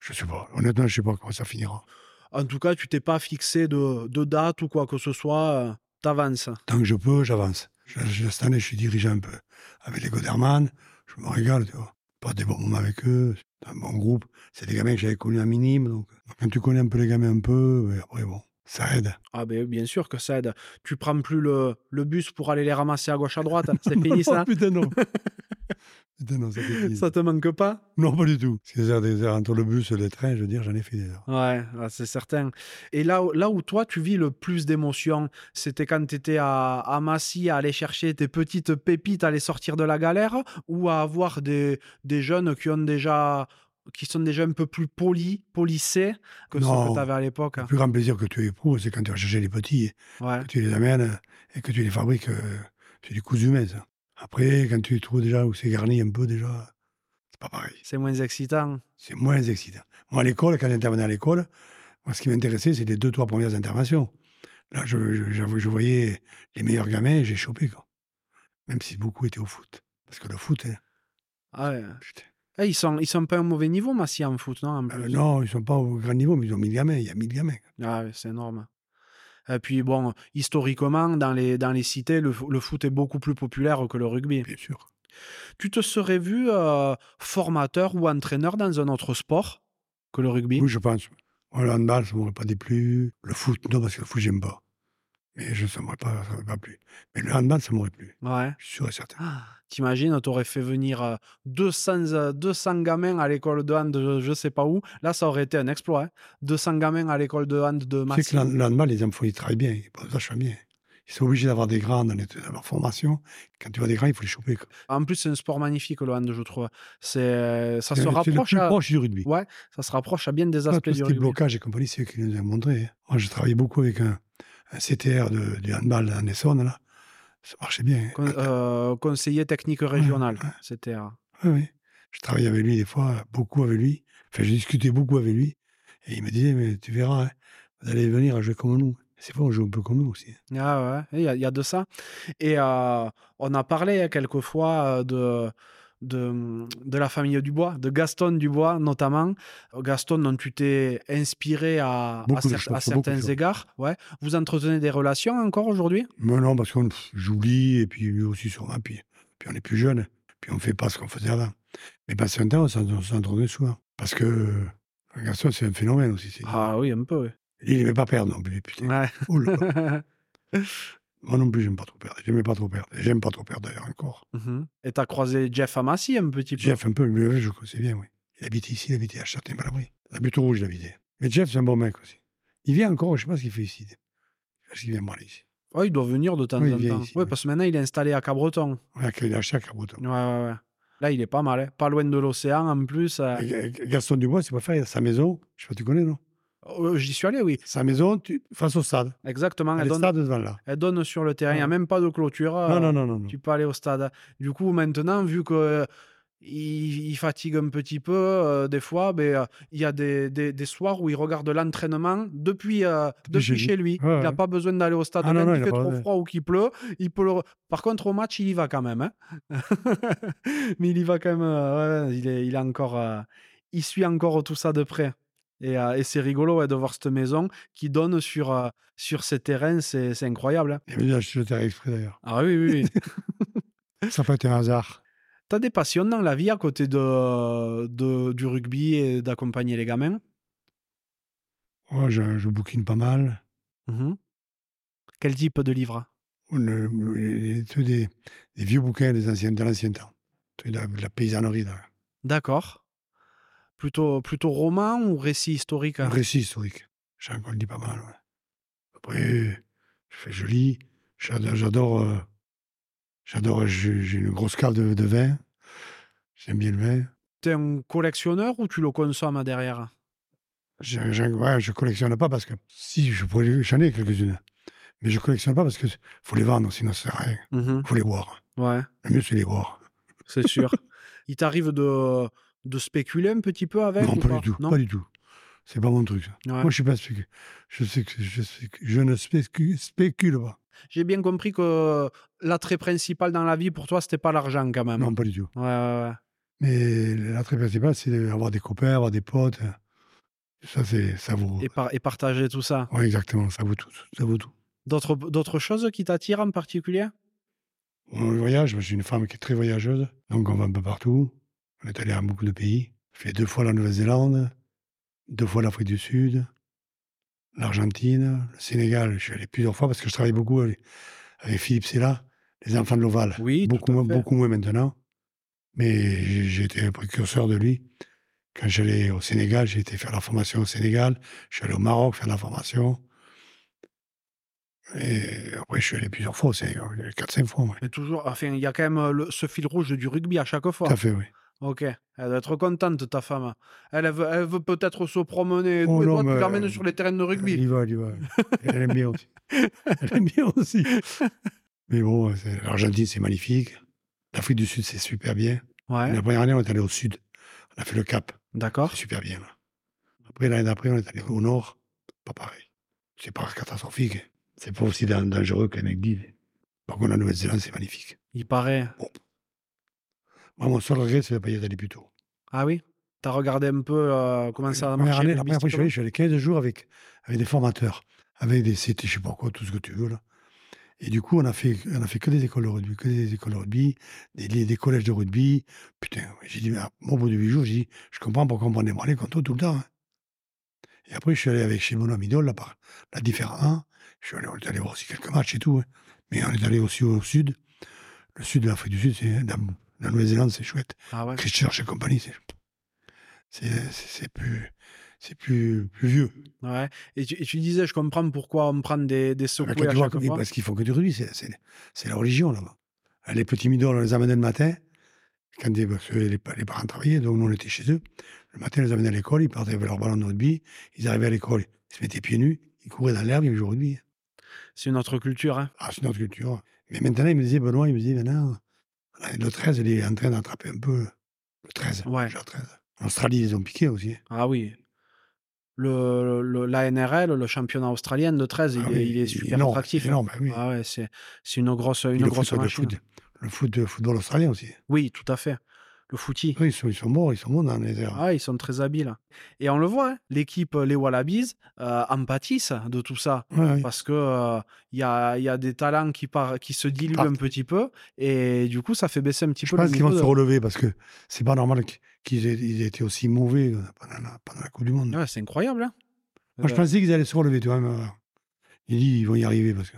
[SPEAKER 1] Je sais pas. Honnêtement, je sais pas comment ça finira.
[SPEAKER 2] En tout cas, tu t'es pas fixé de, de date ou quoi que ce soit, euh, t'avances.
[SPEAKER 1] Tant que je peux, j'avance. Je- je- Cette année, je suis dirigeant un peu. Avec les Goderman, je me régale, tu vois. passe des bons moments avec eux, c'est un bon groupe. C'est des gamins que j'avais connus à minime. Donc, quand tu connais un peu les gamins un peu, ben, après, bon, ça aide.
[SPEAKER 2] Ah ben bien sûr que ça aide. Tu prends plus le, le bus pour aller les ramasser à gauche à droite. C'est fini ça.
[SPEAKER 1] Oh, putain, non. putain, non, ça fait
[SPEAKER 2] Ça te manque pas
[SPEAKER 1] Non, pas du tout. Parce que Des heures, des heures entre le bus et le train, je veux dire, j'en ai fait des heures.
[SPEAKER 2] Ouais, ah, c'est certain. Et là, où- là où toi, tu vis le plus d'émotions, c'était quand tu étais à, à Massy à aller chercher tes petites pépites, à les sortir de la galère, ou à avoir des, des jeunes qui ont déjà qui sont déjà un peu plus polis, polissés que ceux que
[SPEAKER 1] Non.
[SPEAKER 2] tu avais à l'époque.
[SPEAKER 1] Le plus grand plaisir que tu éprouves, c'est quand tu vas chercher les petits, hein,
[SPEAKER 2] Ouais.
[SPEAKER 1] que tu les amènes et que tu les fabriques. euh, C'est du coup humain, ça. Après, quand tu les trouves déjà où c'est garni un peu, déjà, c'est pas pareil.
[SPEAKER 2] C'est moins excitant.
[SPEAKER 1] C'est moins excitant. Moi, à l'école, quand j'intervenais à l'école, moi, ce qui m'intéressait, c'est les deux, trois premières interventions. Là, je, je- j'avoue, je voyais les meilleurs gamins et j'ai chopé, quoi. Même si beaucoup étaient au foot. Parce que le foot, hein,
[SPEAKER 2] Ah ouais.
[SPEAKER 1] putain.
[SPEAKER 2] Eh, ils sont ils sont pas à un mauvais niveau, Massy, en foot, non en
[SPEAKER 1] Euh,
[SPEAKER 2] plus
[SPEAKER 1] non, ils sont pas au grand niveau, mais ils ont 1000 gamins. Il y a 1000 gamins.
[SPEAKER 2] Ah ouais, c'est énorme. Et puis bon, historiquement, dans les, dans les cités, le, fo- le foot est beaucoup plus populaire que le rugby.
[SPEAKER 1] Bien sûr.
[SPEAKER 2] Tu te serais vu euh, formateur ou entraîneur dans un autre sport que le rugby
[SPEAKER 1] Oui, je pense. Moi, le handball, ça m'aurait pas déplu. Le foot, non, parce que le foot, j'aime pas. Mais je, ça m'aurait pas, ça m'aurait pas plu. Mais le handball, ça m'aurait plu.
[SPEAKER 2] Ouais.
[SPEAKER 1] Je suis sûr et certain.
[SPEAKER 2] Ah, T'imagines, t'aurais fait venir euh, 200, euh, 200 gamins à l'école de hand de je sais pas où. Là, ça aurait été un exploit. hein. 200 gamins à l'école de hand de
[SPEAKER 1] Tu sais
[SPEAKER 2] Massy.
[SPEAKER 1] que le- le handball, les enfants, ils travaillent bien, ils bossent vachement bien. Ils sont obligés d'avoir des grands dans, les- dans leur formation. Quand tu vois des grands, il faut les choper. quoi.
[SPEAKER 2] En plus, c'est un sport magnifique, le hand, je trouve. C'est, euh, ça,
[SPEAKER 1] C'est
[SPEAKER 2] se
[SPEAKER 1] le- c'est le
[SPEAKER 2] rapproche
[SPEAKER 1] plus
[SPEAKER 2] à,
[SPEAKER 1] proche du rugby.
[SPEAKER 2] Ouais, ça se rapproche à bien des
[SPEAKER 1] Pas
[SPEAKER 2] aspects
[SPEAKER 1] tout
[SPEAKER 2] du
[SPEAKER 1] ce qui est
[SPEAKER 2] rugby.
[SPEAKER 1] blocage et compagnie, c'est eux qui nous ont montré. hein. Moi, je travaillais beaucoup avec un, un CTR de, du handball en Essonne, là. Ça marchait bien. hein.
[SPEAKER 2] Con- euh, conseiller technique régional,
[SPEAKER 1] ouais.
[SPEAKER 2] c'était. euh,
[SPEAKER 1] Oui, oui. Je travaillais avec lui des fois, beaucoup avec lui. Enfin, je discutais beaucoup avec lui. Et il me disait, mais tu verras, hein, vous allez venir jouer comme nous. C'est vrai, on joue un peu comme nous aussi.
[SPEAKER 2] Ah ouais, il y, a- il y a de ça. Et euh, on a parlé hein, quelquefois euh, de, de, de la famille Dubois, de Gaston Dubois notamment. Euh, Gaston dont tu t'es inspiré à, à
[SPEAKER 1] Beaucoup de
[SPEAKER 2] cer-
[SPEAKER 1] choses,
[SPEAKER 2] à
[SPEAKER 1] sur beaucoup de
[SPEAKER 2] certains
[SPEAKER 1] choses. hein.
[SPEAKER 2] égards. Ouais. Vous entretenez des relations encore aujourd'hui
[SPEAKER 1] Mais non, parce qu'on pff, j'oublie, et puis lui aussi sûrement, puis, puis on est plus jeune, puis on fait pas ce qu'on faisait avant. Mais passer un temps, on s'en- on s'entraînait souvent. Parce que euh, un garçon, c'est un phénomène aussi. c'est-
[SPEAKER 2] Ah oui, un peu.
[SPEAKER 1] Il n'aimait pas perdre non plus,
[SPEAKER 2] oui.
[SPEAKER 1] putain.
[SPEAKER 2] Ouais.
[SPEAKER 1] Oh là là. Moi non plus, j'aime pas trop perdre. J'aimais pas trop perdre. J'aime pas trop perdre d'ailleurs encore.
[SPEAKER 2] Mhm. Et t'as croisé Jeff Amassi un petit peu
[SPEAKER 1] Jeff, un peu, mais je connaissais bien, oui. Il habitait ici, il habitait à Châtain-Malabry. La butte rouge, il habitait. Mais Jeff, c'est un bon mec aussi. Il vient encore, je sais pas ce qu'il fait ici. Parce qu'il vient me voir ici.
[SPEAKER 2] Ouais, Oh, il doit venir de temps
[SPEAKER 1] Oui, il
[SPEAKER 2] en
[SPEAKER 1] vient
[SPEAKER 2] temps.
[SPEAKER 1] ici,
[SPEAKER 2] Oui,
[SPEAKER 1] oui.
[SPEAKER 2] parce que maintenant il est installé à Cabreton.
[SPEAKER 1] On a créé la chac à Breton.
[SPEAKER 2] Ouais, ouais, ouais. Là, il est pas mal, hein. pas loin de l'océan en plus. euh.
[SPEAKER 1] Et Ga- Gaston Dubois, c'est pas faire sa maison, je sais pas, tu connais, non
[SPEAKER 2] Oh, J'y suis allé, oui.
[SPEAKER 1] Sa maison tu- face au stade.
[SPEAKER 2] Exactement.
[SPEAKER 1] À
[SPEAKER 2] Elle donne,
[SPEAKER 1] stade devant là.
[SPEAKER 2] elle donne sur le terrain. Il n'y a
[SPEAKER 1] Ouais.
[SPEAKER 2] même pas de clôture. euh,
[SPEAKER 1] Non, non, non, non. non.
[SPEAKER 2] Tu peux aller au stade. Du coup, maintenant, vu que euh, il, il fatigue un petit peu, euh, des fois, ben, euh, il y a des, des, des soirs où il regarde l'entraînement depuis, euh, depuis
[SPEAKER 1] chez lui.
[SPEAKER 2] chez lui.
[SPEAKER 1] Ouais,
[SPEAKER 2] il n'a
[SPEAKER 1] ouais.
[SPEAKER 2] pas besoin d'aller au stade
[SPEAKER 1] Ah, non,
[SPEAKER 2] même
[SPEAKER 1] non,
[SPEAKER 2] qu'il
[SPEAKER 1] il a
[SPEAKER 2] fait
[SPEAKER 1] pas
[SPEAKER 2] trop
[SPEAKER 1] besoin.
[SPEAKER 2] froid ou qu'il pleut. Il peut le... Par contre, au match, il y va quand même. hein. Mais il y va quand même. euh, ouais, il, est, il est encore. euh, il suit encore tout ça de près. Et, euh, et c'est rigolo ouais, de voir cette maison qui donne sur, euh, sur ces terrains. C'est c'est incroyable. hein.
[SPEAKER 1] Il avait acheté le terrain exprès d'ailleurs.
[SPEAKER 2] Ah oui, oui, oui.
[SPEAKER 1] Ça n'a pas été un hasard.
[SPEAKER 2] T'as des passions dans la vie à côté de, de- du rugby et d'accompagner les gamins
[SPEAKER 1] Moi, je, je bouquine pas mal. Mmh
[SPEAKER 2] Mhm. Quel type de livre
[SPEAKER 1] Le- le- les- tous des, des vieux bouquins des anciens, de l'ancien temps. Tous De la, de la paysannerie, là.
[SPEAKER 2] D'accord. Plutôt, plutôt roman ou récit historique
[SPEAKER 1] Un récit historique. J'en lis pas mal. ouais. Après, je fais je lis. J'adore. J'adore. euh, j'adore- j'ai j'ai une grosse cave de, de vin. J'aime bien le vin.
[SPEAKER 2] T'es un collectionneur ou tu le consommes derrière
[SPEAKER 1] Je, je, ouais, je collectionne pas parce que si je pourrais, j'en ai quelques-unes, mais je collectionne pas parce que faut les vendre, sinon ça sert à rien.
[SPEAKER 2] Mhm.
[SPEAKER 1] Faut les boire.
[SPEAKER 2] Ouais,
[SPEAKER 1] Le mieux c'est les boire.
[SPEAKER 2] c'est sûr. Il t'arrive de, de spéculer un petit peu avec
[SPEAKER 1] non,
[SPEAKER 2] ou
[SPEAKER 1] pas, du tout,
[SPEAKER 2] Non
[SPEAKER 1] pas du tout. C'est pas mon truc. ça.
[SPEAKER 2] Ouais.
[SPEAKER 1] Moi, je suis pas spécule. Je sais que je, sais que je ne spécu- spécule pas.
[SPEAKER 2] J'ai bien compris que l'attrait principal dans la vie pour toi, c'était pas l'argent quand même.
[SPEAKER 1] Non, pas du tout.
[SPEAKER 2] Ouais, ouais, ouais.
[SPEAKER 1] Mais l'attrait principal, c'est d'avoir des copains, avoir des potes. Ça, c'est, ça vaut.
[SPEAKER 2] Et, par- et partager tout ça.
[SPEAKER 1] Ouais, exactement, ça vaut tout. Ça vaut tout.
[SPEAKER 2] D'autres d'autres choses qui t'attirent en particulier
[SPEAKER 1] On voyage, moi, j'ai une femme qui est très voyageuse, donc on va un peu partout. On est allé à beaucoup de pays. J'ai fait deux fois la Nouvelle-Zélande, deux fois l'Afrique du Sud, l'Argentine, le Sénégal. Je suis allé plusieurs fois parce que je travaille beaucoup avec, avec Philippe Sella, les enfants de l'Oval.
[SPEAKER 2] Oui, tout
[SPEAKER 1] beaucoup,
[SPEAKER 2] à
[SPEAKER 1] moins,
[SPEAKER 2] fait.
[SPEAKER 1] beaucoup moins maintenant. Mais j'ai j'ai été un précurseur de lui. Quand j'allais au Sénégal, j'ai été faire la formation au Sénégal. Je suis allé au Maroc faire la formation. Et après, je suis allé plusieurs fois au Sénégal, 4-5 fois. ouais.
[SPEAKER 2] Mais toujours, enfin, il y a quand même euh, le- ce fil rouge du rugby à chaque fois.
[SPEAKER 1] Tout à fait, oui.
[SPEAKER 2] Ok, elle doit être contente, ta femme. Elle, elle veut, elle veut peut-être se promener. et
[SPEAKER 1] Oh
[SPEAKER 2] tout, et
[SPEAKER 1] non,
[SPEAKER 2] toi, tu
[SPEAKER 1] mais-
[SPEAKER 2] l'emmènes sur les terrains de
[SPEAKER 1] Elle
[SPEAKER 2] rugby.
[SPEAKER 1] y va, elle y va. Elle aime bien aussi. Elle aime bien aussi. Mais bon, c'est- l'Argentine, c'est magnifique. L'Afrique du Sud, c'est super bien.
[SPEAKER 2] Ouais, Ah.
[SPEAKER 1] La première année, on est allé au Sud. On a fait le Cap.
[SPEAKER 2] d'accord.
[SPEAKER 1] C'est super bien. là. Après, l'année d'après, on est allé au Nord. Pas pareil. C'est pas catastrophique. C'est pas aussi dan- dangereux qu'un mec dit. Par contre, la Nouvelle-Zélande, c'est magnifique.
[SPEAKER 2] Il paraît.
[SPEAKER 1] Moi, mon seul regret, c'est de ne pas y être allé plus tôt.
[SPEAKER 2] Ah oui T'as regardé un peu euh, comment ça
[SPEAKER 1] La
[SPEAKER 2] a
[SPEAKER 1] première
[SPEAKER 2] marché
[SPEAKER 1] année- la première fois que je suis allé, je suis allé 15 jours avec, avec des formateurs, avec des CT, je sais pas quoi, tout ce que tu veux là. Et du coup, on a fait, on a fait que des écoles de rugby, que des écoles de rugby, des, li- des collèges de rugby. Putain, j'ai dit, mais ah, moi, au bout de 8 jours, j'ai dit, je comprends pourquoi on prend des branlés contre eux tout le temps. hein. Et après, je suis allé avec chez mon ami Dol, là, par la différente 1. Je suis allé, on est allé voir aussi quelques matchs et tout. hein. Mais on est allé aussi au sud. Le sud de l'Afrique du Sud, c'est la, la Nouvelle-Zélande, c'est chouette.
[SPEAKER 2] Ah ouais
[SPEAKER 1] Christchurch et compagnie, c'est c'est- c'est plus c'est plus plus vieux.
[SPEAKER 2] Ouais. Et tu, et tu disais, je comprends pourquoi on prend des, des
[SPEAKER 1] Parce
[SPEAKER 2] secouées à
[SPEAKER 1] tu vois,
[SPEAKER 2] chaque fois.
[SPEAKER 1] parce qu'ils font que du rugby, c'est- c'est c'est la religion là-bas. Hein, Les petits midors, on les amenait le matin quand des- parce que les, pa- les parents travaillaient, donc nous on était chez eux. Le matin, on les amenait à l'école, ils partaient avec leur ballon de rugby, ils arrivaient à l'école, ils se mettaient pieds nus, ils couraient dans l'herbe, ils jouaient au rugby.
[SPEAKER 2] C'est une autre culture. hein.
[SPEAKER 1] Ah, c'est notre culture. Mais maintenant, il me disait, Benoît, il me disait, maintenant, le 13, il est en train d'attraper un peu le 13.
[SPEAKER 2] Ouais.
[SPEAKER 1] le 13. En Australie, ils ont piqué aussi.
[SPEAKER 2] Ah oui. Le, le- la NRL, le championnat australien de 13, il,
[SPEAKER 1] Ah
[SPEAKER 2] est,
[SPEAKER 1] oui,
[SPEAKER 2] il est super
[SPEAKER 1] énorme,
[SPEAKER 2] attractif.
[SPEAKER 1] énorme, bah oui.
[SPEAKER 2] Ah ouais, c'est c'est une grosse,
[SPEAKER 1] Et
[SPEAKER 2] une
[SPEAKER 1] le
[SPEAKER 2] grosse
[SPEAKER 1] foot, le
[SPEAKER 2] machine.
[SPEAKER 1] foot, le foot, le football australien aussi.
[SPEAKER 2] Oui, tout à fait. Le footy.
[SPEAKER 1] Eux, ils sont, ils sont bons, ils sont bons dans les airs.
[SPEAKER 2] Ah, ils sont très habiles. Et on le voit, hein, l'équipe, les Wallabies, euh, en pâtissent de tout ça.
[SPEAKER 1] Ouais, ouais.
[SPEAKER 2] Parce que euh, il y, a, il y a des talents qui, par- qui se diluent
[SPEAKER 1] partent.
[SPEAKER 2] un petit peu. Et du coup, ça fait baisser un petit
[SPEAKER 1] Je
[SPEAKER 2] peu le
[SPEAKER 1] pense qu'ils vont
[SPEAKER 2] niveau
[SPEAKER 1] se
[SPEAKER 2] de-
[SPEAKER 1] relever parce que c'est pas normal qu- qu'ils aient, ils aient été aussi mauvais euh, pendant la, pendant la Coupe du Monde.
[SPEAKER 2] Ouais, c'est incroyable. hein.
[SPEAKER 1] Moi, je
[SPEAKER 2] Euh,
[SPEAKER 1] pensais qu'ils allaient se relever, tu vois. mais, euh, J'ai dit, ils vont y arriver parce que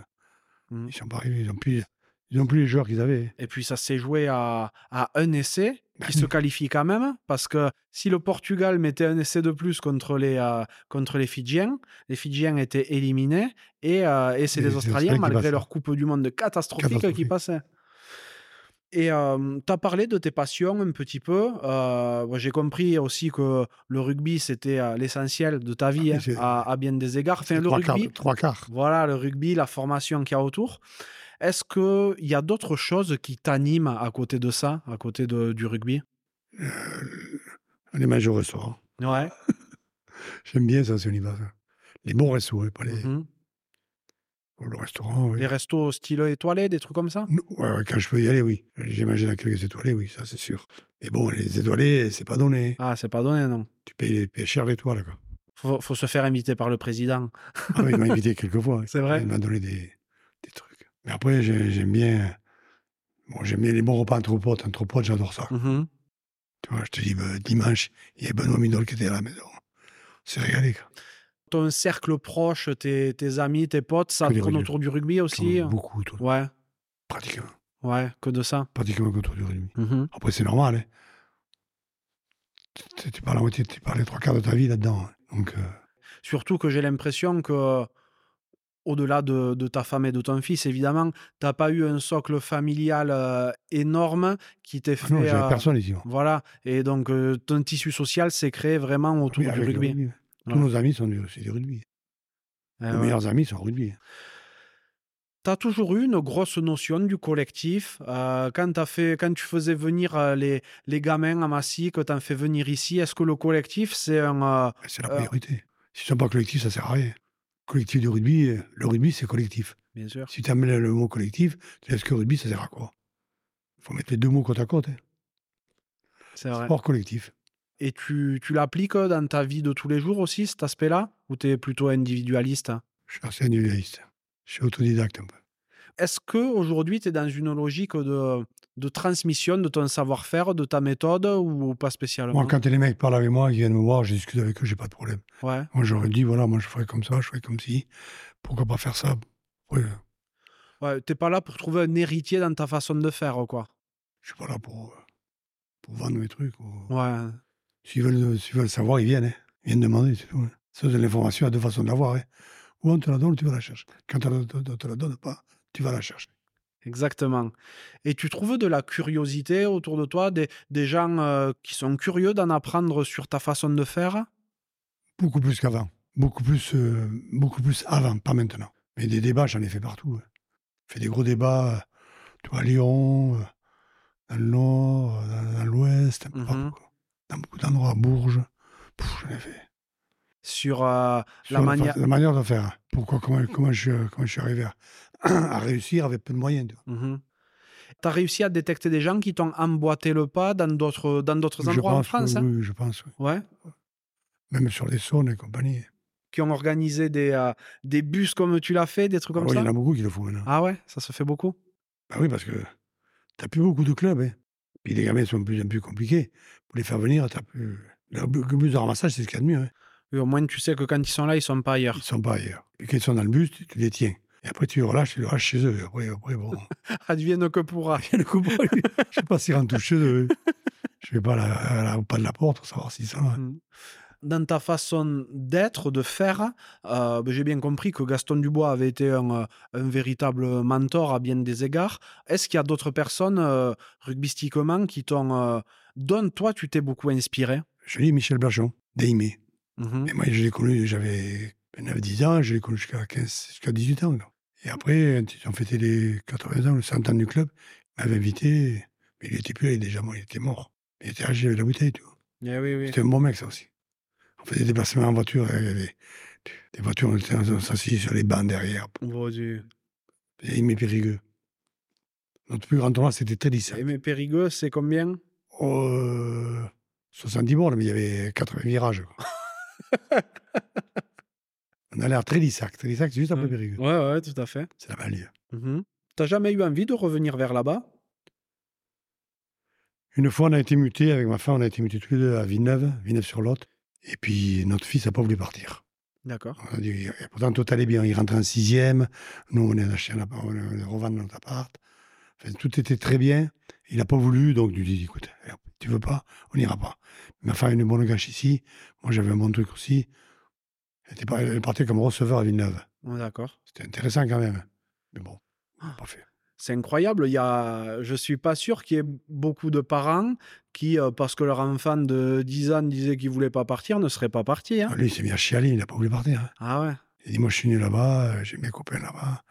[SPEAKER 2] Mhm.
[SPEAKER 1] ils sont pas arrivés, ils ont plus, ils ont plus les joueurs qu'ils avaient.
[SPEAKER 2] Et puis ça s'est joué à, à un essai
[SPEAKER 1] Bah
[SPEAKER 2] qui
[SPEAKER 1] oui.
[SPEAKER 2] se qualifie quand même parce que si le Portugal mettait un essai de plus contre les, euh, contre les Fidjiens, les Fidjiens étaient éliminés et, euh, et c'est
[SPEAKER 1] Et
[SPEAKER 2] les
[SPEAKER 1] les
[SPEAKER 2] Australiens,
[SPEAKER 1] Australiens qui
[SPEAKER 2] malgré
[SPEAKER 1] passent. hein.
[SPEAKER 2] leur Coupe du Monde catastrophique, qui
[SPEAKER 1] Catastrophique.
[SPEAKER 2] passaient. Et euh, tu as parlé de tes passions un petit peu. Euh, moi, J'ai compris aussi que le rugby, c'était euh, l'essentiel de ta vie
[SPEAKER 1] oui,
[SPEAKER 2] hein,
[SPEAKER 1] Ah, c'est-
[SPEAKER 2] à, à bien des égards. Enfin, le
[SPEAKER 1] trois,
[SPEAKER 2] rugby,
[SPEAKER 1] quarts, trois quarts.
[SPEAKER 2] voilà, le rugby, la formation qu'il y a autour. Est-ce qu'il y a d'autres choses qui t'animent à côté de ça, à côté de- du rugby
[SPEAKER 1] Euh, les mains, je ressors.
[SPEAKER 2] Ouais.
[SPEAKER 1] Ah, J'aime bien ça, si on y va. ça. Les bons restos, hein, pas les,
[SPEAKER 2] Mhm.
[SPEAKER 1] le restaurant. oui.
[SPEAKER 2] Mm-hmm. Les restos style étoilé, des trucs comme ça
[SPEAKER 1] Non, ouais, ouais, quand je peux y aller, oui. J'imagine à quelques étoilés, oui, ça c'est sûr. Mais bon, les étoilés, c'est pas donné.
[SPEAKER 2] Ah, c'est pas donné, non.
[SPEAKER 1] Tu payes, tu payes cher l'étoile, quoi.
[SPEAKER 2] Faut, faut se faire inviter par le président.
[SPEAKER 1] Ah oui, il m'a invité quelques fois. hein.
[SPEAKER 2] C'est vrai
[SPEAKER 1] Il m'a donné des, des trucs. Mais après, j'ai- j'aime bien. Bon, j'aime bien les bons repas entre potes. Entre potes, j'adore ça.
[SPEAKER 2] Mhm.
[SPEAKER 1] Tu vois, je te dis, ben, dimanche, il y a Benoît Midol qui était à la maison. C'est régalé, quoi.
[SPEAKER 2] Ton cercle proche, tes, tes amis, tes potes, ça
[SPEAKER 1] Que des
[SPEAKER 2] tourne
[SPEAKER 1] rugby.
[SPEAKER 2] autour du rugby aussi
[SPEAKER 1] Beaucoup, tout,
[SPEAKER 2] Ouais,
[SPEAKER 1] pratiquement.
[SPEAKER 2] ouais, que de ça.
[SPEAKER 1] Pratiquement autour du rugby.
[SPEAKER 2] Mhm.
[SPEAKER 1] Après, c'est normal. Hein. Tu- Tu, tu parles la moitié, tu parles les trois quarts de ta vie là-dedans. hein. Donc, euh,
[SPEAKER 2] Surtout que j'ai l'impression que, euh, au-delà de, de ta femme et de ton fils, évidemment, t'as pas eu un socle familial euh, énorme qui t'ait
[SPEAKER 1] ah
[SPEAKER 2] fait.
[SPEAKER 1] non, j'avais
[SPEAKER 2] euh,
[SPEAKER 1] personne ici. moi.
[SPEAKER 2] Voilà. Et donc, euh, ton tissu social s'est créé vraiment autour
[SPEAKER 1] Oui,
[SPEAKER 2] du
[SPEAKER 1] avec le
[SPEAKER 2] rugby.
[SPEAKER 1] Tous
[SPEAKER 2] Ouais.
[SPEAKER 1] nos amis sont du, c'est du rugby.
[SPEAKER 2] Euh,
[SPEAKER 1] Nos
[SPEAKER 2] ouais.
[SPEAKER 1] meilleurs amis sont rugby.
[SPEAKER 2] T'as toujours eu une grosse notion du collectif. euh, quand, t'as fait, quand tu faisais venir euh, les, les gamins à Massy, que t'en fais venir ici, est-ce que le collectif, c'est un. euh,
[SPEAKER 1] C'est la
[SPEAKER 2] Euh.
[SPEAKER 1] priorité. Si tu n'es pas collectif, ça sert à rien. Collectif du rugby, euh, le rugby, c'est collectif.
[SPEAKER 2] Bien sûr.
[SPEAKER 1] Si tu amènes le mot collectif, tu laisses que rugby, ça sert à quoi Il faut mettre les deux mots côte à côte. hein.
[SPEAKER 2] C'est vrai.
[SPEAKER 1] Sport collectif.
[SPEAKER 2] Et tu, tu l'appliques euh, dans ta vie de tous les jours aussi, cet aspect-là Ou t'es plutôt individualiste hein
[SPEAKER 1] Je suis assez individualiste. Je suis autodidacte un peu.
[SPEAKER 2] Est-ce que aujourd'hui tu es dans une logique de de transmission de ton savoir-faire, de ta méthode ou pas spécialement
[SPEAKER 1] Moi, quand les mecs parlent avec moi, qui viennent me voir, je discute avec eux, j'ai pas de problème.
[SPEAKER 2] Ouais.
[SPEAKER 1] Moi, j'aurais dit, voilà, moi, je ferais comme ça, je ferais comme ci. Pourquoi pas faire ça Ouais,
[SPEAKER 2] ouais. T'es pas là pour trouver un héritier dans ta façon de faire, quoi.
[SPEAKER 1] Je suis pas là pour, euh, pour vendre mes trucs. ou-
[SPEAKER 2] Ouais.
[SPEAKER 1] S'ils veulent, euh, s'ils veulent savoir, ils viennent. hein. Ils viennent demander, c'est tout. hein. Ça, c'est l'information, il y a deux façons de l'avoir. hein. Ou on te la donne ou tu vas la chercher. Quand on ne te la donne pas, tu vas la chercher.
[SPEAKER 2] Exactement. Et tu trouves de la curiosité autour de toi, des, des gens euh, qui sont curieux d'en apprendre sur ta façon de faire
[SPEAKER 1] Beaucoup plus qu'avant. Beaucoup plus, euh, beaucoup plus avant, pas maintenant. Mais des débats, j'en ai fait partout. hein. J'ai fait des gros débats, euh, tu vois, à Lyon, euh, dans le Nord, euh, dans, dans l'Ouest, un peu
[SPEAKER 2] Mhm.
[SPEAKER 1] partout, quoi. dans beaucoup d'endroits, à Bourges. Pff, j'en ai fait.
[SPEAKER 2] Sur euh,
[SPEAKER 1] Sur
[SPEAKER 2] la manière.
[SPEAKER 1] fa- la manière de faire. Pourquoi, comment, comment, je, comment je suis arrivé à, à réussir avec peu de moyens. tu vois.
[SPEAKER 2] Mhm. T'as réussi à détecter des gens qui t'ont emboîté le pas dans d'autres dans d'autres
[SPEAKER 1] Je
[SPEAKER 2] endroits en
[SPEAKER 1] pense,
[SPEAKER 2] France
[SPEAKER 1] oui,
[SPEAKER 2] hein
[SPEAKER 1] oui, je pense. oui.
[SPEAKER 2] Ouais.
[SPEAKER 1] Même sur les saunes et compagnie.
[SPEAKER 2] Qui ont organisé des, euh, des bus comme tu l'as fait, des trucs comme
[SPEAKER 1] Ah oui,
[SPEAKER 2] ça
[SPEAKER 1] il y en a beaucoup qui le font maintenant.
[SPEAKER 2] Ah ouais, ça se fait beaucoup.
[SPEAKER 1] Bah oui, parce que t'as plus beaucoup de clubs. hein. Puis les gamins sont de plus en plus compliqués. Pour les faire venir, t'as plus. Le bu- le bus de ramassage, c'est ce qu'il y a de mieux. hein.
[SPEAKER 2] Oui, au moins, tu sais que quand ils sont là, ils sont pas ailleurs.
[SPEAKER 1] Ils sont pas ailleurs. Et quand ils sont dans le bus, tu, tu les tiens. Et après, tu les relâches, tu les relâches chez eux. Et après, après bon.
[SPEAKER 2] Advienne que pourra.
[SPEAKER 1] le coup, bon, lui, je sais pas s'ils rentrent tous chez eux. hein. Je vais pas à la, à la- au pas de la porte pour savoir s'ils sont hein. là.
[SPEAKER 2] Mm. Dans ta façon d'être, de faire, euh, ben, j'ai bien compris que Gaston Dubois avait été un, euh, un véritable mentor à bien des égards. Est-ce qu'il y a d'autres personnes, euh, rugbystiquement, qui t'ont. euh, dont toi, tu t'es beaucoup inspiré
[SPEAKER 1] Je lis Michel Blachon, Daimé.
[SPEAKER 2] Mhm.
[SPEAKER 1] Et moi, je l'ai connu, j'avais 9-10 ans, je l'ai connu jusqu'à 15, jusqu'à 18 ans. quoi. Et après, quand ils ont fêté les 80 ans, le 100 ans du club, il m'avait invité, mais il était plus là, il était déjà mort, il était mort. Il était âgé avec la bouteille, tu vois.
[SPEAKER 2] Eh oui, oui.
[SPEAKER 1] C'était un bon mec, ça aussi. On faisait des déplacements en voiture, hein, il y avait des voitures, on était on s'assit sur les bancs derrière.
[SPEAKER 2] Bon Dieu.
[SPEAKER 1] Et il m'est périgueux. Notre plus grand tournoi, c'était Télis.
[SPEAKER 2] Et Eh, mais Périgueux, c'est combien
[SPEAKER 1] Oh, euh, 70 bornes, mais il y avait 80 virages. quoi. On allait à Trélissac. Trélissac, c'est juste après
[SPEAKER 2] Ouais.
[SPEAKER 1] Périgueux.
[SPEAKER 2] Ouais, ouais, tout à fait.
[SPEAKER 1] C'est la banlieue.
[SPEAKER 2] Mhm. T'as jamais eu envie de revenir vers là-bas
[SPEAKER 1] Une fois, on a été muté avec ma femme, on a été muté tous les deux à Villeneuve, Villeneuve-sur-Lot. Et puis, notre fils n'a pas voulu partir.
[SPEAKER 2] D'accord.
[SPEAKER 1] On a dit, et pourtant, tout allait bien. Il rentrait en sixième. Nous, on est acheté un appart, on a revendu notre appart. Enfin, tout était très bien. Il n'a pas voulu, donc, je lui ai dit, écoute, eh, tu veux pas, on n'ira pas. Ma femme a une bonne gâche ici. Moi, j'avais un bon truc aussi. Elle, était pas- elle partait comme receveur à Villeneuve.
[SPEAKER 2] Ouais, D'accord.
[SPEAKER 1] C'était intéressant quand même. Mais bon, pas fait.
[SPEAKER 2] C'est incroyable. Il y a, je suis pas sûr qu'il y ait beaucoup de parents qui, euh, parce que leur enfant de 10 ans disait qu'il voulait pas partir, ne serait pas parti. hein.
[SPEAKER 1] Ah, Lui, il s'est mis à chialer, il n'a pas voulu partir. hein.
[SPEAKER 2] Ah ouais.
[SPEAKER 1] Il dit, moi, je suis né là-bas, euh, j'ai mes copains là-bas.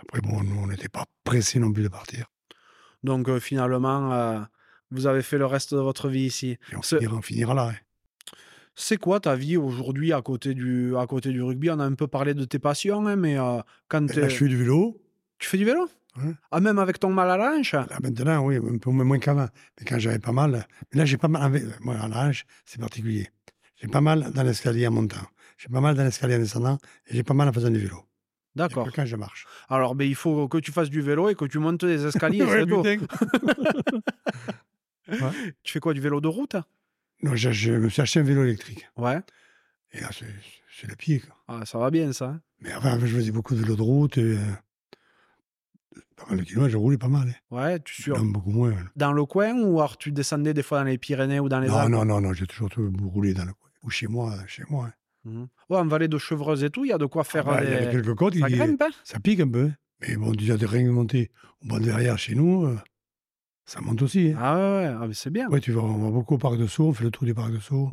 [SPEAKER 1] Après, bon, nous, on n'était pas pressés non plus de partir.
[SPEAKER 2] Donc euh, finalement, euh, vous avez fait le reste de votre vie ici.
[SPEAKER 1] Et on,
[SPEAKER 2] Ce-
[SPEAKER 1] finira, on finira là. hein.
[SPEAKER 2] C'est quoi ta vie aujourd'hui à côté du, à côté du rugby On a un peu parlé de tes passions, hein, mais euh, quand
[SPEAKER 1] Là,
[SPEAKER 2] t'es-
[SPEAKER 1] Eh ben, je Mmh. fais du vélo.
[SPEAKER 2] tu fais du vélo
[SPEAKER 1] Ouais.
[SPEAKER 2] Ah même avec ton mal à la hanche
[SPEAKER 1] Là, Ah, maintenant, oui, un peu moins qu'avant. Mais quand j'avais pas mal. Mais là, j'ai pas mal. avec- Moi, à l'âge, c'est particulier. J'ai pas mal dans l'escalier en montant. J'ai pas mal dans l'escalier en descendant. Et j'ai pas mal en faisant du vélo. Et
[SPEAKER 2] D'accord.
[SPEAKER 1] que Quand je marche.
[SPEAKER 2] Alors ben, il faut que tu fasses du vélo et que tu montes des escaliers.
[SPEAKER 1] Ouais,
[SPEAKER 2] c'est tout.
[SPEAKER 1] putain.
[SPEAKER 2] Tu fais quoi du vélo de route
[SPEAKER 1] Non, je, je me suis acheté un vélo électrique.
[SPEAKER 2] Ouais.
[SPEAKER 1] Et là, c'est c'est le pied, quoi.
[SPEAKER 2] Ah, ça va bien ça. hein.
[SPEAKER 1] Mais avant, je faisais beaucoup de vélo de route. et, euh, pas mal de kilomètres, je roulais pas mal. hein.
[SPEAKER 2] Ouais, tu sur.
[SPEAKER 1] Non, beaucoup moins. hein.
[SPEAKER 2] dans le coin ou alors tu descendais des fois dans les Pyrénées ou dans les
[SPEAKER 1] Non,
[SPEAKER 2] Alpes
[SPEAKER 1] non, non, non, j'ai toujours tout roulé dans le coin. Ou chez moi, hein, chez moi. hein.
[SPEAKER 2] Mhm. Ouais, en vallée de Chevreuse et tout, il y a de quoi faire.
[SPEAKER 1] Ah bah, Il y
[SPEAKER 2] des-
[SPEAKER 1] avait quelques côtes,
[SPEAKER 2] Ça
[SPEAKER 1] il-
[SPEAKER 2] grimpe, hein
[SPEAKER 1] ça pique un peu. hein. Mais bon, déjà de rien monter au bord derrière chez nous, euh, ça monte aussi. hein.
[SPEAKER 2] Ah ouais, ouais, ah, Mm. mais c'est bien. Mhm.
[SPEAKER 1] Ouais, tu vas, on va beaucoup au parc de Sceaux, on fait le tour du parc de Sceaux.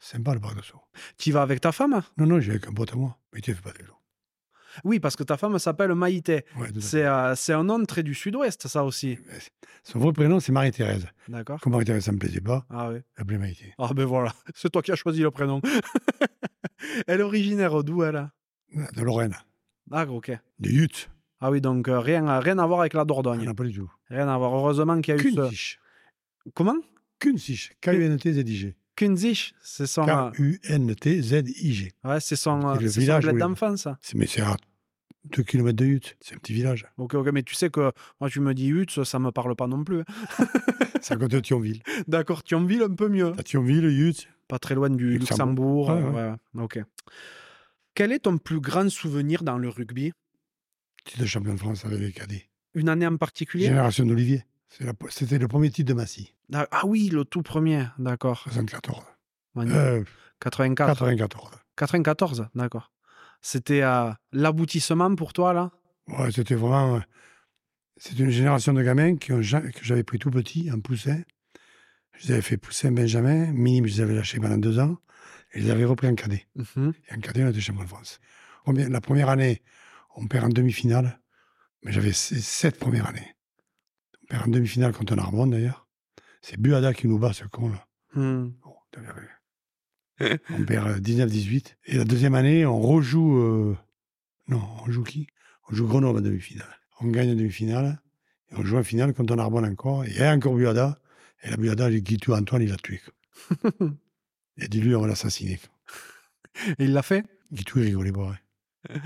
[SPEAKER 1] C'est Sympa le parc de Sceaux.
[SPEAKER 2] Tu vas avec ta femme
[SPEAKER 1] Non, non, j'ai avec un pote à moi. Mais tu fais pas de vélo.
[SPEAKER 2] Oui, parce que ta femme s'appelle Maïté.
[SPEAKER 1] Ouais, tout à fait.
[SPEAKER 2] C'est euh, c'est un nom très du sud-ouest, ça aussi.
[SPEAKER 1] Son vrai prénom, c'est Marie-Thérèse.
[SPEAKER 2] D'accord
[SPEAKER 1] Comme Marie-Thérèse, ça me plaisait pas,
[SPEAKER 2] Ah ouais.
[SPEAKER 1] elle m'appelait Maïté.
[SPEAKER 2] Ah ben voilà, c'est toi qui as choisi le prénom. elle est originaire d'où elle
[SPEAKER 1] De Lorraine,
[SPEAKER 2] Ah ok.
[SPEAKER 1] de Yutz,
[SPEAKER 2] Ah oui, donc euh, rien, à- rien à voir avec la
[SPEAKER 1] on
[SPEAKER 2] Dordogne.
[SPEAKER 1] n'a pas du tout.
[SPEAKER 2] Rien à voir. Heureusement qu'il y a eu ce...
[SPEAKER 1] Ah Kunzich.
[SPEAKER 2] Comment
[SPEAKER 1] Kunzich. K-U-N-T-Z-I-G.
[SPEAKER 2] Kunzich, c'est son, euh,
[SPEAKER 1] K-U-N-T-Z-I-G.
[SPEAKER 2] ouais, c'est son, euh,
[SPEAKER 1] C'est le
[SPEAKER 2] c'est son
[SPEAKER 1] village où
[SPEAKER 2] bled
[SPEAKER 1] il-
[SPEAKER 2] d'enfance.
[SPEAKER 1] C'est- Mais c'est à 2 km de Hutte, c'est un petit village.
[SPEAKER 2] Ok, ok, mais tu sais que moi, tu me dis Hutz, ça me parle pas non plus. hein.
[SPEAKER 1] 50 de Thionville.
[SPEAKER 2] D'accord, Thionville, un peu mieux.
[SPEAKER 1] À Thionville, Hutte,
[SPEAKER 2] Pas très loin du Luxembourg.
[SPEAKER 1] Luxembourg. Ouais,
[SPEAKER 2] euh, ouais, ok. Quel est ton plus grand souvenir dans le rugby
[SPEAKER 1] titre de champion de France avec les cadets.
[SPEAKER 2] Une année en particulier
[SPEAKER 1] Génération d'Olivier. C'est la- C'était le premier titre de Massy,
[SPEAKER 2] Ah ah oui, le tout premier, d'accord.
[SPEAKER 1] 74.
[SPEAKER 2] Magnifique.
[SPEAKER 1] Euh,
[SPEAKER 2] 84.
[SPEAKER 1] 94.
[SPEAKER 2] 94, d'accord. C'était euh, l'aboutissement pour toi, là
[SPEAKER 1] Ouais, c'était vraiment. euh, C'est une génération de gamins qui ont ja- que j'avais pris tout petit, en poussin. Je les avais fait pousser en Benjamin, minime, je les avais lâchés pendant deux ans, et je les avais repris en cadet.
[SPEAKER 2] Mhm.
[SPEAKER 1] Et en cadet, on était champion de France. Combien- La première année, on perd en demi-finale, mais j'avais se- sept premières années. On perd en demi-finale contre Narbonne, d'ailleurs. C'est Buada qui nous bat, ce con-là.
[SPEAKER 2] Hmm.
[SPEAKER 1] Bon, d'ailleurs, euh, on perd euh, 19-18. Et la deuxième année, on rejoue. euh, Non, on joue qui On joue Grenoble en demi-finale. On gagne en demi-finale. Et on joue en finale contre Narbonne encore. Et il y a encore Buada. Et la Buada, il- qui tue Antoine, il l'a tué. quoi. il a dit lui, on va l'assassiner.
[SPEAKER 2] Et il l'a fait
[SPEAKER 1] Guitou, il rigolait pas. hein.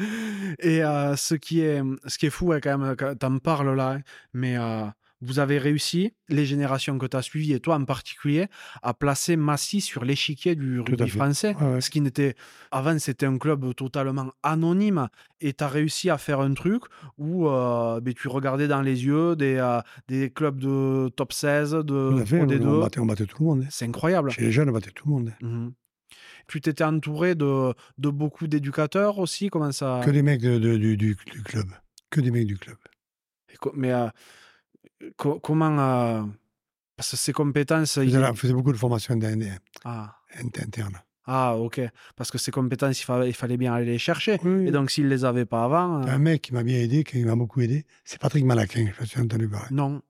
[SPEAKER 2] Et euh, ce, qui est, ce qui est fou, hein, quand même, quand t'en parles là, hein, mais euh, vous avez réussi, les générations que t'as suivies, et toi en particulier, à placer Massy sur l'échiquier du
[SPEAKER 1] Tout à
[SPEAKER 2] rugby
[SPEAKER 1] fait.
[SPEAKER 2] français.
[SPEAKER 1] Ouais, ouais.
[SPEAKER 2] Ce qui n'était. Avant, c'était un club totalement anonyme. Et tu as réussi à faire un truc où euh, ben, tu regardais dans les yeux des, euh, des clubs de top 16,
[SPEAKER 1] Tout
[SPEAKER 2] de
[SPEAKER 1] à fait,
[SPEAKER 2] Pro D2.
[SPEAKER 1] on, battait, on battait tout le monde. hein.
[SPEAKER 2] C'est incroyable.
[SPEAKER 1] Chez les jeunes, on battait tout le monde. hein.
[SPEAKER 2] Mhm. Tu t'étais entouré de, de beaucoup d'éducateurs aussi. Comment ça.
[SPEAKER 1] Que des mecs de- de- du, du- du club. Que des mecs du club.
[SPEAKER 2] Et co- Mais euh, co- comment. euh, Parce que ces compétences.
[SPEAKER 1] On
[SPEAKER 2] il-
[SPEAKER 1] faisait, la- on faisait beaucoup de formations internes.
[SPEAKER 2] Ah.
[SPEAKER 1] internes.
[SPEAKER 2] Ah, ok. Parce que ces compétences, il, fa- il fallait bien aller les chercher.
[SPEAKER 1] Oui. Ah,
[SPEAKER 2] Et donc, s'ils les avaient pas avant. euh,
[SPEAKER 1] Un mec qui m'a bien aidé, qui m'a beaucoup aidé, c'est Patrick Malaquin, je me suis entendu parler.
[SPEAKER 2] Non.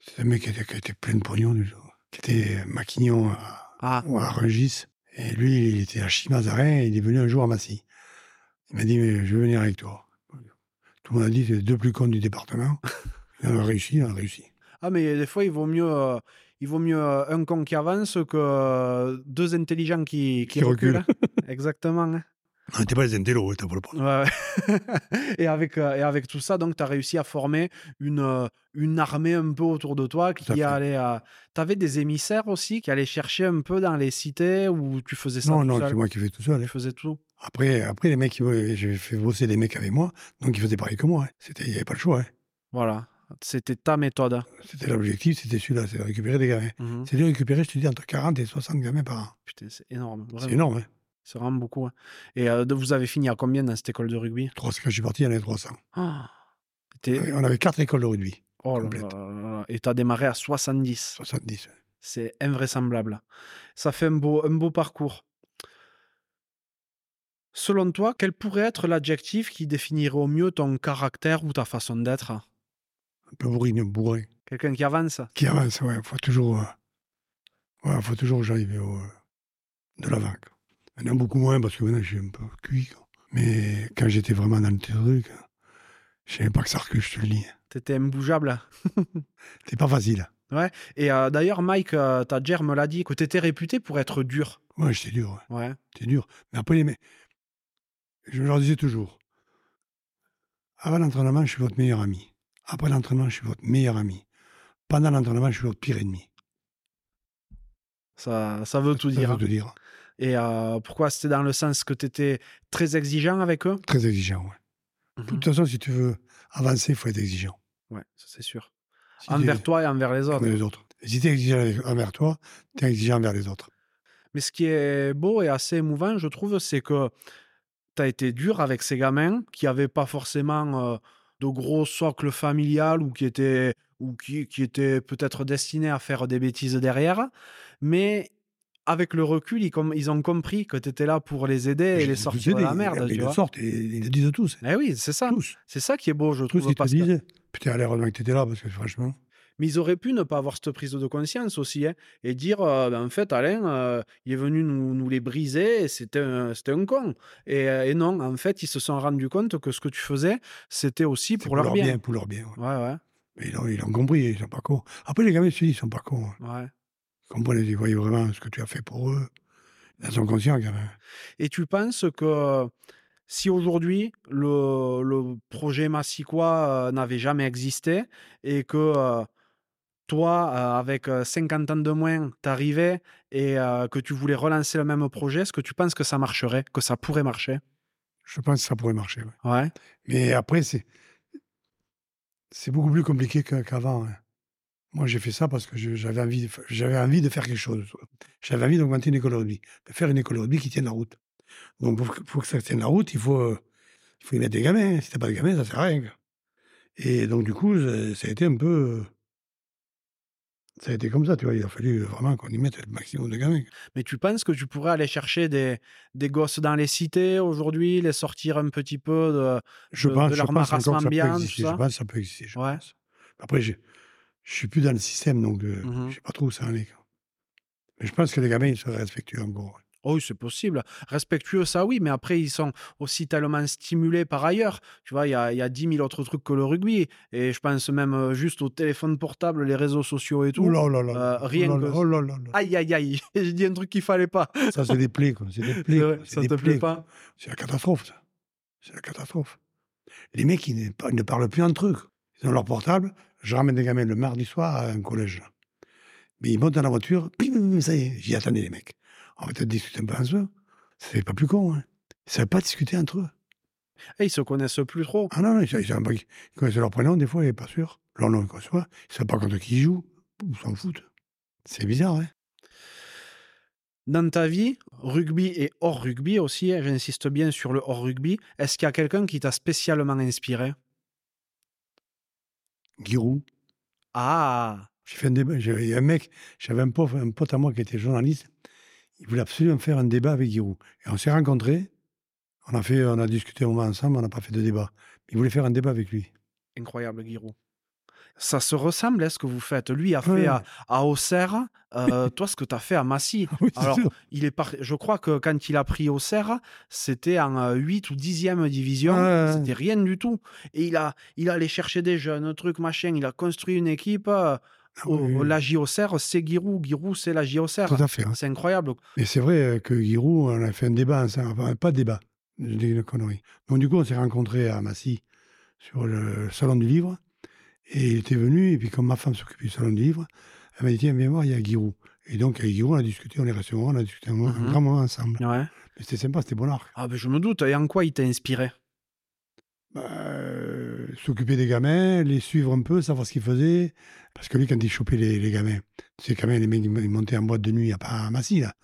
[SPEAKER 1] C'est un mec qui était, qui était plein de pognon, du jour, qui était maquignon à,
[SPEAKER 2] Ah,
[SPEAKER 1] ou à Rungis. Et lui, il était à Chimazarin, et il est venu un jour à Massy. Il m'a dit, mais je veux venir avec toi. Tout le monde a dit, c'est les deux plus cons du département. Et on a réussi, on a réussi.
[SPEAKER 2] Ah, mais des fois, il vaut mieux, euh, il vaut mieux euh, un con qui avance que euh, deux intelligents qui, qui,
[SPEAKER 1] Qui
[SPEAKER 2] reculent.
[SPEAKER 1] reculent.
[SPEAKER 2] hein. Exactement. hein.
[SPEAKER 1] On n'était pas les intellos, hein, t'as pas le problème.
[SPEAKER 2] Ouais, ouais. et, avec, euh, et avec tout ça, donc, tu as réussi à former une, euh, une armée un peu autour de toi
[SPEAKER 1] à
[SPEAKER 2] qui
[SPEAKER 1] fait.
[SPEAKER 2] allait. Tu avais des émissaires aussi qui allaient chercher un peu dans les cités où tu faisais ça
[SPEAKER 1] Non,
[SPEAKER 2] tout
[SPEAKER 1] non,
[SPEAKER 2] seul.
[SPEAKER 1] c'est moi qui fais tout seul. hein.
[SPEAKER 2] Tu faisais tout.
[SPEAKER 1] Après, après les mecs, ils- j'ai fait bosser des mecs avec moi, donc ils faisaient pareil que moi. hein. C'était, il n'y avait pas le choix. hein.
[SPEAKER 2] Voilà. C'était ta méthode. hein.
[SPEAKER 1] C'était l'objectif, c'était celui-là, c'est de récupérer des hein. gamins.
[SPEAKER 2] Mhm.
[SPEAKER 1] C'est de récupérer, je te dis, entre 40 et 60 gamins par an.
[SPEAKER 2] Putain, c'est énorme.
[SPEAKER 1] C'est
[SPEAKER 2] vraiment.
[SPEAKER 1] énorme. Hein.
[SPEAKER 2] C'est vraiment beaucoup. hein. Et euh, de- vous avez fini à combien dans cette école de rugby
[SPEAKER 1] 300, quand je suis parti, il y en avait 300.
[SPEAKER 2] Ah. T'es-
[SPEAKER 1] On avait quatre écoles de rugby,
[SPEAKER 2] Oh là
[SPEAKER 1] complète.
[SPEAKER 2] là là là. Et t'as démarré à 70.
[SPEAKER 1] 70.
[SPEAKER 2] C'est invraisemblable. Ça fait un beau, un beau parcours. Selon toi, quel pourrait être l'adjectif qui définirait au mieux ton caractère ou ta façon d'être
[SPEAKER 1] Un peu bourrin, bourrin.
[SPEAKER 2] Quelqu'un qui avance
[SPEAKER 1] Qui avance, ouais, faut toujours. euh, ouais, faut toujours que j'arrive au, euh, de l'avant. quoi. Maintenant, beaucoup moins, parce que maintenant, je suis un peu cuit. quoi. Mais quand j'étais vraiment dans le truc, hein, je savais pas que ça recule, je te le dis. hein.
[SPEAKER 2] T'étais imbougeable.
[SPEAKER 1] C'était pas facile.
[SPEAKER 2] Et euh, d'ailleurs, Mike, euh, ta Jer me l'a dit, que t'étais réputé pour être dur.
[SPEAKER 1] Ouais, j'étais dur. hein. ouais.
[SPEAKER 2] Ouais.
[SPEAKER 1] C'est dur. Mais après, les mecs, je leur disais toujours, avant l'entraînement, je suis votre meilleur ami. Après l'entraînement, je suis votre meilleur ami. Pendant l'entraînement, je suis votre pire ennemi.
[SPEAKER 2] Ça, ça veut tout
[SPEAKER 1] Ça
[SPEAKER 2] dire.
[SPEAKER 1] veut tout dire.
[SPEAKER 2] Et euh, pourquoi c'était dans le sens que t'étais très exigeant avec eux
[SPEAKER 1] Très exigeant. ouais. De
[SPEAKER 2] Mhm.
[SPEAKER 1] toute façon, si tu veux avancer, il faut être exigeant.
[SPEAKER 2] Ouais, ça, c'est sûr.
[SPEAKER 1] Si
[SPEAKER 2] Envers
[SPEAKER 1] t'es-
[SPEAKER 2] toi et envers les autres.
[SPEAKER 1] envers les autres. Et Si tu es exigeant avec- envers toi, tu es exigeant envers les autres.
[SPEAKER 2] Mais ce qui est beau et assez émouvant, je trouve, c'est que tu as été dur avec ces gamins qui n'avaient pas forcément euh, de gros socle familial ou qui étaient, ou qui, qui étaient peut-être destinés à faire des bêtises derrière. Mais avec le recul, ils, com- ils ont compris que tu étais là pour les aider et
[SPEAKER 1] Je
[SPEAKER 2] les
[SPEAKER 1] dis,
[SPEAKER 2] sortir
[SPEAKER 1] tu sais,
[SPEAKER 2] de la
[SPEAKER 1] ils-
[SPEAKER 2] merde.
[SPEAKER 1] Ils
[SPEAKER 2] tu
[SPEAKER 1] le
[SPEAKER 2] vois.
[SPEAKER 1] sortent, et ils le disent tous.
[SPEAKER 2] Eh oui, c'est ça.
[SPEAKER 1] Tous.
[SPEAKER 2] C'est ça qui est beau, je
[SPEAKER 1] Tous,
[SPEAKER 2] trouve.
[SPEAKER 1] ils te
[SPEAKER 2] parce que-
[SPEAKER 1] disent. Putain, allez, heureusement que tu étais là, parce que franchement.
[SPEAKER 2] Mais ils auraient pu ne pas avoir cette prise de conscience aussi, hein, et dire, euh, Ben, en fait, Alain, euh, il est venu nous, nous les briser, et c'était un, c'était un con. Et, euh, et non, en fait, ils se sont rendus compte que ce que tu faisais, c'était aussi
[SPEAKER 1] c'est
[SPEAKER 2] pour, leur, bien.
[SPEAKER 1] Pour leur bien. ouais.
[SPEAKER 2] Ouais,
[SPEAKER 1] Mais ils l'ont- ils l'ont compris, ils sont pas cons. Après, les gamins, je te dis, ils sont pas cons. hein.
[SPEAKER 2] ouais, ouais.
[SPEAKER 1] Ils comprennent, ils voient vraiment ce que tu as fait pour eux. Ils en sont conscients, quand même.
[SPEAKER 2] Et tu penses que si aujourd'hui le, le projet Massicois euh, n'avait jamais existé et que euh, toi, euh, avec euh, 50 ans de moins, t'arrivais et euh, que tu voulais relancer le même projet, est-ce que tu penses que ça marcherait, que ça pourrait marcher
[SPEAKER 1] Je pense que ça pourrait marcher. ouais.
[SPEAKER 2] Ouais.
[SPEAKER 1] Mais après, c'est c'est beaucoup plus compliqué que- qu'avant. hein. Moi, j'ai fait ça parce que je- j'avais envie, de fa- j'avais envie de faire quelque chose. J'avais envie d'augmenter une économie, de faire une économie qui tienne la route. Donc, pour que, pour que ça tienne la route, il faut, euh, il faut y mettre des gamins. hein. Si t'as pas de gamins, ça sert à rien. quoi. Et donc, du coup, ça ça a été un peu... euh, Ça a été comme ça, tu vois. Il a fallu vraiment qu'on y mette le maximum de gamins. quoi.
[SPEAKER 2] Mais tu penses que tu pourrais aller chercher des, des gosses dans les cités aujourd'hui, les sortir un petit peu de...
[SPEAKER 1] Je
[SPEAKER 2] De-
[SPEAKER 1] pense,
[SPEAKER 2] de
[SPEAKER 1] je
[SPEAKER 2] leur
[SPEAKER 1] pense encore que ça
[SPEAKER 2] marasme ambiant,
[SPEAKER 1] peut
[SPEAKER 2] tout
[SPEAKER 1] exister.
[SPEAKER 2] ça
[SPEAKER 1] Je pense que ça peut exister. je
[SPEAKER 2] Ouais.
[SPEAKER 1] pense. Après, je je suis plus dans le système, donc euh,
[SPEAKER 2] Mhm.
[SPEAKER 1] je sais pas trop où ça en est. quoi. Mais je pense que les gamins, ils seraient respectueux, en gros.
[SPEAKER 2] Oh oui, c'est possible. Respectueux, ça oui, mais après, ils sont aussi tellement stimulés par ailleurs. Tu vois, il y a, il y a 10 000 autres trucs que le rugby. Et je pense même euh, juste au téléphone portable, les réseaux sociaux et tout.
[SPEAKER 1] Ouh Oh là là là.
[SPEAKER 2] Euh, rien
[SPEAKER 1] Ouh là
[SPEAKER 2] que-
[SPEAKER 1] là, oh là là là.
[SPEAKER 2] Aïe, aïe, aïe, j'ai dit un truc qu'il fallait pas.
[SPEAKER 1] Ça, c'est des plaies, quoi. C'est des
[SPEAKER 2] C'est
[SPEAKER 1] plaies.
[SPEAKER 2] vrai,
[SPEAKER 1] quoi. C'est
[SPEAKER 2] ça
[SPEAKER 1] des
[SPEAKER 2] te
[SPEAKER 1] plaies,
[SPEAKER 2] plaît pas
[SPEAKER 1] C'est la catastrophe, ça. C'est la catastrophe. Les mecs, ils, ne par- ils ne parlent plus entre eux. quoi. Ils ont leur portable. Je ramène des gamins le mardi soir à un collège. là. Mais ils montent dans la voiture. pim, pim, pim, Ça y est, j'y attendais les mecs. On va peut-être discuter un peu entre eux. Ça fait pas plus con. Hein. Ils savent pas discuter entre eux.
[SPEAKER 2] Eh, Ils se connaissent plus trop.
[SPEAKER 1] Ah non, non, ils, savent- ils savent pas- ils connaissent leur prénom, des fois, ils n'est pas sûr. Leur nom, ils connaissent pas. Ils savent pas contre qui ils jouent. Ils s'en foutent. C'est bizarre, hein.
[SPEAKER 2] Dans ta vie, rugby et hors rugby aussi, hein, j'insiste bien sur le hors rugby, est-ce qu'il y a quelqu'un qui t'a spécialement inspiré
[SPEAKER 1] Giroud.
[SPEAKER 2] Ah
[SPEAKER 1] J'ai fait un débat. j'ai- Il y a un mec, j'avais un pote, un pote à moi qui était journaliste. Il voulait absolument faire un débat avec Giroud. Et on s'est rencontrés. On a, fait, on a discuté un moment ensemble, on n'a pas fait de débat. Il voulait faire un débat avec lui.
[SPEAKER 2] Incroyable, Giroud. Ça se ressemble, est ce que vous faites Lui a fait
[SPEAKER 1] Ouais.
[SPEAKER 2] à, à Auxerre, euh, toi, ce que tu as fait à Massy.
[SPEAKER 1] Oui, c'est
[SPEAKER 2] Alors,
[SPEAKER 1] sûr.
[SPEAKER 2] Il est par- Je crois que quand il a pris Auxerre, c'était en euh, 8 ou 10e division.
[SPEAKER 1] Ouais.
[SPEAKER 2] C'était rien du tout. Et il a, il a allé chercher des jeunes, un truc, machin. Il a construit une équipe. euh,
[SPEAKER 1] Ah
[SPEAKER 2] au-
[SPEAKER 1] oui, oui.
[SPEAKER 2] La J-Auxerre, c'est Giroud. Giroud, c'est la J-Auxerre.
[SPEAKER 1] Tout à fait. hein.
[SPEAKER 2] C'est incroyable.
[SPEAKER 1] Mais c'est vrai euh, que Giroud, on a fait un débat ensemble. Enfin, pas débat, je dis une connerie. Donc, du coup, on s'est rencontrés à Massy sur le salon du livre. Et il était venu, et puis comme ma femme s'occupait du salon du livre, elle m'a dit Tiens, viens voir, il y a Giroud. Et donc, avec Giroud, on a discuté, on est restés, on a discuté un, mo- un
[SPEAKER 2] Mhm.
[SPEAKER 1] grand moment ensemble.
[SPEAKER 2] Ouais.
[SPEAKER 1] Mais C'était sympa, c'était bon arc.
[SPEAKER 2] Ah, ben, je me doute. Et en quoi il t'a inspiré
[SPEAKER 1] Bah, euh, S'occuper des gamins, les suivre un peu, savoir ce qu'ils faisaient. Parce que lui, quand il chopait les, les gamins, tu sais, quand même, les mecs, ils montaient en boîte de nuit à, pas à Massy, là.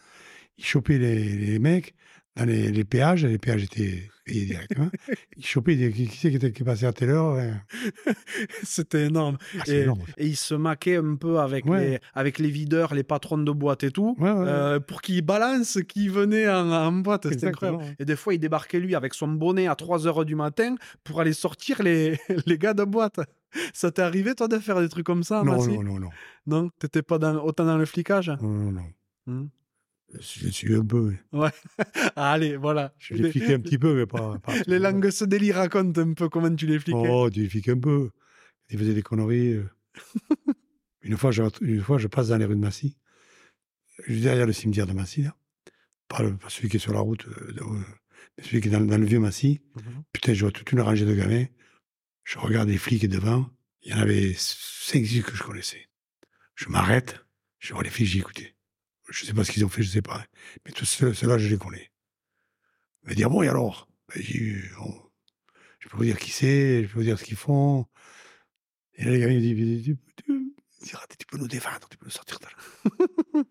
[SPEAKER 1] Il chopait les, les mecs dans les, les péages, les péages étaient payés directement. Il chopait, des, qui, qui c'est qui, était- qui passait à telle heure ouais.
[SPEAKER 2] C'était énorme.
[SPEAKER 1] Ah, c'est énorme.
[SPEAKER 2] Et il se maquait un peu avec,
[SPEAKER 1] Ouais.
[SPEAKER 2] les, avec les videurs, les patrons de boîte et tout.
[SPEAKER 1] Ouais, ouais.
[SPEAKER 2] euh, pour qu'ils balancent, qui venait en, en boîte. C'était
[SPEAKER 1] Exactement,
[SPEAKER 2] incroyable.
[SPEAKER 1] ouais.
[SPEAKER 2] Et des fois, il débarquait lui avec son bonnet à 3 h du matin pour aller sortir les, les gars de boîte. Ça t'est arrivé, toi, de faire des trucs comme ça en
[SPEAKER 1] Non,
[SPEAKER 2] Asie
[SPEAKER 1] non, non, non.
[SPEAKER 2] Non T'étais pas dans- autant dans le flicage
[SPEAKER 1] non, non, non.
[SPEAKER 2] Hum.
[SPEAKER 1] Je suis un peu.
[SPEAKER 2] Ah, Allez, voilà.
[SPEAKER 1] Je l'ai piqué un petit peu, mais pas. pas-
[SPEAKER 2] Les langues se délient, raconte un peu comment tu les hein. fliquais.
[SPEAKER 1] Oh, tu les flics un peu. Ils faisaient des conneries. euh. une, fois, je, une fois, je passe dans les rues de Massy. Je suis derrière le cimetière de Massy, là. Pas, le- pas celui qui est sur la route, euh, de- euh, mais celui qui est dans, dans le vieux Massy.
[SPEAKER 2] Mhm.
[SPEAKER 1] Putain, je vois toute une rangée de gamins. Je regarde les flics devant. Il y en avait 5 six que je connaissais. Je m'arrête. Je vois les flics, j'ai écouté. Je sais pas ce qu'ils ont fait, je sais pas. Mais tous ceux- ceux-là, je les connais. Ils me dire, bon, et alors Ben, j'ai eu- on- je peux vous dire qui c'est, je peux vous dire ce qu'ils font. Et là, les gars, ils disent, tu, tu- tu- tu peux nous défendre, tu peux nous sortir de là.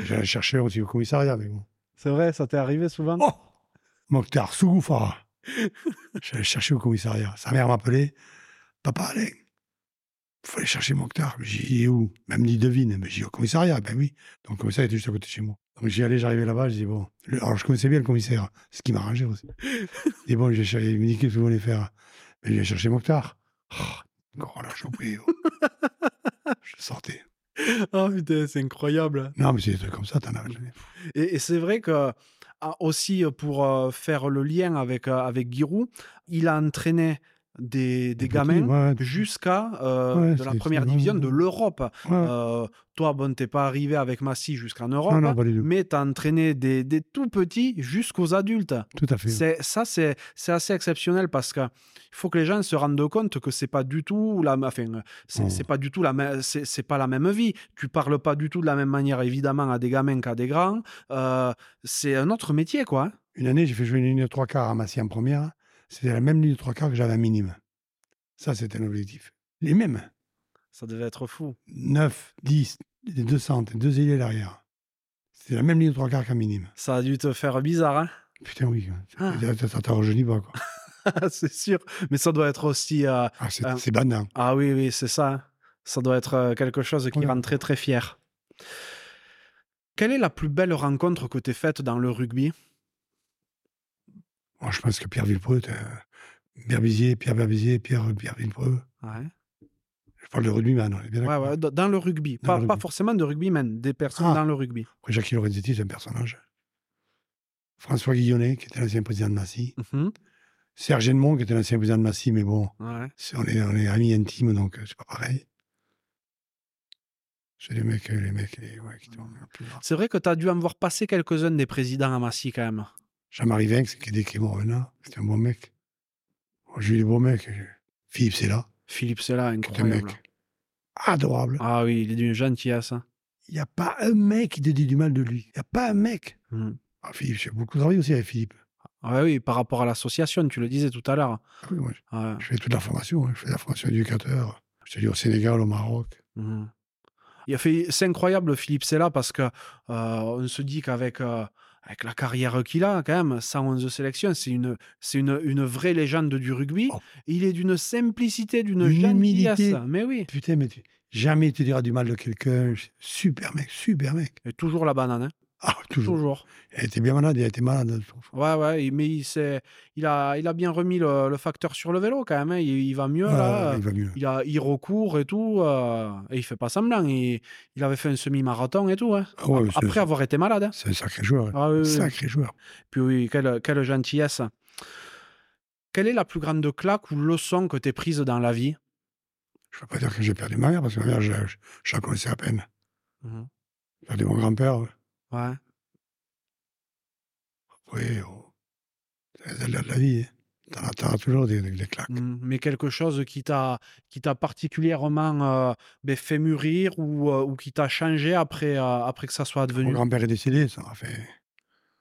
[SPEAKER 1] J'allais chercher aussi au commissariat, mais bon.
[SPEAKER 2] C'est vrai, ça t'est arrivé souvent
[SPEAKER 1] Oh Mokhtar Sougoufara. J'allais chercher au commissariat. Sa mère m'appelait. Papa, allez, faut aller chercher Mokhtar. J'ai dit, il est où Elle me dit, devine. Mais j'ai dit, au commissariat. Ben oui. Donc, le commissariat était juste à côté de chez moi. Donc, j'y allais, j'arrivais là-bas. Je dis, bon. Le- Alors, je connaissais bien le commissaire, ce qui m'arrangeait aussi. Et bon, j'ai cherché, il me dit, qu'est-ce que vous voulez faire Ben, je vais chercher Mokhtar. Oh, encore la chopée. oh. je sortais.
[SPEAKER 2] Oh putain, c'est incroyable.
[SPEAKER 1] Non, mais c'est des trucs comme ça, t'en as. jamais.
[SPEAKER 2] Et, et c'est vrai que ah, aussi euh, pour euh, faire le lien avec euh, avec Giroud, il a entraîné des, des
[SPEAKER 1] petits,
[SPEAKER 2] gamins
[SPEAKER 1] ouais, des-
[SPEAKER 2] jusqu'à euh,
[SPEAKER 1] Ouais,
[SPEAKER 2] de la
[SPEAKER 1] c'est-
[SPEAKER 2] première
[SPEAKER 1] c'est-
[SPEAKER 2] division de l'Europe.
[SPEAKER 1] ouais.
[SPEAKER 2] Euh, toi, bon, t'es pas arrivé avec Massy jusqu'en Europe,
[SPEAKER 1] non, non, pas du tout.
[SPEAKER 2] mais t'as entraîné des, des tout petits jusqu'aux adultes.
[SPEAKER 1] Tout à fait.
[SPEAKER 2] C'est ça, c'est c'est assez exceptionnel parce que il faut que les gens se rendent compte que c'est pas du tout la, enfin, euh, c'est
[SPEAKER 1] Oh.
[SPEAKER 2] c'est pas du tout la, mê- c'est c'est pas la même vie. Tu parles pas du tout de la même manière évidemment à des gamins qu'à des grands. Euh, c'est un autre métier quoi. hein.
[SPEAKER 1] Une année, j'ai fait jouer une ligne de trois quarts à Massy en première. C'était la même ligne de trois quarts que j'avais à minime. Ça, c'était un objectif. Les mêmes.
[SPEAKER 2] Ça devait être fou.
[SPEAKER 1] 9, 10, les deux centres, deux ailiers à l'arrière. C'était la même ligne de trois quarts qu'à minime.
[SPEAKER 2] Ça a dû te faire bizarre, hein
[SPEAKER 1] Putain, oui.
[SPEAKER 2] Ah.
[SPEAKER 1] Ça- Ça, ça t'a rajeuni pas, quoi.
[SPEAKER 2] c'est sûr. Mais ça doit être aussi. euh,
[SPEAKER 1] Ah, c'est
[SPEAKER 2] Ah.
[SPEAKER 1] c'est bandant.
[SPEAKER 2] Ah oui, oui, c'est ça. hein. Ça doit être euh, quelque chose qui
[SPEAKER 1] Oui.
[SPEAKER 2] rend très très fier. Quelle est la plus belle rencontre que t'aies faite dans le rugby
[SPEAKER 1] Moi, je pense que Pierre Villepreux, t'as- Pierre Bizier, Pierre Berbizier, Pierre, Pierre Villepreux.
[SPEAKER 2] Ouais.
[SPEAKER 1] Je parle de rugbyman, on est bien
[SPEAKER 2] Ouais,
[SPEAKER 1] d'accord.
[SPEAKER 2] ouais, d- dans le rugby.
[SPEAKER 1] Dans
[SPEAKER 2] pas,
[SPEAKER 1] le rugby.
[SPEAKER 2] pas forcément de rugbymen, des personnes
[SPEAKER 1] Ah.
[SPEAKER 2] dans le rugby.
[SPEAKER 1] Après, Jackie Lorenzetti, c'est un personnage. François Guillonnet, qui était l'ancien président de Massy.
[SPEAKER 2] Mhm,
[SPEAKER 1] Serge Edmond, qui était l'ancien président de Massy, mais bon,
[SPEAKER 2] ouais.
[SPEAKER 1] c'est- on, est, on est amis intimes, donc euh, c'est pas pareil. C'est les mecs, euh, les mecs, les, ouais, qui tournent le plus loin.
[SPEAKER 2] C'est vrai que tu as dû en voir passer quelques-uns des présidents à Massy quand même.
[SPEAKER 1] Jean-Marie Vinx, qui est, qui est mort maintenant, c'était un bon mec. Bon, J'ai eu des bons mecs. euh, Philippe, c'est là,
[SPEAKER 2] Philippe Sella,
[SPEAKER 1] c'est un mec
[SPEAKER 2] incroyable.
[SPEAKER 1] adorable.
[SPEAKER 2] Ah oui, il est d'une gentillesse. hein.
[SPEAKER 1] Il n'y a pas un mec qui te dit du mal de lui. Il n'y a pas un mec.
[SPEAKER 2] Mm.
[SPEAKER 1] Ah, Philippe, j'ai beaucoup travaillé aussi avec Philippe.
[SPEAKER 2] Ah oui, par rapport à l'association, tu le disais tout à l'heure.
[SPEAKER 1] Ah oui, moi,
[SPEAKER 2] Ouais.
[SPEAKER 1] je fais toute la formation. hein. Je fais la formation éducateur. Je suis au Sénégal, au Maroc.
[SPEAKER 2] Mhm. Il a fait, c'est incroyable Philippe Sella parce que euh, on se dit qu'avec euh, avec la carrière qu'il a quand même, 111 sélections, c'est une c'est une, une vraie légende du rugby.
[SPEAKER 1] Oh.
[SPEAKER 2] Il est d'une simplicité, d'une
[SPEAKER 1] D'une
[SPEAKER 2] gentillesse.
[SPEAKER 1] humilité.
[SPEAKER 2] Mais oui,
[SPEAKER 1] Putain, mais tu- jamais tu diras du mal de quelqu'un. Super mec, super mec.
[SPEAKER 2] et toujours la banane, hein.
[SPEAKER 1] Ah, toujours.
[SPEAKER 2] toujours.
[SPEAKER 1] Il a été bien malade, il a été malade. je trouve.
[SPEAKER 2] Ouais, ouais, il- mais il, s'est- il, a, il a bien remis le, le facteur sur le vélo quand même. hein. Il, il va mieux là.
[SPEAKER 1] Ah, il va mieux.
[SPEAKER 2] Il, a, il recourt et tout. euh, et il fait pas semblant. Il, il avait fait un semi-marathon et tout. hein.
[SPEAKER 1] Ah ouais, c'est-
[SPEAKER 2] Après avoir été malade. hein.
[SPEAKER 1] C'est un sacré joueur.
[SPEAKER 2] Ah oui, oui, oui.
[SPEAKER 1] Sacré joueur.
[SPEAKER 2] Puis oui, quelle, quelle gentillesse. Quelle est la plus grande claque ou leçon que t'es prise dans la vie
[SPEAKER 1] Je ne peux pas dire que j'ai perdu ma mère, parce que ma mère, je, je, je la connaissais à peine.
[SPEAKER 2] Mhm.
[SPEAKER 1] J'ai perdu mon grand-père.
[SPEAKER 2] Ouais.
[SPEAKER 1] Oui, oh. c'est la, la- la vie. hein. T'en as- t'en as toujours des, des- des claques.
[SPEAKER 2] Mm, Mais quelque chose qui t'a qui t'a particulièrement euh, ben, fait mûrir ou, euh, ou qui t'a changé après, euh, après que ça soit
[SPEAKER 1] Mon
[SPEAKER 2] advenu.
[SPEAKER 1] grand-père est décédé, ça m'a fait.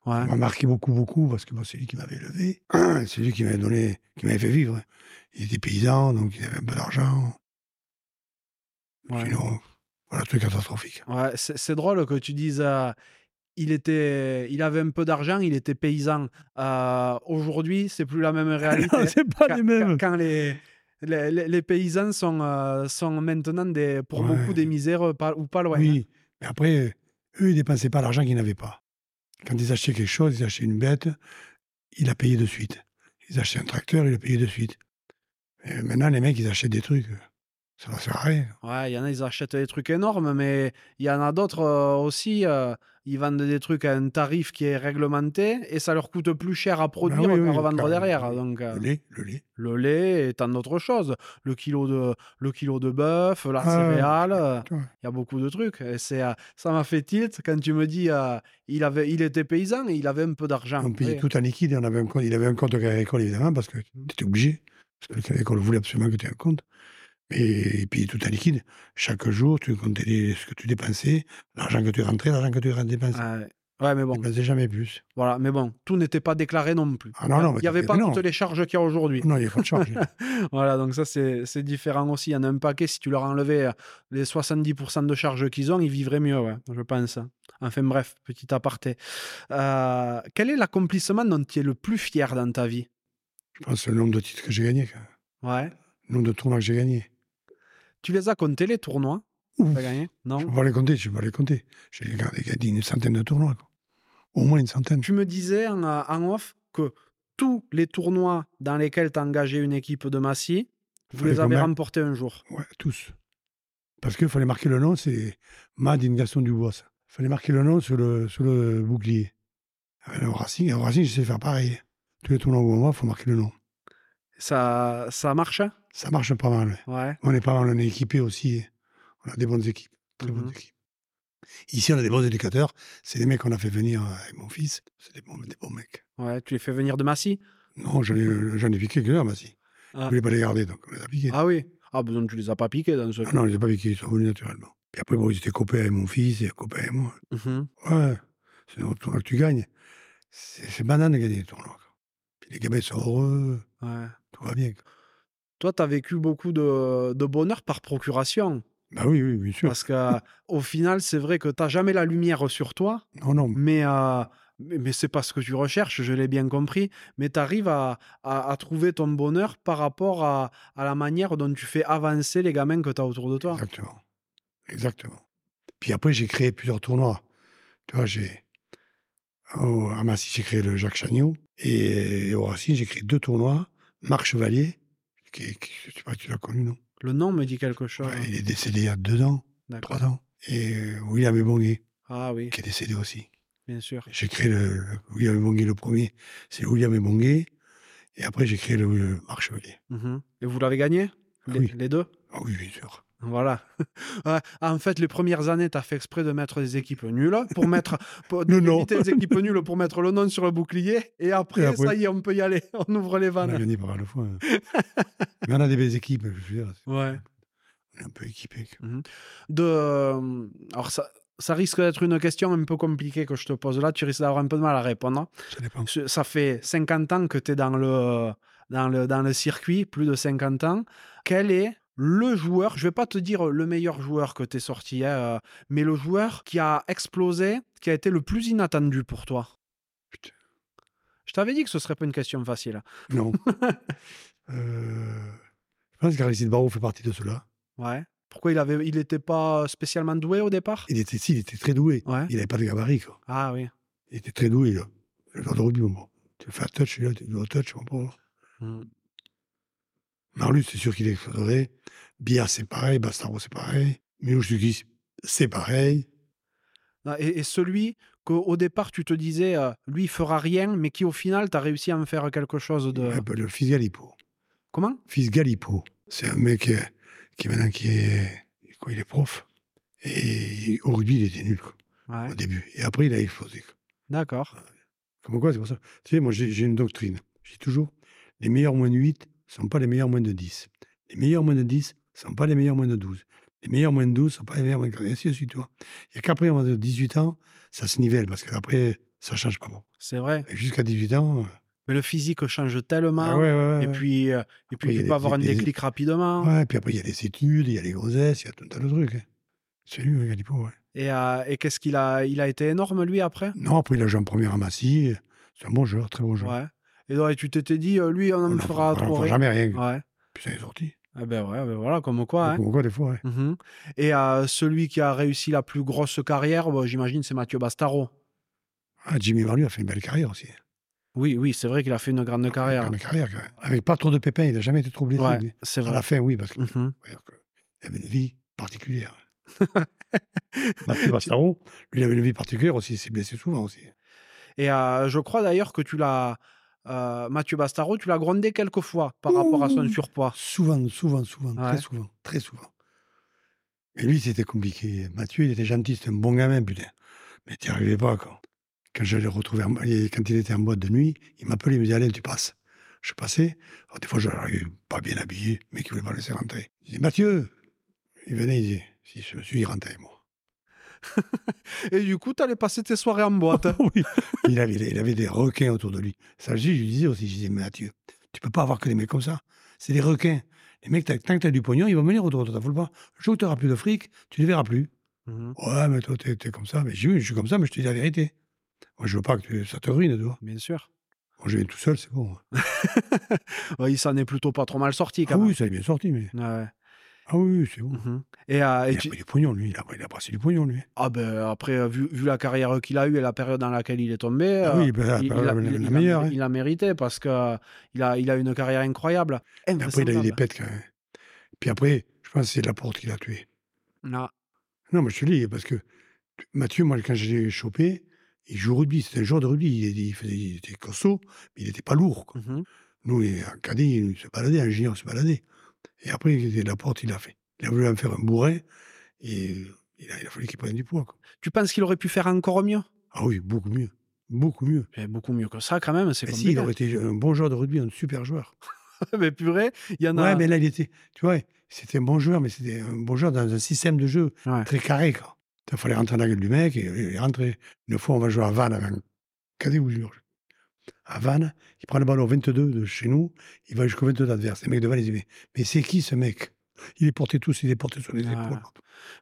[SPEAKER 2] Ouais.
[SPEAKER 1] ça m'a marqué beaucoup, beaucoup, parce que bon, c'est lui qui m'avait élevé. C'est lui qui m'avait donné, qui m'avait fait vivre. hein. Il était paysan, donc il avait un peu d'argent.
[SPEAKER 2] ouais.
[SPEAKER 1] Sinon, voilà, truc catastrophique.
[SPEAKER 2] Ouais, c'est c'est drôle que tu dises. euh, il était, il avait un peu d'argent, il était paysan. Euh, Aujourd'hui, c'est plus la même réalité.
[SPEAKER 1] c'est pas
[SPEAKER 2] Quand- quand- Quand les les, les- les paysans sont, euh, sont maintenant des, pour
[SPEAKER 1] Ouais.
[SPEAKER 2] beaucoup des misères euh, pas- ou pas loin. hein.
[SPEAKER 1] Oui, mais après, eux, ils dépensaient pas l'argent qu'ils n'avaient pas. Quand ils achetaient quelque chose, ils achetaient une bête, ils la payaient de suite. Ils achetaient un tracteur, ils le payaient de suite. Et maintenant, les mecs, ils achètent des trucs. Ça ne sert à rien.
[SPEAKER 2] Ouais, il y en a, ils achètent des trucs énormes, mais il y en a d'autres euh, aussi. euh, ils vendent des trucs à un tarif qui est réglementé et ça leur coûte plus cher à produire
[SPEAKER 1] Bah oui,
[SPEAKER 2] qu'à
[SPEAKER 1] oui,
[SPEAKER 2] revendre
[SPEAKER 1] car-
[SPEAKER 2] derrière. Donc, euh,
[SPEAKER 1] Le lait, le lait.
[SPEAKER 2] le lait et tant d'autres choses. Le kilo de, le kilo de bœuf, la
[SPEAKER 1] Ah,
[SPEAKER 2] céréale, euh,
[SPEAKER 1] ouais.
[SPEAKER 2] il y a beaucoup de trucs. Et c'est, euh, ça m'a fait tilt quand tu me dis euh, il, avait, il était paysan et il avait un peu d'argent.
[SPEAKER 1] On payait
[SPEAKER 2] Oui.
[SPEAKER 1] tout en liquide. et On avait un compte, il avait un compte au Crédit Agricole, évidemment, parce que tu étais obligé. Parce que le Crédit Agricole voulait absolument que tu aies un compte. Mais il payait tout en liquide. Chaque jour, tu comptais les- ce que tu dépensais, l'argent que tu rentrais, l'argent que tu dépensais.
[SPEAKER 2] Ouais. Ouais,
[SPEAKER 1] Tu
[SPEAKER 2] mais Ah, bon,
[SPEAKER 1] dépensais jamais plus.
[SPEAKER 2] voilà, mais bon, tout n'était pas déclaré non plus.
[SPEAKER 1] Ah non, non, mais
[SPEAKER 2] il n'y avait
[SPEAKER 1] t'étais-
[SPEAKER 2] pas
[SPEAKER 1] non.
[SPEAKER 2] toutes les charges qu'il y a aujourd'hui.
[SPEAKER 1] Non, il n'y a pas de charge.
[SPEAKER 2] Voilà, donc ça, c'est, c'est différent aussi. Il y en a un paquet, si tu leur enlevais euh, les 70% de charges qu'ils ont, ils vivraient mieux, ouais, je pense. Enfin bref, petit aparté. Euh, quel est l'accomplissement dont tu es le plus fier dans ta vie
[SPEAKER 1] Je pense le nombre de titres que j'ai gagnés, quoi.
[SPEAKER 2] Ouais.
[SPEAKER 1] le nombre de tournois que j'ai gagnés.
[SPEAKER 2] Tu les as comptés, les tournois
[SPEAKER 1] Ouf.
[SPEAKER 2] T'as gagné
[SPEAKER 1] Je ne
[SPEAKER 2] Non
[SPEAKER 1] peux pas les compter, je ne peux pas les compter. J'ai gardé, gagné une centaine de tournois. quoi. Au moins une centaine.
[SPEAKER 2] Tu me disais en, euh, en off que tous les tournois dans lesquels tu engagé une équipe de Massy, vous
[SPEAKER 1] Fallait
[SPEAKER 2] les avez
[SPEAKER 1] combien
[SPEAKER 2] remportés un jour.
[SPEAKER 1] Ouais, tous. Parce qu'il fallait marquer le nom, c'est Madine Gaston Dubois. Il fallait marquer le nom sur le, sur le Ah ben, bouclier. Au Racing, au Racing, je sais faire pareil. Tous les tournois où on va, il faut marquer le nom.
[SPEAKER 2] Ça, ça marche hein
[SPEAKER 1] Ça marche pas mal. ouais.
[SPEAKER 2] Ouais.
[SPEAKER 1] On est pas mal, on est équipé aussi. hein. On a des bonnes équipes, très
[SPEAKER 2] Mhm.
[SPEAKER 1] bonnes équipes. Ici, on a des bons éducateurs. C'est des mecs qu'on a fait venir euh, avec mon fils. C'est des bons, des bons mecs.
[SPEAKER 2] Ouais, tu les fais venir de Massy
[SPEAKER 1] Non, j'en ai, j'en ai piqué quelques-uns, bah si.
[SPEAKER 2] Mmh. Ah.
[SPEAKER 1] Je voulais pas les garder, donc on les a piqués.
[SPEAKER 2] Ah oui. Ah, ben donc tu les as pas piqués dans ce
[SPEAKER 1] Ah non, je les ai pas piqués, ils sont venus naturellement. Puis après, bon, ils étaient copains avec mon fils et copains avec moi.
[SPEAKER 2] Mhm.
[SPEAKER 1] Ouais, c'est dans le tournoi que tu gagnes. C'est c'est banal de gagner le tournoi. quoi. Puis les gamins sont heureux,
[SPEAKER 2] Ouais.
[SPEAKER 1] tout va bien. quoi.
[SPEAKER 2] Toi, tu as vécu beaucoup de, de bonheur par procuration.
[SPEAKER 1] Bah oui, oui, bien sûr.
[SPEAKER 2] Parce que au final, c'est vrai que tu jamais la lumière sur toi,
[SPEAKER 1] Non, non,
[SPEAKER 2] mais, euh, mais, mais c'est pas ce que tu recherches, je l'ai bien compris. Mais tu arrives à, à- à trouver ton bonheur par rapport à, à la manière dont tu fais avancer les gamins que tu as autour de toi.
[SPEAKER 1] exactement. Exactement. Puis après, j'ai créé plusieurs tournois. Tu vois, j'ai. Au- à Massy, j'ai créé le Jacques Chagnon. Et au Racine, j'ai créé deux tournois. Marc Chevalier, qui, qui- je sais pas, tu l'as connu, non
[SPEAKER 2] Le nom me dit quelque chose.
[SPEAKER 1] Ouais, Il est décédé il y a deux ans,
[SPEAKER 2] D'accord.
[SPEAKER 1] trois ans. Et euh, William Ebongué,
[SPEAKER 2] Ah oui,
[SPEAKER 1] qui est décédé aussi.
[SPEAKER 2] bien sûr.
[SPEAKER 1] J'ai créé le, le William Ebongué le premier, c'est William Ebongué. Et après, j'ai créé le, le Marc Chevalier.
[SPEAKER 2] Mhm. Et vous l'avez gagné les,
[SPEAKER 1] Oui.
[SPEAKER 2] les deux
[SPEAKER 1] Ah oui, bien sûr.
[SPEAKER 2] Voilà. Ouais, Ah, en fait, les premières années, tu as fait exprès de mettre des équipes nulles pour mettre pour, de
[SPEAKER 1] Le nom.
[SPEAKER 2] limiter les équipes nulles pour mettre le nom sur le bouclier. Et après,
[SPEAKER 1] Et après-
[SPEAKER 2] ça y est, on peut y aller. On ouvre les
[SPEAKER 1] On a
[SPEAKER 2] vannes.
[SPEAKER 1] gagné pas mal de fois. hein. Mais on a des belles équipes, je veux dire.
[SPEAKER 2] Ouais.
[SPEAKER 1] On est un peu équipés. quoi.
[SPEAKER 2] De... euh, Alors, ça, ça risque d'être une question un peu compliquée que je te pose là. Tu risques d'avoir un peu de mal à répondre. hein.
[SPEAKER 1] Ça dépend.
[SPEAKER 2] Ce- Ça fait 50 ans que tu es dans le, euh, dans, le, dans le circuit, plus de 50 ans. Quel est le joueur, je vais pas te dire le meilleur joueur que tu es sorti, hein, euh, mais le joueur qui a explosé, qui a été le plus inattendu pour toi
[SPEAKER 1] Putain.
[SPEAKER 2] Je t'avais dit que ce serait pas une question facile.
[SPEAKER 1] Non. Euh, je pense qu'Aristide Barrault fait partie de cela.
[SPEAKER 2] Ouais. Pourquoi il avait, il n'était pas spécialement doué au départ
[SPEAKER 1] Il était, si, il était très doué.
[SPEAKER 2] Ouais.
[SPEAKER 1] Il n'avait pas de gabarit. Quoi.
[SPEAKER 2] Ah oui.
[SPEAKER 1] Il était très doué. Là. Le joueur de rugby, bon, bon. Tu fais un touch, là, tu fais un touch, bon, bon. Mmh.
[SPEAKER 2] Mm.
[SPEAKER 1] Marlus, c'est sûr qu'il est exploserait. Biard, c'est pareil. Bastaro, c'est pareil. Miloš c'est pareil.
[SPEAKER 2] Ah, Et, et celui qu'au départ tu te disais, euh, lui il fera rien, mais qui au final t'as réussi à en faire quelque chose de.
[SPEAKER 1] Ouais, bah, le fils Galipo.
[SPEAKER 2] Comment
[SPEAKER 1] Fils Galipo, c'est un mec euh, qui maintenant qui est, quoi, il est prof. Et au rugby, il était nul quoi,
[SPEAKER 2] Ouais.
[SPEAKER 1] au début. Et après, il a explosé. quoi.
[SPEAKER 2] D'accord.
[SPEAKER 1] Comme quoi, c'est pour ça. Tu sais, moi, j'ai j'ai une doctrine. J'ai toujours les meilleurs moins de 8 sont pas les meilleurs moins de 10. Les meilleurs moins de 10 sont pas les meilleurs moins de 12. Les meilleurs moins de 12 sont pas les meilleurs moins de 15. Et ainsi de suite, tu vois. Il n'y a qu'après, on va dire 18 ans, ça se nivelle parce qu'après, ça change pas. Bon.
[SPEAKER 2] C'est vrai.
[SPEAKER 1] Et Jusqu'à 18 ans. euh,
[SPEAKER 2] Mais le physique change tellement.
[SPEAKER 1] ah ouais, ouais, ouais,
[SPEAKER 2] Et
[SPEAKER 1] ouais.
[SPEAKER 2] puis, euh,
[SPEAKER 1] Après,
[SPEAKER 2] et
[SPEAKER 1] il
[SPEAKER 2] puis
[SPEAKER 1] y a
[SPEAKER 2] tu
[SPEAKER 1] des-
[SPEAKER 2] peux avoir un
[SPEAKER 1] des-
[SPEAKER 2] déclic rapidement.
[SPEAKER 1] Ouais, puis après, il y a les études, il y a les grossesses, il y a tout un tas de trucs. hein. C'est lui, le Galipo. ouais.
[SPEAKER 2] Et, euh, et qu'est-ce qu'il a Il a été énorme lui après
[SPEAKER 1] Non, après, il a joué en première à Massy. C'est un bon joueur, très bon joueur.
[SPEAKER 2] Ouais. Et, donc, et tu t'étais dit, euh, lui, on en
[SPEAKER 1] On n'en
[SPEAKER 2] fera
[SPEAKER 1] on n'en
[SPEAKER 2] trop. rien.
[SPEAKER 1] jamais rien.
[SPEAKER 2] Ouais.
[SPEAKER 1] Puis ça est sorti.
[SPEAKER 2] Ah ben ouais, ben voilà, comme quoi. hein.
[SPEAKER 1] Donc, Pourquoi des fois ouais.
[SPEAKER 2] Mhm. Et euh, celui qui a réussi la plus grosse carrière, bon, j'imagine, c'est Mathieu Bastaro.
[SPEAKER 1] ah, Jimmy Varlu a fait une belle carrière aussi. hein.
[SPEAKER 2] Oui, oui, c'est vrai qu'il a fait une grande carrière.
[SPEAKER 1] Ah, Une carrière, quand même. Avec pas trop de pépins, il n'a jamais été trop blessé.
[SPEAKER 2] Ouais,
[SPEAKER 1] lui.
[SPEAKER 2] c'est
[SPEAKER 1] À
[SPEAKER 2] vrai.
[SPEAKER 1] la fin, oui, parce qu'il
[SPEAKER 2] Mhm.
[SPEAKER 1] avait une vie particulière. Mathieu Bastaro, lui, il avait une vie particulière aussi. Il s'est blessé souvent aussi.
[SPEAKER 2] Et euh, je crois d'ailleurs que tu l'as, euh, Mathieu Bastaro, tu l'as grondé quelques fois par rapport à son
[SPEAKER 1] Ouh.
[SPEAKER 2] surpoids.
[SPEAKER 1] Souvent, souvent, souvent,
[SPEAKER 2] Ouais.
[SPEAKER 1] très souvent, très souvent. Et lui, c'était compliqué. Mathieu, il était gentil, c'était un bon gamin, putain. Mais t'y arrivais pas, quoi. Quand je l'ai retrouvé, en- et quand il était en boîte de nuit, il m'appelait, il me disait, Alain, tu passes. Je passais. Alors, des fois, je n'arrivais pas bien habillé, mais qui voulait pas le laisser rentrer. Il disait, Mathieu Il venait, il disait, si je suis, il rentrait, moi.
[SPEAKER 2] Et du coup, tu allais passer tes soirées en boîte.
[SPEAKER 1] Ah Oui. il, avait, il avait des requins autour de lui. Ça, je lui disais aussi, je disais, Mathieu, tu peux pas avoir que des mecs comme ça. C'est des requins. Les mecs, t'as- tant que tu as du pognon, ils vont venir autour de toi. Faut le pas. Le jour où tu plus de fric, tu les verras plus.
[SPEAKER 2] Mhm.
[SPEAKER 1] Ouais, mais toi, t'es t'es comme ça. Mais je, dis, oui, je suis comme ça, mais je te dis la vérité. Moi, je veux pas que tu- ça te ruine, toi.
[SPEAKER 2] Bien sûr.
[SPEAKER 1] Moi, je viens tout seul, c'est bon.
[SPEAKER 2] Ouais, il s'en est plutôt pas trop mal sorti
[SPEAKER 1] Ah
[SPEAKER 2] quand
[SPEAKER 1] oui, Eh ça est bien sorti, mais.
[SPEAKER 2] même. Ouais.
[SPEAKER 1] Ah oui, c'est bon.
[SPEAKER 2] Mhm. Et, euh, et
[SPEAKER 1] Il a
[SPEAKER 2] tu-
[SPEAKER 1] pris du pognon, lui. Il a, il a brassé du pognon, lui.
[SPEAKER 2] ah ben, après, euh, vu, vu la carrière qu'il a eue et la période dans laquelle il est tombé,
[SPEAKER 1] Ah
[SPEAKER 2] euh,
[SPEAKER 1] oui, ben, la,
[SPEAKER 2] il,
[SPEAKER 1] la-
[SPEAKER 2] il
[SPEAKER 1] la-
[SPEAKER 2] a- il-
[SPEAKER 1] la
[SPEAKER 2] il a-
[SPEAKER 1] meilleure. hein.
[SPEAKER 2] il a mérité parce qu'il a, il a une carrière incroyable.
[SPEAKER 1] Eh, Mais Après, il a eu des
[SPEAKER 2] Invraisemblable.
[SPEAKER 1] pètes, quand même. Puis après, je pense que c'est la porte qui l'a tué.
[SPEAKER 2] Ah,
[SPEAKER 1] Non, mais je te dis, parce que Mathieu, moi, quand je l'ai chopé, il joue au rugby. C'était un joueur de rugby. Il, il faisait- il était costaud, mais il n'était pas lourd. quoi.
[SPEAKER 2] mhm.
[SPEAKER 1] Nous, les cadets, ils se baladaient, un géant se baladait. Et après, il était de la porte, il l'a fait. Il a voulu en faire un bourrin, et euh, il a, il a fallu qu'il prenne du poids. quoi.
[SPEAKER 2] Tu penses qu'il aurait pu faire encore mieux
[SPEAKER 1] Ah oui, beaucoup mieux. Beaucoup mieux.
[SPEAKER 2] Eh, Beaucoup mieux que ça, quand même, c'est
[SPEAKER 1] Mais Bah, si,
[SPEAKER 2] compliqué.
[SPEAKER 1] il aurait été un bon joueur de rugby, un super joueur.
[SPEAKER 2] mais purée, il y en a...
[SPEAKER 1] Ouais, mais là, il était. Tu vois, c'était un bon joueur, mais c'était un bon joueur dans un système de jeu
[SPEAKER 2] Ouais.
[SPEAKER 1] très carré, quoi. Il fallait rentrer dans la gueule du mec et, et rentrer. Une fois, on va jouer à Vannes avec un cadet ou jure. À Vannes, il prend le ballon au 22 de chez nous, il va jusqu'au 22 d'adverse. Les mecs de Vannes, ils disent Mais, mais c'est qui ce mec Il est porté tous, il est porté sur les
[SPEAKER 2] Ouais.
[SPEAKER 1] épaules.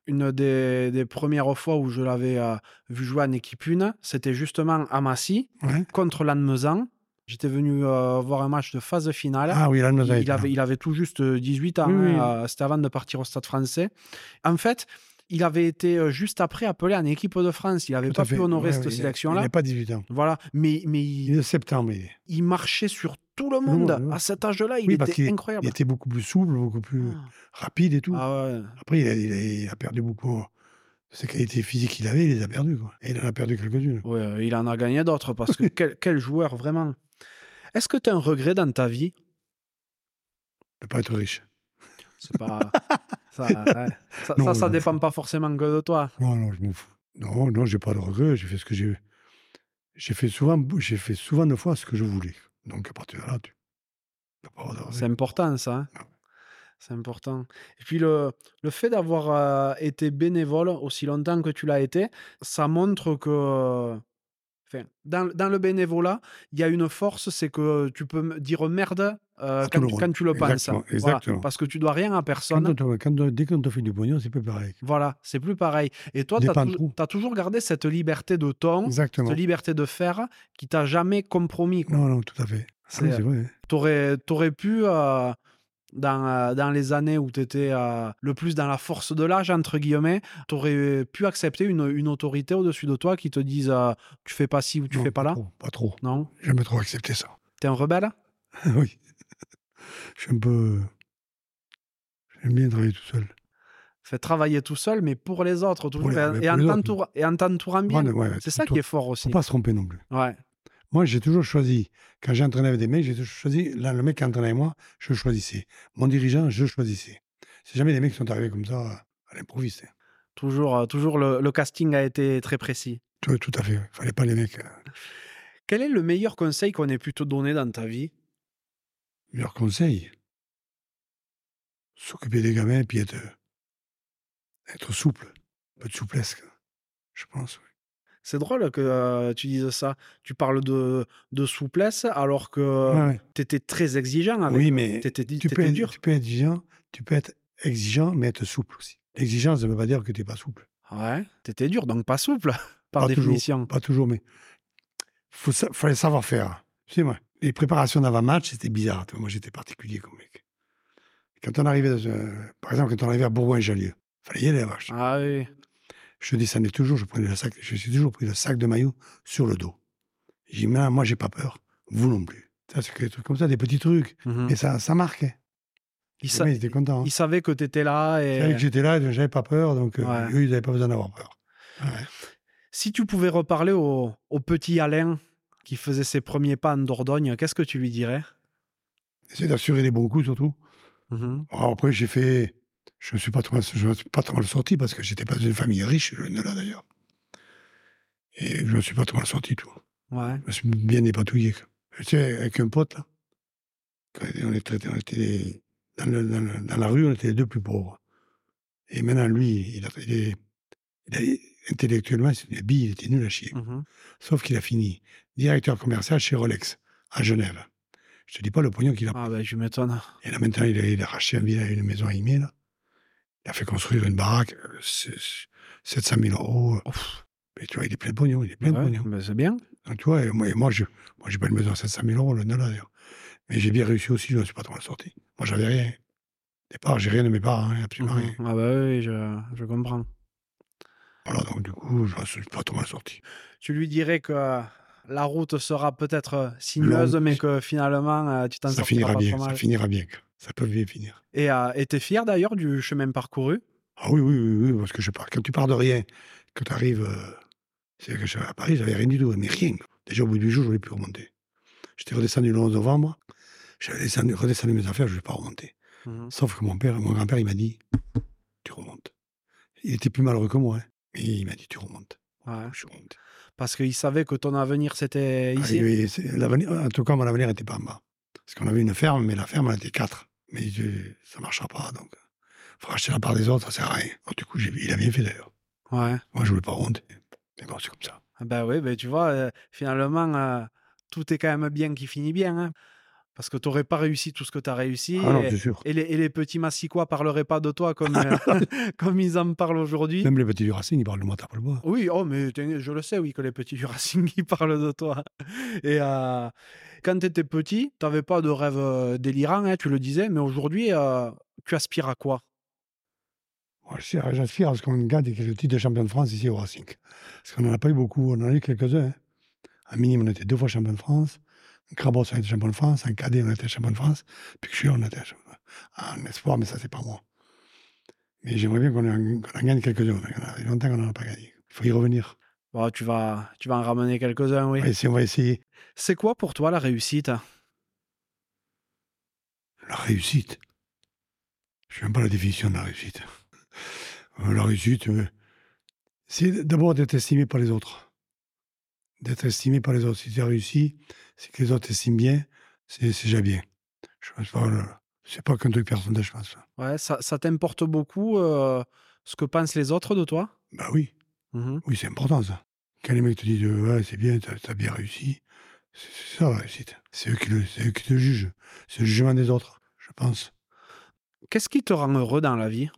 [SPEAKER 2] Une des, des premières fois où je l'avais euh, vu jouer en équipe une, c'était justement à Massy,
[SPEAKER 1] Ouais.
[SPEAKER 2] contre l'Annemezan. J'étais venu euh, voir un match de phase finale.
[SPEAKER 1] Ah oui, là, nous
[SPEAKER 2] il, avait, il avait tout juste 18 ans.
[SPEAKER 1] Oui,
[SPEAKER 2] hein,
[SPEAKER 1] oui.
[SPEAKER 2] euh, C'était avant de partir au Stade français. En fait, il avait été euh, juste après appelé en équipe de France. Il n'avait pas pu honorer cette
[SPEAKER 1] Il
[SPEAKER 2] sélection-là.
[SPEAKER 1] n'a pas 18 ans.
[SPEAKER 2] Voilà. Mais, mais
[SPEAKER 1] Il
[SPEAKER 2] il,
[SPEAKER 1] est de septembre. Il, est.
[SPEAKER 2] il marchait sur tout le
[SPEAKER 1] monde,
[SPEAKER 2] monde.
[SPEAKER 1] ouais.
[SPEAKER 2] À cet âge-là, il
[SPEAKER 1] Oui, parce
[SPEAKER 2] était
[SPEAKER 1] qu'il-
[SPEAKER 2] incroyable.
[SPEAKER 1] il était beaucoup plus souple, beaucoup plus rapide et tout.
[SPEAKER 2] Ah ouais.
[SPEAKER 1] Après, il a, il a- il a perdu beaucoup. de Ses qualités physiques qu'il avait, il les a perdues. quoi. Et il en a perdu quelques-unes.
[SPEAKER 2] Ouais, euh, il en a gagné d'autres parce que quel, quel joueur vraiment. Est-ce que tu as un regret dans ta vie
[SPEAKER 1] De pas être riche.
[SPEAKER 2] C'est pas ça, ouais. ça,
[SPEAKER 1] Non, Ah
[SPEAKER 2] ça, ça
[SPEAKER 1] je-
[SPEAKER 2] dépend pas forcément que de toi.
[SPEAKER 1] Non, non, je m'en fous. Non, non, j'ai pas de regrets. J'ai fait ce que j'ai. J'ai fait souvent, j'ai fait souvent de fois ce que je voulais. Donc à partir de là, tu. t'as pas avoir de regrets.
[SPEAKER 2] C'est important ça. hein.
[SPEAKER 1] Ah ouais.
[SPEAKER 2] C'est important. Et puis le, le fait d'avoir euh, été bénévole aussi longtemps que tu l'as été, ça montre que enfin, dans, dans le bénévolat, il y a une force, c'est que tu peux me- dire merde euh,
[SPEAKER 1] À tout
[SPEAKER 2] quand,
[SPEAKER 1] le
[SPEAKER 2] tu,
[SPEAKER 1] monde.
[SPEAKER 2] quand tu le penses.
[SPEAKER 1] Exactement,
[SPEAKER 2] Voilà.
[SPEAKER 1] exactement.
[SPEAKER 2] parce que tu dois rien à personne.
[SPEAKER 1] Quand on te- quand on- dès qu'on te fait du pognon, c'est plus pareil.
[SPEAKER 2] Voilà, c'est plus pareil. Et toi, tu as,
[SPEAKER 1] Dépend trop.
[SPEAKER 2] toujours gardé cette liberté de ton,
[SPEAKER 1] Exactement.
[SPEAKER 2] cette liberté de faire qui t'a jamais compromis.
[SPEAKER 1] Non, non, tout à fait. Ah
[SPEAKER 2] Tu
[SPEAKER 1] oui, C'est vrai. hein.
[SPEAKER 2] aurais, pu, euh, dans, euh, dans les années où tu étais le plus dans la force de l'âge, entre guillemets, tu aurais pu accepter une, une autorité au-dessus de toi qui te dise euh, tu fais pas ci ou tu
[SPEAKER 1] Non,
[SPEAKER 2] fais pas là.
[SPEAKER 1] trop, pas trop.
[SPEAKER 2] Non
[SPEAKER 1] J'ai Jamais trop accepté ça. Ah
[SPEAKER 2] T'es un rebelle
[SPEAKER 1] oui. Je suis un peu. J'aime bien travailler tout seul.
[SPEAKER 2] Fais travailler tout seul, mais pour les autres, toujours,
[SPEAKER 1] Pour les-
[SPEAKER 2] et,
[SPEAKER 1] mais
[SPEAKER 2] et
[SPEAKER 1] pour
[SPEAKER 2] en
[SPEAKER 1] les autres.
[SPEAKER 2] t'entourant- et en t'entourant bien.
[SPEAKER 1] Ouais, ouais,
[SPEAKER 2] C'est ça
[SPEAKER 1] tout-
[SPEAKER 2] qui est fort aussi.
[SPEAKER 1] Faut pas se tromper non plus.
[SPEAKER 2] Ouais.
[SPEAKER 1] Moi, j'ai toujours choisi, quand j'ai entraîné avec des mecs, j'ai toujours choisi, là, le mec qui entraînait avec moi, je choisissais. Mon dirigeant, je choisissais. C'est jamais des mecs qui sont arrivés comme ça à l'improviste. hein.
[SPEAKER 2] Toujours, euh, toujours le- le casting a été très précis.
[SPEAKER 1] Tout, tout à fait. Il fallait pas les mecs. euh,
[SPEAKER 2] Quel est le meilleur conseil qu'on ait pu te donner dans ta vie
[SPEAKER 1] Leur conseil, s'occuper des gamins, puis être, euh, être souple. Un peu de souplesse, quoi. je pense. oui.
[SPEAKER 2] C'est drôle que euh, tu dises ça. Tu parles de, de souplesse alors que
[SPEAKER 1] Ouais, ouais.
[SPEAKER 2] tu étais très exigeant Euh, avec.
[SPEAKER 1] oui, mais
[SPEAKER 2] Tu étais,
[SPEAKER 1] tu peux, être,
[SPEAKER 2] dur.
[SPEAKER 1] tu peux être exigeant, tu peux être exigeant, mais être souple aussi. L'exigence ne veut pas dire que tu n'es pas souple.
[SPEAKER 2] Ouais, tu étais dur, donc pas souple,
[SPEAKER 1] Pas
[SPEAKER 2] par
[SPEAKER 1] toujours.
[SPEAKER 2] définition.
[SPEAKER 1] Pas toujours, mais faut sa- fallait savoir faire. Tu sais, moi, les préparations d'avant-match, c'était bizarre. tu vois. Moi, j'étais particulier comme mec. Quand on arrivait, dans un- par exemple, quand on arrivait à Bourgoin-Jallieu, fallait y aller à la vache.
[SPEAKER 2] Ah oui.
[SPEAKER 1] Je descendais toujours, je prenais le sac, je suis toujours pris le sac de maillot sur le dos. J'ai dit, mais là, moi, j'ai pas peur. Vous non plus. Ça, c'est que des trucs comme ça, des petits trucs.
[SPEAKER 2] Mhm.
[SPEAKER 1] Et ça, ça marquait.
[SPEAKER 2] Il,
[SPEAKER 1] Les
[SPEAKER 2] sa-
[SPEAKER 1] mecs, ils étaient contents. hein.
[SPEAKER 2] il savait que tu étais là.
[SPEAKER 1] Ils savaient
[SPEAKER 2] Et...
[SPEAKER 1] que j'étais là, et j'avais pas peur, donc euh,
[SPEAKER 2] Ouais.
[SPEAKER 1] eux, ils n'avaient pas besoin d'avoir peur. Ouais.
[SPEAKER 2] Si tu pouvais reparler au, au petit Alain qui faisait ses premiers pas en Dordogne, qu'est-ce que tu lui dirais
[SPEAKER 1] Essayer d'assurer des bons coups, surtout. Bon,
[SPEAKER 2] Mhm.
[SPEAKER 1] Oh, après, j'ai fait. Je ne suis pas trop, je me suis pas trop mal sorti parce que j'étais pas d'une famille riche, je ne l'ai d'ailleurs. Et je ne me suis pas trop mal sorti, tout.
[SPEAKER 2] Ouais.
[SPEAKER 1] Je me suis bien épatouillé. quoi. Tu sais, avec un pote, là, quand on était, on était les- dans, le- dans le- dans la rue, on était les deux plus pauvres. Et maintenant, lui, il a, il est- il a- intellectuellement, c'est une bille, il était nul à chier.
[SPEAKER 2] Mhm.
[SPEAKER 1] Sauf qu'il a fini directeur commercial chez Rolex, à Genève. Je te dis pas le pognon qu'il a
[SPEAKER 2] Ah ben, je m'étonne.
[SPEAKER 1] et là, maintenant, il a, il a racheté un village, une maison à Imé, là. Il a fait construire une baraque, euh, c'est- c'est 700 000 euros.
[SPEAKER 2] Ouf.
[SPEAKER 1] Et tu vois, il est plein de pognon, il est plein de
[SPEAKER 2] Ouais,
[SPEAKER 1] pognon.
[SPEAKER 2] ben, c'est bien.
[SPEAKER 1] Donc, tu vois, et moi, et moi, je, moi, j'ai pas une maison à 700 000 euros, le nana, d'ailleurs. Mais j'ai bien réussi aussi, je ne suis pas trop mal sorti. Moi, j'avais rien. Au départ, j'ai rien de mes parents, hein, absolument
[SPEAKER 2] Mhm.
[SPEAKER 1] rien.
[SPEAKER 2] Ah ben oui, je, je comprends.
[SPEAKER 1] Voilà, donc, du coup, je ne suis pas trop mal sorti.
[SPEAKER 2] tu lui dirais que euh, la route sera peut-être euh, sinueuse,
[SPEAKER 1] Longue.
[SPEAKER 2] mais que finalement, euh, tu t'en
[SPEAKER 1] Ça
[SPEAKER 2] sortiras
[SPEAKER 1] finira
[SPEAKER 2] pas
[SPEAKER 1] bien,
[SPEAKER 2] trop
[SPEAKER 1] ça
[SPEAKER 2] mal.
[SPEAKER 1] finira bien. quoi. Ça peut bien finir.
[SPEAKER 2] Et euh, et t'es fier d'ailleurs du chemin parcouru
[SPEAKER 1] Ah oui, oui, oui, oui, parce que je pars. Quand tu pars de rien, quand tu arrives. c'est que je à Paris, j'avais rien du tout, mais rien. Déjà, au bout du jour, je voulais plus remonter. J'étais redescendu le 11 novembre, J'avais descendu- redescendu mes affaires, je ne vais pas remonter.
[SPEAKER 2] Mhm.
[SPEAKER 1] Sauf que mon père, mon grand-père, il m'a dit, tu remontes. Il était plus malheureux que moi. hein. Mais il m'a dit, tu remontes.
[SPEAKER 2] Ouais.
[SPEAKER 1] Je suis remonté.
[SPEAKER 2] Parce qu'il savait que ton avenir, c'était
[SPEAKER 1] Ah,
[SPEAKER 2] ici.
[SPEAKER 1] et- et c'est- l'avenir- en tout cas, mon avenir n'était pas en bas. Parce qu'on avait une ferme, mais la ferme, elle était quatre. Mais je- ça ne marchera pas. Donc, faut racheter la part des autres, ça sert à rien. Alors, du coup, j'ai- il a bien fait d'ailleurs.
[SPEAKER 2] Ouais.
[SPEAKER 1] Moi, je voulais pas remonter. Mais bon, c'est comme ça.
[SPEAKER 2] Ah Ben oui, ben tu vois, euh, finalement, euh, tout est quand même bien qui finit bien. hein. Parce que tu n'aurais pas réussi tout ce que tu as réussi.
[SPEAKER 1] Ah non,
[SPEAKER 2] et,
[SPEAKER 1] c'est sûr.
[SPEAKER 2] et les, et les petits massicois parleraient pas de toi comme, euh, comme ils en parlent aujourd'hui.
[SPEAKER 1] Même les petits du Racing, ils parlent de moi, t'as pas le bois.
[SPEAKER 2] Oui, oh, mais t'in- je le sais, oui, que les petits du Racing ils parlent de toi. Et euh, quand tu étais petit, tu n'avais pas de rêve euh, délirant, hein, tu le disais, mais aujourd'hui, euh, tu aspires à quoi
[SPEAKER 1] Moi, je sais- J'aspire à ce qu'on gagne quelques titres de champion de France ici au Racing. Parce qu'on n'en a pas eu beaucoup, on en a eu quelques-uns. hein. En minime, on était deux fois champion de France. En Crabos, on était champion de France. En cadet, on était champion de France. Puis que je suis, on était champion de France. En espoir, mais ça, c'est pas moi. Mais j'aimerais bien qu'on en, qu'on en gagne quelques-uns. On en a- Il y a longtemps qu'on n'en a pas gagné. Il faut y revenir.
[SPEAKER 2] Bon, Bah, tu, vas, tu vas en ramener quelques-uns, oui.
[SPEAKER 1] On va essayer, on va essayer.
[SPEAKER 2] C'est quoi pour toi la réussite
[SPEAKER 1] La réussite. Je sais même pas la définition de la réussite. Euh, La réussite, euh, c'est d'abord d'être estimé par les autres. D'être estimé par les autres. Si tu as réussi, c'est que les autres t'estiment bien, c'est c'est déjà bien. Je pense pas, euh, c'est pas qu'un truc personnel, je pense.
[SPEAKER 2] Ouais, ça, ça t'importe beaucoup euh, ce que pensent les autres de toi Mmh
[SPEAKER 1] Bah oui, oui, c'est important ça. Quand les mecs te disent, euh, ouais, c'est bien, t'as as bien réussi, c'est c'est ça la réussite. C'est eux, qui le- c'est eux qui te jugent. C'est le jugement des autres, je pense.
[SPEAKER 2] Qu'est-ce qui te rend heureux dans la vie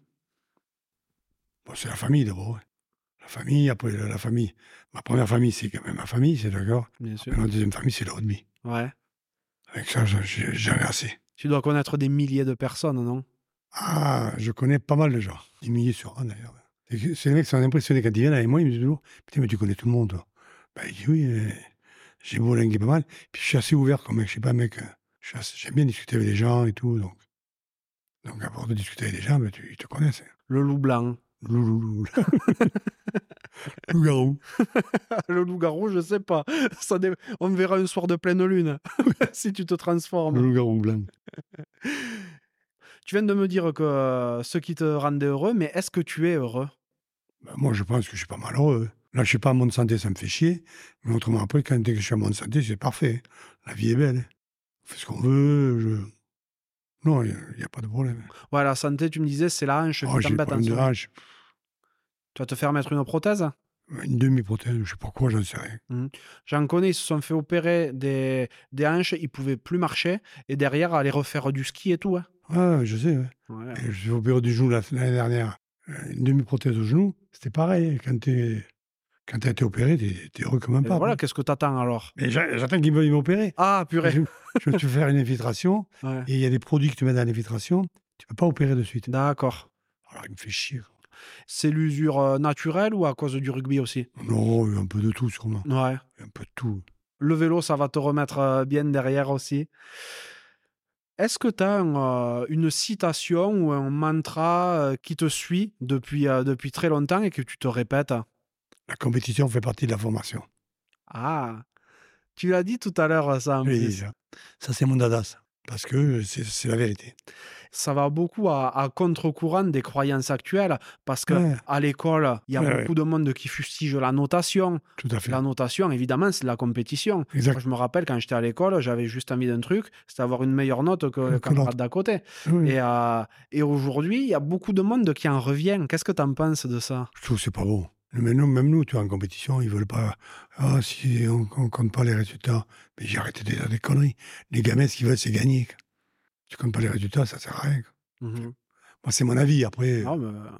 [SPEAKER 1] Bon, c'est la famille d'abord. ouais. La famille, après la la famille. Ma première famille, c'est quand même ma famille, c'est d'accord.
[SPEAKER 2] Bien sûr.
[SPEAKER 1] Mais ma deuxième famille, c'est le rugby.
[SPEAKER 2] Ouais.
[SPEAKER 1] Avec ça, je- je- j'en ai assez.
[SPEAKER 2] Tu dois connaître des milliers de personnes, non
[SPEAKER 1] Ah, je connais pas mal de gens. Des milliers sur un, d'ailleurs. C'est que- c'est les mecs qui sont impressionnés quand ils viennent avec moi, ils me disent toujours Putain, mais tu connais tout le monde, toi. Ben, je dis Oui, euh, j'ai beau linguer pas mal. Puis je suis assez ouvert comme mec, je sais pas, mec. euh, je suis assez- J'aime bien discuter avec les gens et tout. Donc, donc à part de discuter avec les gens, ben, tu, ils te connaissent. hein.
[SPEAKER 2] Le loup blanc.
[SPEAKER 1] Louloulou. Loup-garou.
[SPEAKER 2] le loup-garou, je sais pas. Ça dé- On me verra un soir de pleine lune si tu te transformes.
[SPEAKER 1] Loup-garou blanc.
[SPEAKER 2] Tu viens de me dire que euh, ce qui te rendait heureux, mais est-ce que tu es heureux
[SPEAKER 1] Ben, moi, je pense que je suis pas malheureux. Là, je suis pas en bonne santé, ça me fait chier. Mais autrement, après, quand dès que je suis en bonne santé, c'est parfait. La vie est belle. On fait ce qu'on veut. Je... Non, il n'y a, pas de problème.
[SPEAKER 2] Ouais, la santé, tu me disais, c'est la hanche
[SPEAKER 1] Oh,
[SPEAKER 2] qui
[SPEAKER 1] j'ai des
[SPEAKER 2] t'embête en
[SPEAKER 1] problèmes
[SPEAKER 2] ce
[SPEAKER 1] de
[SPEAKER 2] moment.
[SPEAKER 1] hanche.
[SPEAKER 2] Tu vas te faire mettre une prothèse
[SPEAKER 1] Une demi-prothèse, je sais pas quoi, j'en sais rien.
[SPEAKER 2] J'en connais, ils se sont fait opérer des, des hanches, ils pouvaient plus marcher, et derrière, aller refaire du ski et tout. hein.
[SPEAKER 1] Ah, je sais. ouais.
[SPEAKER 2] Ouais.
[SPEAKER 1] Et Je suis opéré du genou la- l'année dernière. Euh, Une demi-prothèse au genou, c'était pareil. Quand tu as été opéré, tu es heureux comme un
[SPEAKER 2] Et
[SPEAKER 1] pape.
[SPEAKER 2] voilà, qu'est-ce que t'attends alors
[SPEAKER 1] Mais j'a- j'attends qu'ils veuillent m'opérer.
[SPEAKER 2] Ah, purée.
[SPEAKER 1] Je, je veux te faire une infiltration
[SPEAKER 2] Ouais.
[SPEAKER 1] et il y a des produits que tu mets dans l'infiltration, tu peux pas opérer de suite.
[SPEAKER 2] D'accord.
[SPEAKER 1] Alors, il me fait chier.
[SPEAKER 2] C'est l'usure euh, naturelle ou à cause du rugby aussi
[SPEAKER 1] Non, il y a un peu de tout sûrement.
[SPEAKER 2] Ouais.
[SPEAKER 1] Il y a Un peu de tout.
[SPEAKER 2] Le vélo, ça va te remettre euh, bien derrière aussi. Est-ce que tu as euh, une citation ou un mantra euh, qui te suit depuis, euh, depuis très longtemps et que tu te répètes
[SPEAKER 1] La compétition fait partie de la formation.
[SPEAKER 2] Ah Tu l'as dit tout à l'heure, ça. en
[SPEAKER 1] Oui,
[SPEAKER 2] plus.
[SPEAKER 1] Ah, ça, ça, c'est mon dada, ça. Parce que c'est c'est la vérité.
[SPEAKER 2] ça va beaucoup à, à contre-courant des croyances actuelles parce que
[SPEAKER 1] Ouais,
[SPEAKER 2] à l'école, il y a
[SPEAKER 1] Ouais,
[SPEAKER 2] beaucoup de monde qui fustige la notation.
[SPEAKER 1] tout à fait.
[SPEAKER 2] La notation, évidemment, c'est de la compétition. Moi,
[SPEAKER 1] Exact.
[SPEAKER 2] je me rappelle quand j'étais à l'école, j'avais juste envie d'un truc, c'était avoir une meilleure note que le
[SPEAKER 1] l'autre.
[SPEAKER 2] camarade d'à côté.
[SPEAKER 1] Oui.
[SPEAKER 2] Et, euh, et aujourd'hui, il y a beaucoup de monde qui en revient. Qu'est-ce que tu en penses de ça
[SPEAKER 1] Je trouve que c'est pas bon. Mais nous, même nous, tu vois, en compétition, ils veulent pas. Ah, si on, on compte pas les résultats. Mais j'ai arrêté de dire des conneries. Les gamins, ce qu'ils veulent, c'est gagner. quoi. Tu comptes pas les résultats, ça sert à rien. quoi. Moi, c'est mon avis. Après,
[SPEAKER 2] Non, Mmh mais, euh,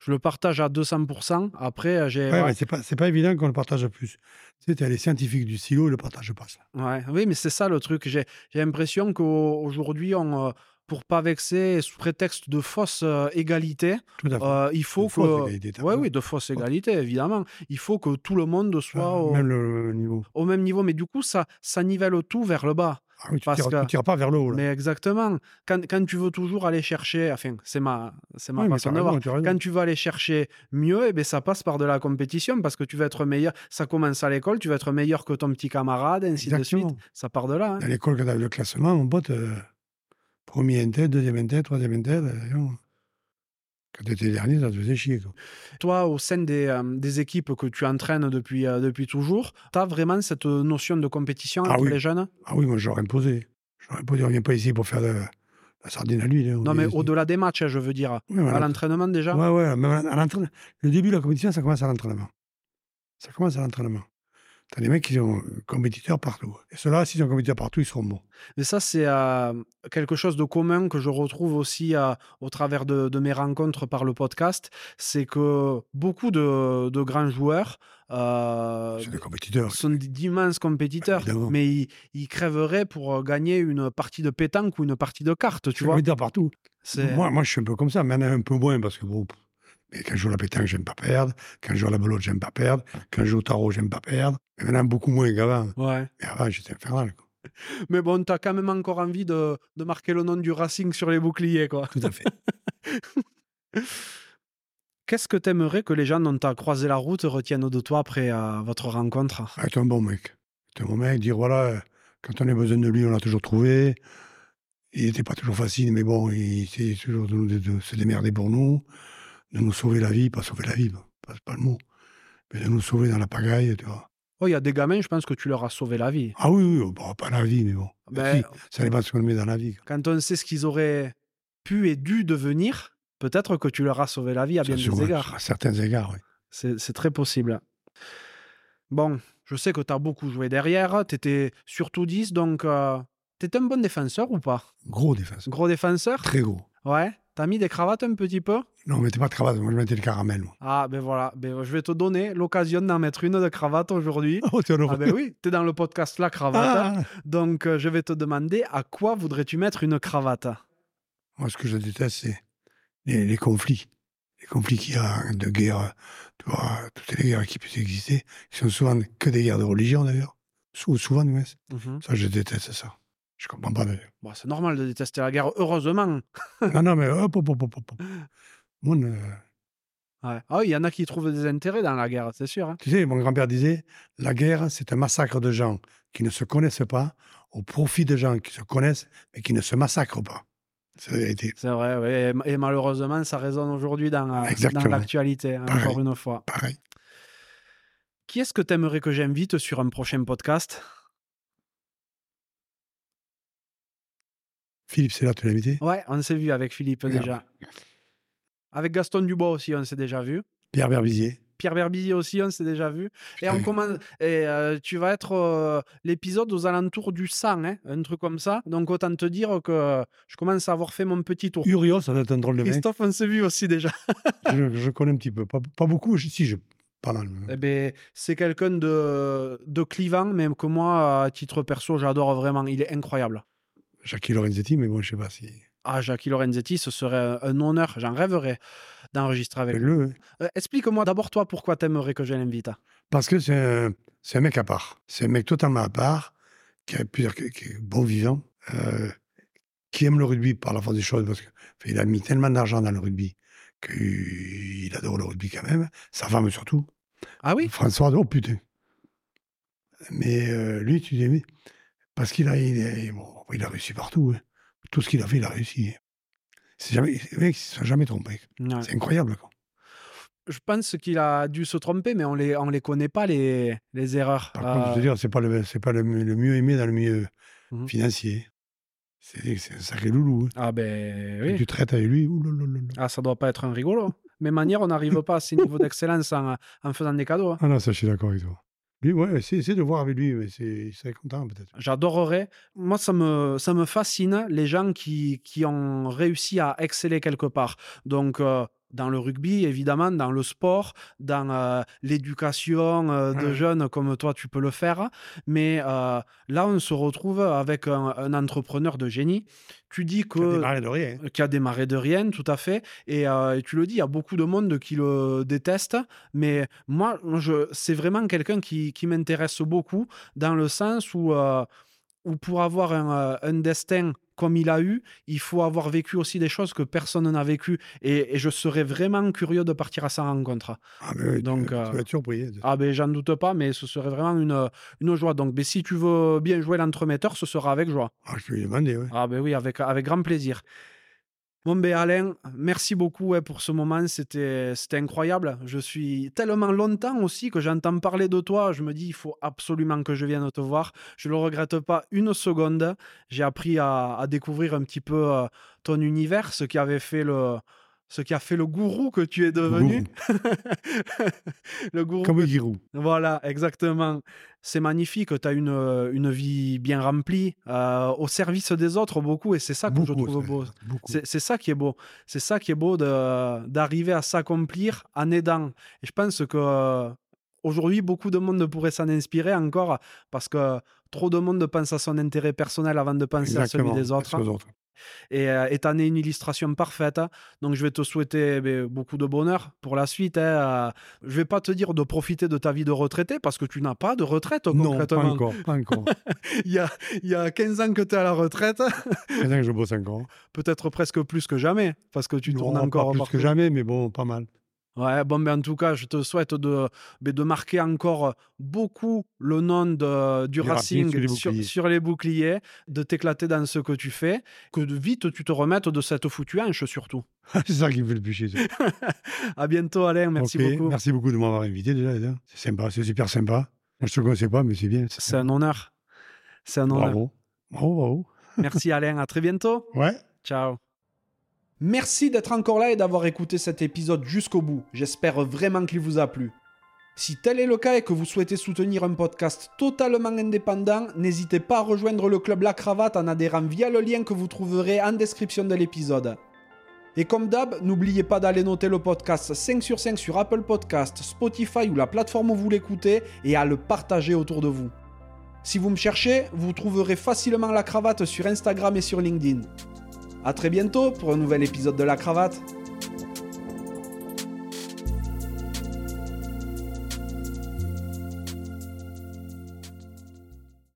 [SPEAKER 2] Je le partage à 200%. Après, euh, j'ai.
[SPEAKER 1] ouais,
[SPEAKER 2] ouais,
[SPEAKER 1] mais c'est pas, c'est pas évident qu'on le partage plus. Tu sais, t'as les scientifiques du silo, ils le partagent pas. ça.
[SPEAKER 2] Ouais, oui, mais c'est ça le truc. J'ai j'ai l'impression qu'aujourd'hui, on, euh, pour pas vexer, sous prétexte de fausse euh, égalité,
[SPEAKER 1] Tout à fait.
[SPEAKER 2] euh, il faut
[SPEAKER 1] Une fois, c'est
[SPEAKER 2] que.
[SPEAKER 1] des- des
[SPEAKER 2] Oui,
[SPEAKER 1] tableaux.
[SPEAKER 2] oui, de fausse égalité, évidemment. Il faut que tout le monde soit
[SPEAKER 1] Euh,
[SPEAKER 2] au,
[SPEAKER 1] Même le le niveau.
[SPEAKER 2] au même niveau. Mais du coup, ça, ça nivelle tout vers le bas.
[SPEAKER 1] Ah oui, tu ne
[SPEAKER 2] Parce
[SPEAKER 1] tires,
[SPEAKER 2] que-
[SPEAKER 1] tu tires pas vers le haut. Là.
[SPEAKER 2] Mais exactement. Quand, quand tu veux toujours aller chercher, enfin, c'est ma, c'est ma
[SPEAKER 1] Oui, mais
[SPEAKER 2] façon
[SPEAKER 1] t'as
[SPEAKER 2] de voir.
[SPEAKER 1] raison, t'as raison.
[SPEAKER 2] Quand tu vas aller chercher mieux, eh ben, ça passe par de la compétition parce que tu vas être meilleur. Ça commence à l'école, tu vas être meilleur que ton petit camarade, ainsi de
[SPEAKER 1] Exactement.
[SPEAKER 2] suite. Ça part de là. hein.
[SPEAKER 1] À l'école, quand t'as le classement, mon pote, euh, premier en tête, deuxième en tête, troisième en tête. euh, dis donc. quand t'étais dernier, ça te faisait chier. Quoi.
[SPEAKER 2] Toi, au sein des, euh, des équipes que tu entraînes depuis, euh, depuis toujours, tu as vraiment cette notion de compétition
[SPEAKER 1] Ah
[SPEAKER 2] entre
[SPEAKER 1] oui.
[SPEAKER 2] les jeunes
[SPEAKER 1] Ah oui, moi, j'aurais imposé. J'aurais imposé, on vient pas ici pour faire de la sardine à l'huile. hein, on
[SPEAKER 2] Non,
[SPEAKER 1] est
[SPEAKER 2] mais
[SPEAKER 1] ici.
[SPEAKER 2] au-delà des matchs, hein, je veux dire.
[SPEAKER 1] Oui, mais à
[SPEAKER 2] À
[SPEAKER 1] l'entra-
[SPEAKER 2] l'entraînement déjà
[SPEAKER 1] Ouais, ouais, même à à l'entraînement. Le début de la compétition, ça commence à l'entraînement. Ça commence à l'entraînement. T'as des mecs qui sont euh, compétiteurs partout. Et ceux-là, s'ils sont compétiteurs partout, ils seront bons.
[SPEAKER 2] Mais ça, c'est euh, quelque chose de commun que je retrouve aussi euh, au travers de, de mes rencontres par le podcast. C'est que beaucoup de, de grands joueurs euh,
[SPEAKER 1] C'est des compétiteurs.
[SPEAKER 2] sont d'immenses compétiteurs,
[SPEAKER 1] Évidemment.
[SPEAKER 2] mais ils, ils crèveraient pour euh, gagner une partie de pétanque ou une partie de cartes, tu
[SPEAKER 1] Tu
[SPEAKER 2] vois.
[SPEAKER 1] compétiteurs partout.
[SPEAKER 2] C'est-
[SPEAKER 1] Moi, moi, je suis un peu comme ça. Maintenant, un peu moins, parce que bon. pff, Mais quand je joue à la pétanque, j'aime pas perdre. Quand je joue à la belote, j'aime pas perdre. Quand je joue au tarot, j'aime pas perdre. Mais maintenant, beaucoup moins qu'avant.
[SPEAKER 2] Ouais.
[SPEAKER 1] Mais avant, j'étais infernal. quoi.
[SPEAKER 2] Mais bon, t'as quand même encore envie de, de marquer le nom du Racing sur les boucliers, quoi.
[SPEAKER 1] Tout à fait.
[SPEAKER 2] Qu'est-ce que t'aimerais que les gens dont t'as croisé la route retiennent de toi après euh, votre rencontre
[SPEAKER 1] Ah, t'es un bon mec. T'es un bon mec. Dire voilà, euh, quand on a besoin de lui, on l'a toujours trouvé. Il n'était pas toujours facile, mais bon, il essayait toujours de, nous- de- de se démerder pour nous, de nous sauver la vie, pas sauver la vie, bah, pas, pas le mot, mais de nous sauver dans la pagaille, tu vois.
[SPEAKER 2] Oh, il y a des gamins, je pense que tu leur as sauvé la vie.
[SPEAKER 1] Ah oui, oui, oh, bah, pas la vie, mais bon.
[SPEAKER 2] Ben,
[SPEAKER 1] Si, ça dépend de ce qu'on met dans la vie. quoi.
[SPEAKER 2] quand on sait ce qu'ils auraient pu et dû devenir, peut-être que tu leur as sauvé la vie à bien
[SPEAKER 1] Ça, sur-
[SPEAKER 2] des égards.
[SPEAKER 1] À certains égards, oui.
[SPEAKER 2] C'est c'est très possible. Bon, je sais que tu as beaucoup joué derrière, tu étais surtout 10, donc euh, tu un bon défenseur ou pas
[SPEAKER 1] Gros défenseur.
[SPEAKER 2] Gros défenseur
[SPEAKER 1] Très gros.
[SPEAKER 2] Ouais. T'as mis des cravates un petit peu
[SPEAKER 1] Non, on mettait pas de cravate, moi je mettais le caramel. Moi.
[SPEAKER 2] Ah, ben voilà, ben, je vais te donner l'occasion d'en mettre une de cravate aujourd'hui.
[SPEAKER 1] Oh, t'es un
[SPEAKER 2] Ah ben oui, t'es dans le podcast La Cravate,
[SPEAKER 1] Ah
[SPEAKER 2] donc euh, je vais te demander à quoi voudrais-tu mettre une cravate
[SPEAKER 1] Moi, ce que je déteste, c'est les, les conflits. Les conflits qu'il y a hein, de guerre, tu vois, toutes les guerres qui puissent exister, qui sont souvent que des guerres de religion, d'ailleurs. Sou- Souvent, mais
[SPEAKER 2] Mhm.
[SPEAKER 1] ça, je déteste ça. Je comprends pas, d'ailleurs.
[SPEAKER 2] Bon, c'est normal de détester la guerre, heureusement.
[SPEAKER 1] non, non, mais hop, hop, hop, hop, hop. Mon, euh,
[SPEAKER 2] Ouais. Ah oui, il y en a qui trouvent des intérêts dans la guerre, c'est sûr. hein.
[SPEAKER 1] tu sais, mon grand-père disait, la guerre, c'est un massacre de gens qui ne se connaissent pas au profit de gens qui se connaissent, mais qui ne se massacrent pas. C'est la vérité.
[SPEAKER 2] C'est vrai, ouais, et ma- et, malheureusement, ça résonne aujourd'hui dans, euh,
[SPEAKER 1] Exactement.
[SPEAKER 2] dans l'actualité, hein,
[SPEAKER 1] Pareil.
[SPEAKER 2] encore une fois.
[SPEAKER 1] Pareil.
[SPEAKER 2] Qui est-ce que t'aimerais que j'invite sur un prochain podcast
[SPEAKER 1] Philippe, c'est là, tu l'as invité
[SPEAKER 2] Ouais, on s'est vu avec Philippe
[SPEAKER 1] Merde.
[SPEAKER 2] déjà. Avec Gaston Dubois aussi, on s'est déjà vu.
[SPEAKER 1] Pierre Berbizier.
[SPEAKER 2] Pierre Berbizier aussi, on s'est déjà vu. Et, on
[SPEAKER 1] Putain.
[SPEAKER 2] commence, et euh, tu vas être euh, l'épisode aux alentours du 100, hein, un truc comme ça. Donc autant te dire que je commence à avoir fait mon petit tour.
[SPEAKER 1] Urios, ça doit être un drôle de mec.
[SPEAKER 2] Christophe, on s'est vu aussi déjà.
[SPEAKER 1] je, je connais un petit peu. Pas, pas beaucoup, je- si, je, pas mal.
[SPEAKER 2] Eh ben, c'est quelqu'un de, de clivant, même que moi, à titre perso, j'adore vraiment. Il est incroyable.
[SPEAKER 1] Jackie Lorenzetti, mais bon, je sais pas si.
[SPEAKER 2] Ah, Jackie Lorenzetti, ce serait un- un honneur, j'en rêverais d'enregistrer avec lui.
[SPEAKER 1] Le, hein.
[SPEAKER 2] Euh, Explique-moi d'abord, toi, pourquoi t'aimerais que je l'invite.
[SPEAKER 1] parce que c'est un, c'est un mec à part. C'est un mec totalement à part, qui, a plusieurs, qui, qui est bon vivant, euh, qui aime le rugby par la force des choses, parce qu'il a mis tellement d'argent dans le rugby qu'il adore le rugby quand même. Sa femme surtout.
[SPEAKER 2] Ah oui
[SPEAKER 1] François, oh putain. Mais euh, lui, tu dis, mais- parce qu'il a, il a, bon, il a réussi partout. hein. Tout ce qu'il a fait, il a réussi. C'est jamais, les mecs, ils se sont jamais trompés.
[SPEAKER 2] Ouais.
[SPEAKER 1] C'est incroyable. Quoi.
[SPEAKER 2] Je pense qu'il a dû se tromper, mais on les, on les connaît pas, les, les erreurs.
[SPEAKER 1] Par
[SPEAKER 2] Euh,
[SPEAKER 1] contre, je veux dire, c'est pas le, c'est pas le, mieux- le mieux aimé dans le milieu
[SPEAKER 2] Mhm.
[SPEAKER 1] financier. C'est, c'est un sacré loulou. hein.
[SPEAKER 2] Ah ben oui.
[SPEAKER 1] Tu traites avec lui, oulalalalala.
[SPEAKER 2] Ah, ça doit pas être un rigolo. Mais manière, on n'arrive pas à ces niveaux d'excellence en, en faisant des cadeaux. hein.
[SPEAKER 1] Ah non, ça, je suis d'accord avec toi. Lui, ouais, c'est, c'est de voir avec lui, mais c'est, il serait content peut-être.
[SPEAKER 2] J'adorerais. Moi, ça me, ça me fascine les gens qui, qui ont réussi à exceller quelque part. Donc, euh, dans le rugby, évidemment, dans le sport, dans euh, l'éducation euh, de
[SPEAKER 1] Ouais.
[SPEAKER 2] jeunes comme toi, tu peux le faire. Mais euh, là, on se retrouve avec un, un entrepreneur de génie. Tu
[SPEAKER 1] Il
[SPEAKER 2] dis
[SPEAKER 1] a
[SPEAKER 2] que
[SPEAKER 1] démarré de rien. hein.
[SPEAKER 2] qui a démarré de rien, tout à fait. Et euh, tu le dis, il y a beaucoup de monde qui le déteste. Mais moi, je, c'est vraiment quelqu'un qui, qui m'intéresse beaucoup dans le sens où euh, ou pour avoir un, euh, un destin comme il a eu, il faut avoir vécu aussi des choses que personne n'a vécues. Et, et je serais vraiment curieux de partir à sa rencontre.
[SPEAKER 1] Ah, mais oui, tu-
[SPEAKER 2] Donc,
[SPEAKER 1] tu,
[SPEAKER 2] euh,
[SPEAKER 1] vas être surpris. hein.
[SPEAKER 2] Ah ben j'en doute pas, mais ce serait vraiment une, une joie. Donc ben, si tu veux bien jouer l'entremetteur, ce sera avec joie.
[SPEAKER 1] Ah, je peux lui demander, ouais.
[SPEAKER 2] Ah ben oui, avec, avec grand plaisir. Bon ben Alain, merci beaucoup ouais, pour ce moment, c'était c'était incroyable. Je suis tellement longtemps aussi que j'entends parler de toi, je me dis il faut absolument que je vienne te voir. Je le regrette pas une seconde. J'ai appris à, à découvrir un petit peu euh, ton univers, ce qui avait fait le ce qui a fait le gourou que tu es devenu. le gourou
[SPEAKER 1] Comme Giroud.
[SPEAKER 2] voilà, exactement. C'est magnifique, tu as une, euh, une vie bien remplie, euh, au service des autres beaucoup, et c'est ça que je
[SPEAKER 1] Beaucoup,
[SPEAKER 2] trouve
[SPEAKER 1] ça,
[SPEAKER 2] beau.
[SPEAKER 1] beaucoup.
[SPEAKER 2] C'est c'est ça qui est beau. C'est ça qui est beau de- d'arriver à s'accomplir en aidant. Et je pense que euh, aujourd'hui, beaucoup de monde pourrait s'en inspirer encore, parce que trop de monde pense à son intérêt personnel avant de penser à
[SPEAKER 1] Exactement,
[SPEAKER 2] celui des autres hein.
[SPEAKER 1] parce que les autres.
[SPEAKER 2] et euh, et t'en es une illustration parfaite. hein. Donc je vais te souhaiter eh ben, beaucoup de bonheur pour la suite. hein. Euh, Je vais pas te dire de profiter de ta vie de retraité parce que tu n'as pas de retraite
[SPEAKER 1] Non, pas
[SPEAKER 2] concrètement.
[SPEAKER 1] encore, pas encore.
[SPEAKER 2] il, y a, il y a 15 ans que tu es à la retraite,
[SPEAKER 1] Maintenant que je bosse encore.
[SPEAKER 2] peut-être presque plus que jamais parce que tu
[SPEAKER 1] Non,
[SPEAKER 2] tournes
[SPEAKER 1] pas
[SPEAKER 2] encore
[SPEAKER 1] plus
[SPEAKER 2] partout.
[SPEAKER 1] que jamais, mais bon, pas mal.
[SPEAKER 2] Ouais, bon, ben en tout cas, je te souhaite de, ben, de marquer encore beaucoup le nom de,
[SPEAKER 1] Du
[SPEAKER 2] du Racing
[SPEAKER 1] Racing sur les
[SPEAKER 2] sur,
[SPEAKER 1] boucliers.
[SPEAKER 2] sur les boucliers, de t'éclater dans ce que tu fais, que de- vite tu te remettes de cette foutue hanche surtout.
[SPEAKER 1] c'est ça qui me fait le plus chier. ça.
[SPEAKER 2] À bientôt, Alain. Merci
[SPEAKER 1] Ok,
[SPEAKER 2] beaucoup.
[SPEAKER 1] Merci beaucoup de m'avoir invité déjà. hein. C'est sympa, c'est super sympa. Moi, Je ne te connaissais pas, mais c'est bien. c'est-
[SPEAKER 2] C'est un honneur. C'est un honneur.
[SPEAKER 1] Bravo. Bravo, bravo.
[SPEAKER 2] Merci, Alain. À très bientôt.
[SPEAKER 1] Ouais.
[SPEAKER 2] Ciao. Merci d'être encore là et d'avoir écouté cet épisode jusqu'au bout. J'espère vraiment qu'il vous a plu. Si tel est le cas et que vous souhaitez soutenir un podcast totalement indépendant, n'hésitez pas à rejoindre le club La Cravate en adhérant via le lien que vous trouverez en description de l'épisode. Et comme d'hab, n'oubliez pas d'aller noter le podcast 5 sur 5 sur Apple Podcast, Spotify ou la plateforme où vous l'écoutez et à le partager autour de vous. Si vous me cherchez, vous trouverez facilement La Cravate sur Instagram et sur LinkedIn. À très bientôt pour un nouvel épisode de La Cravate.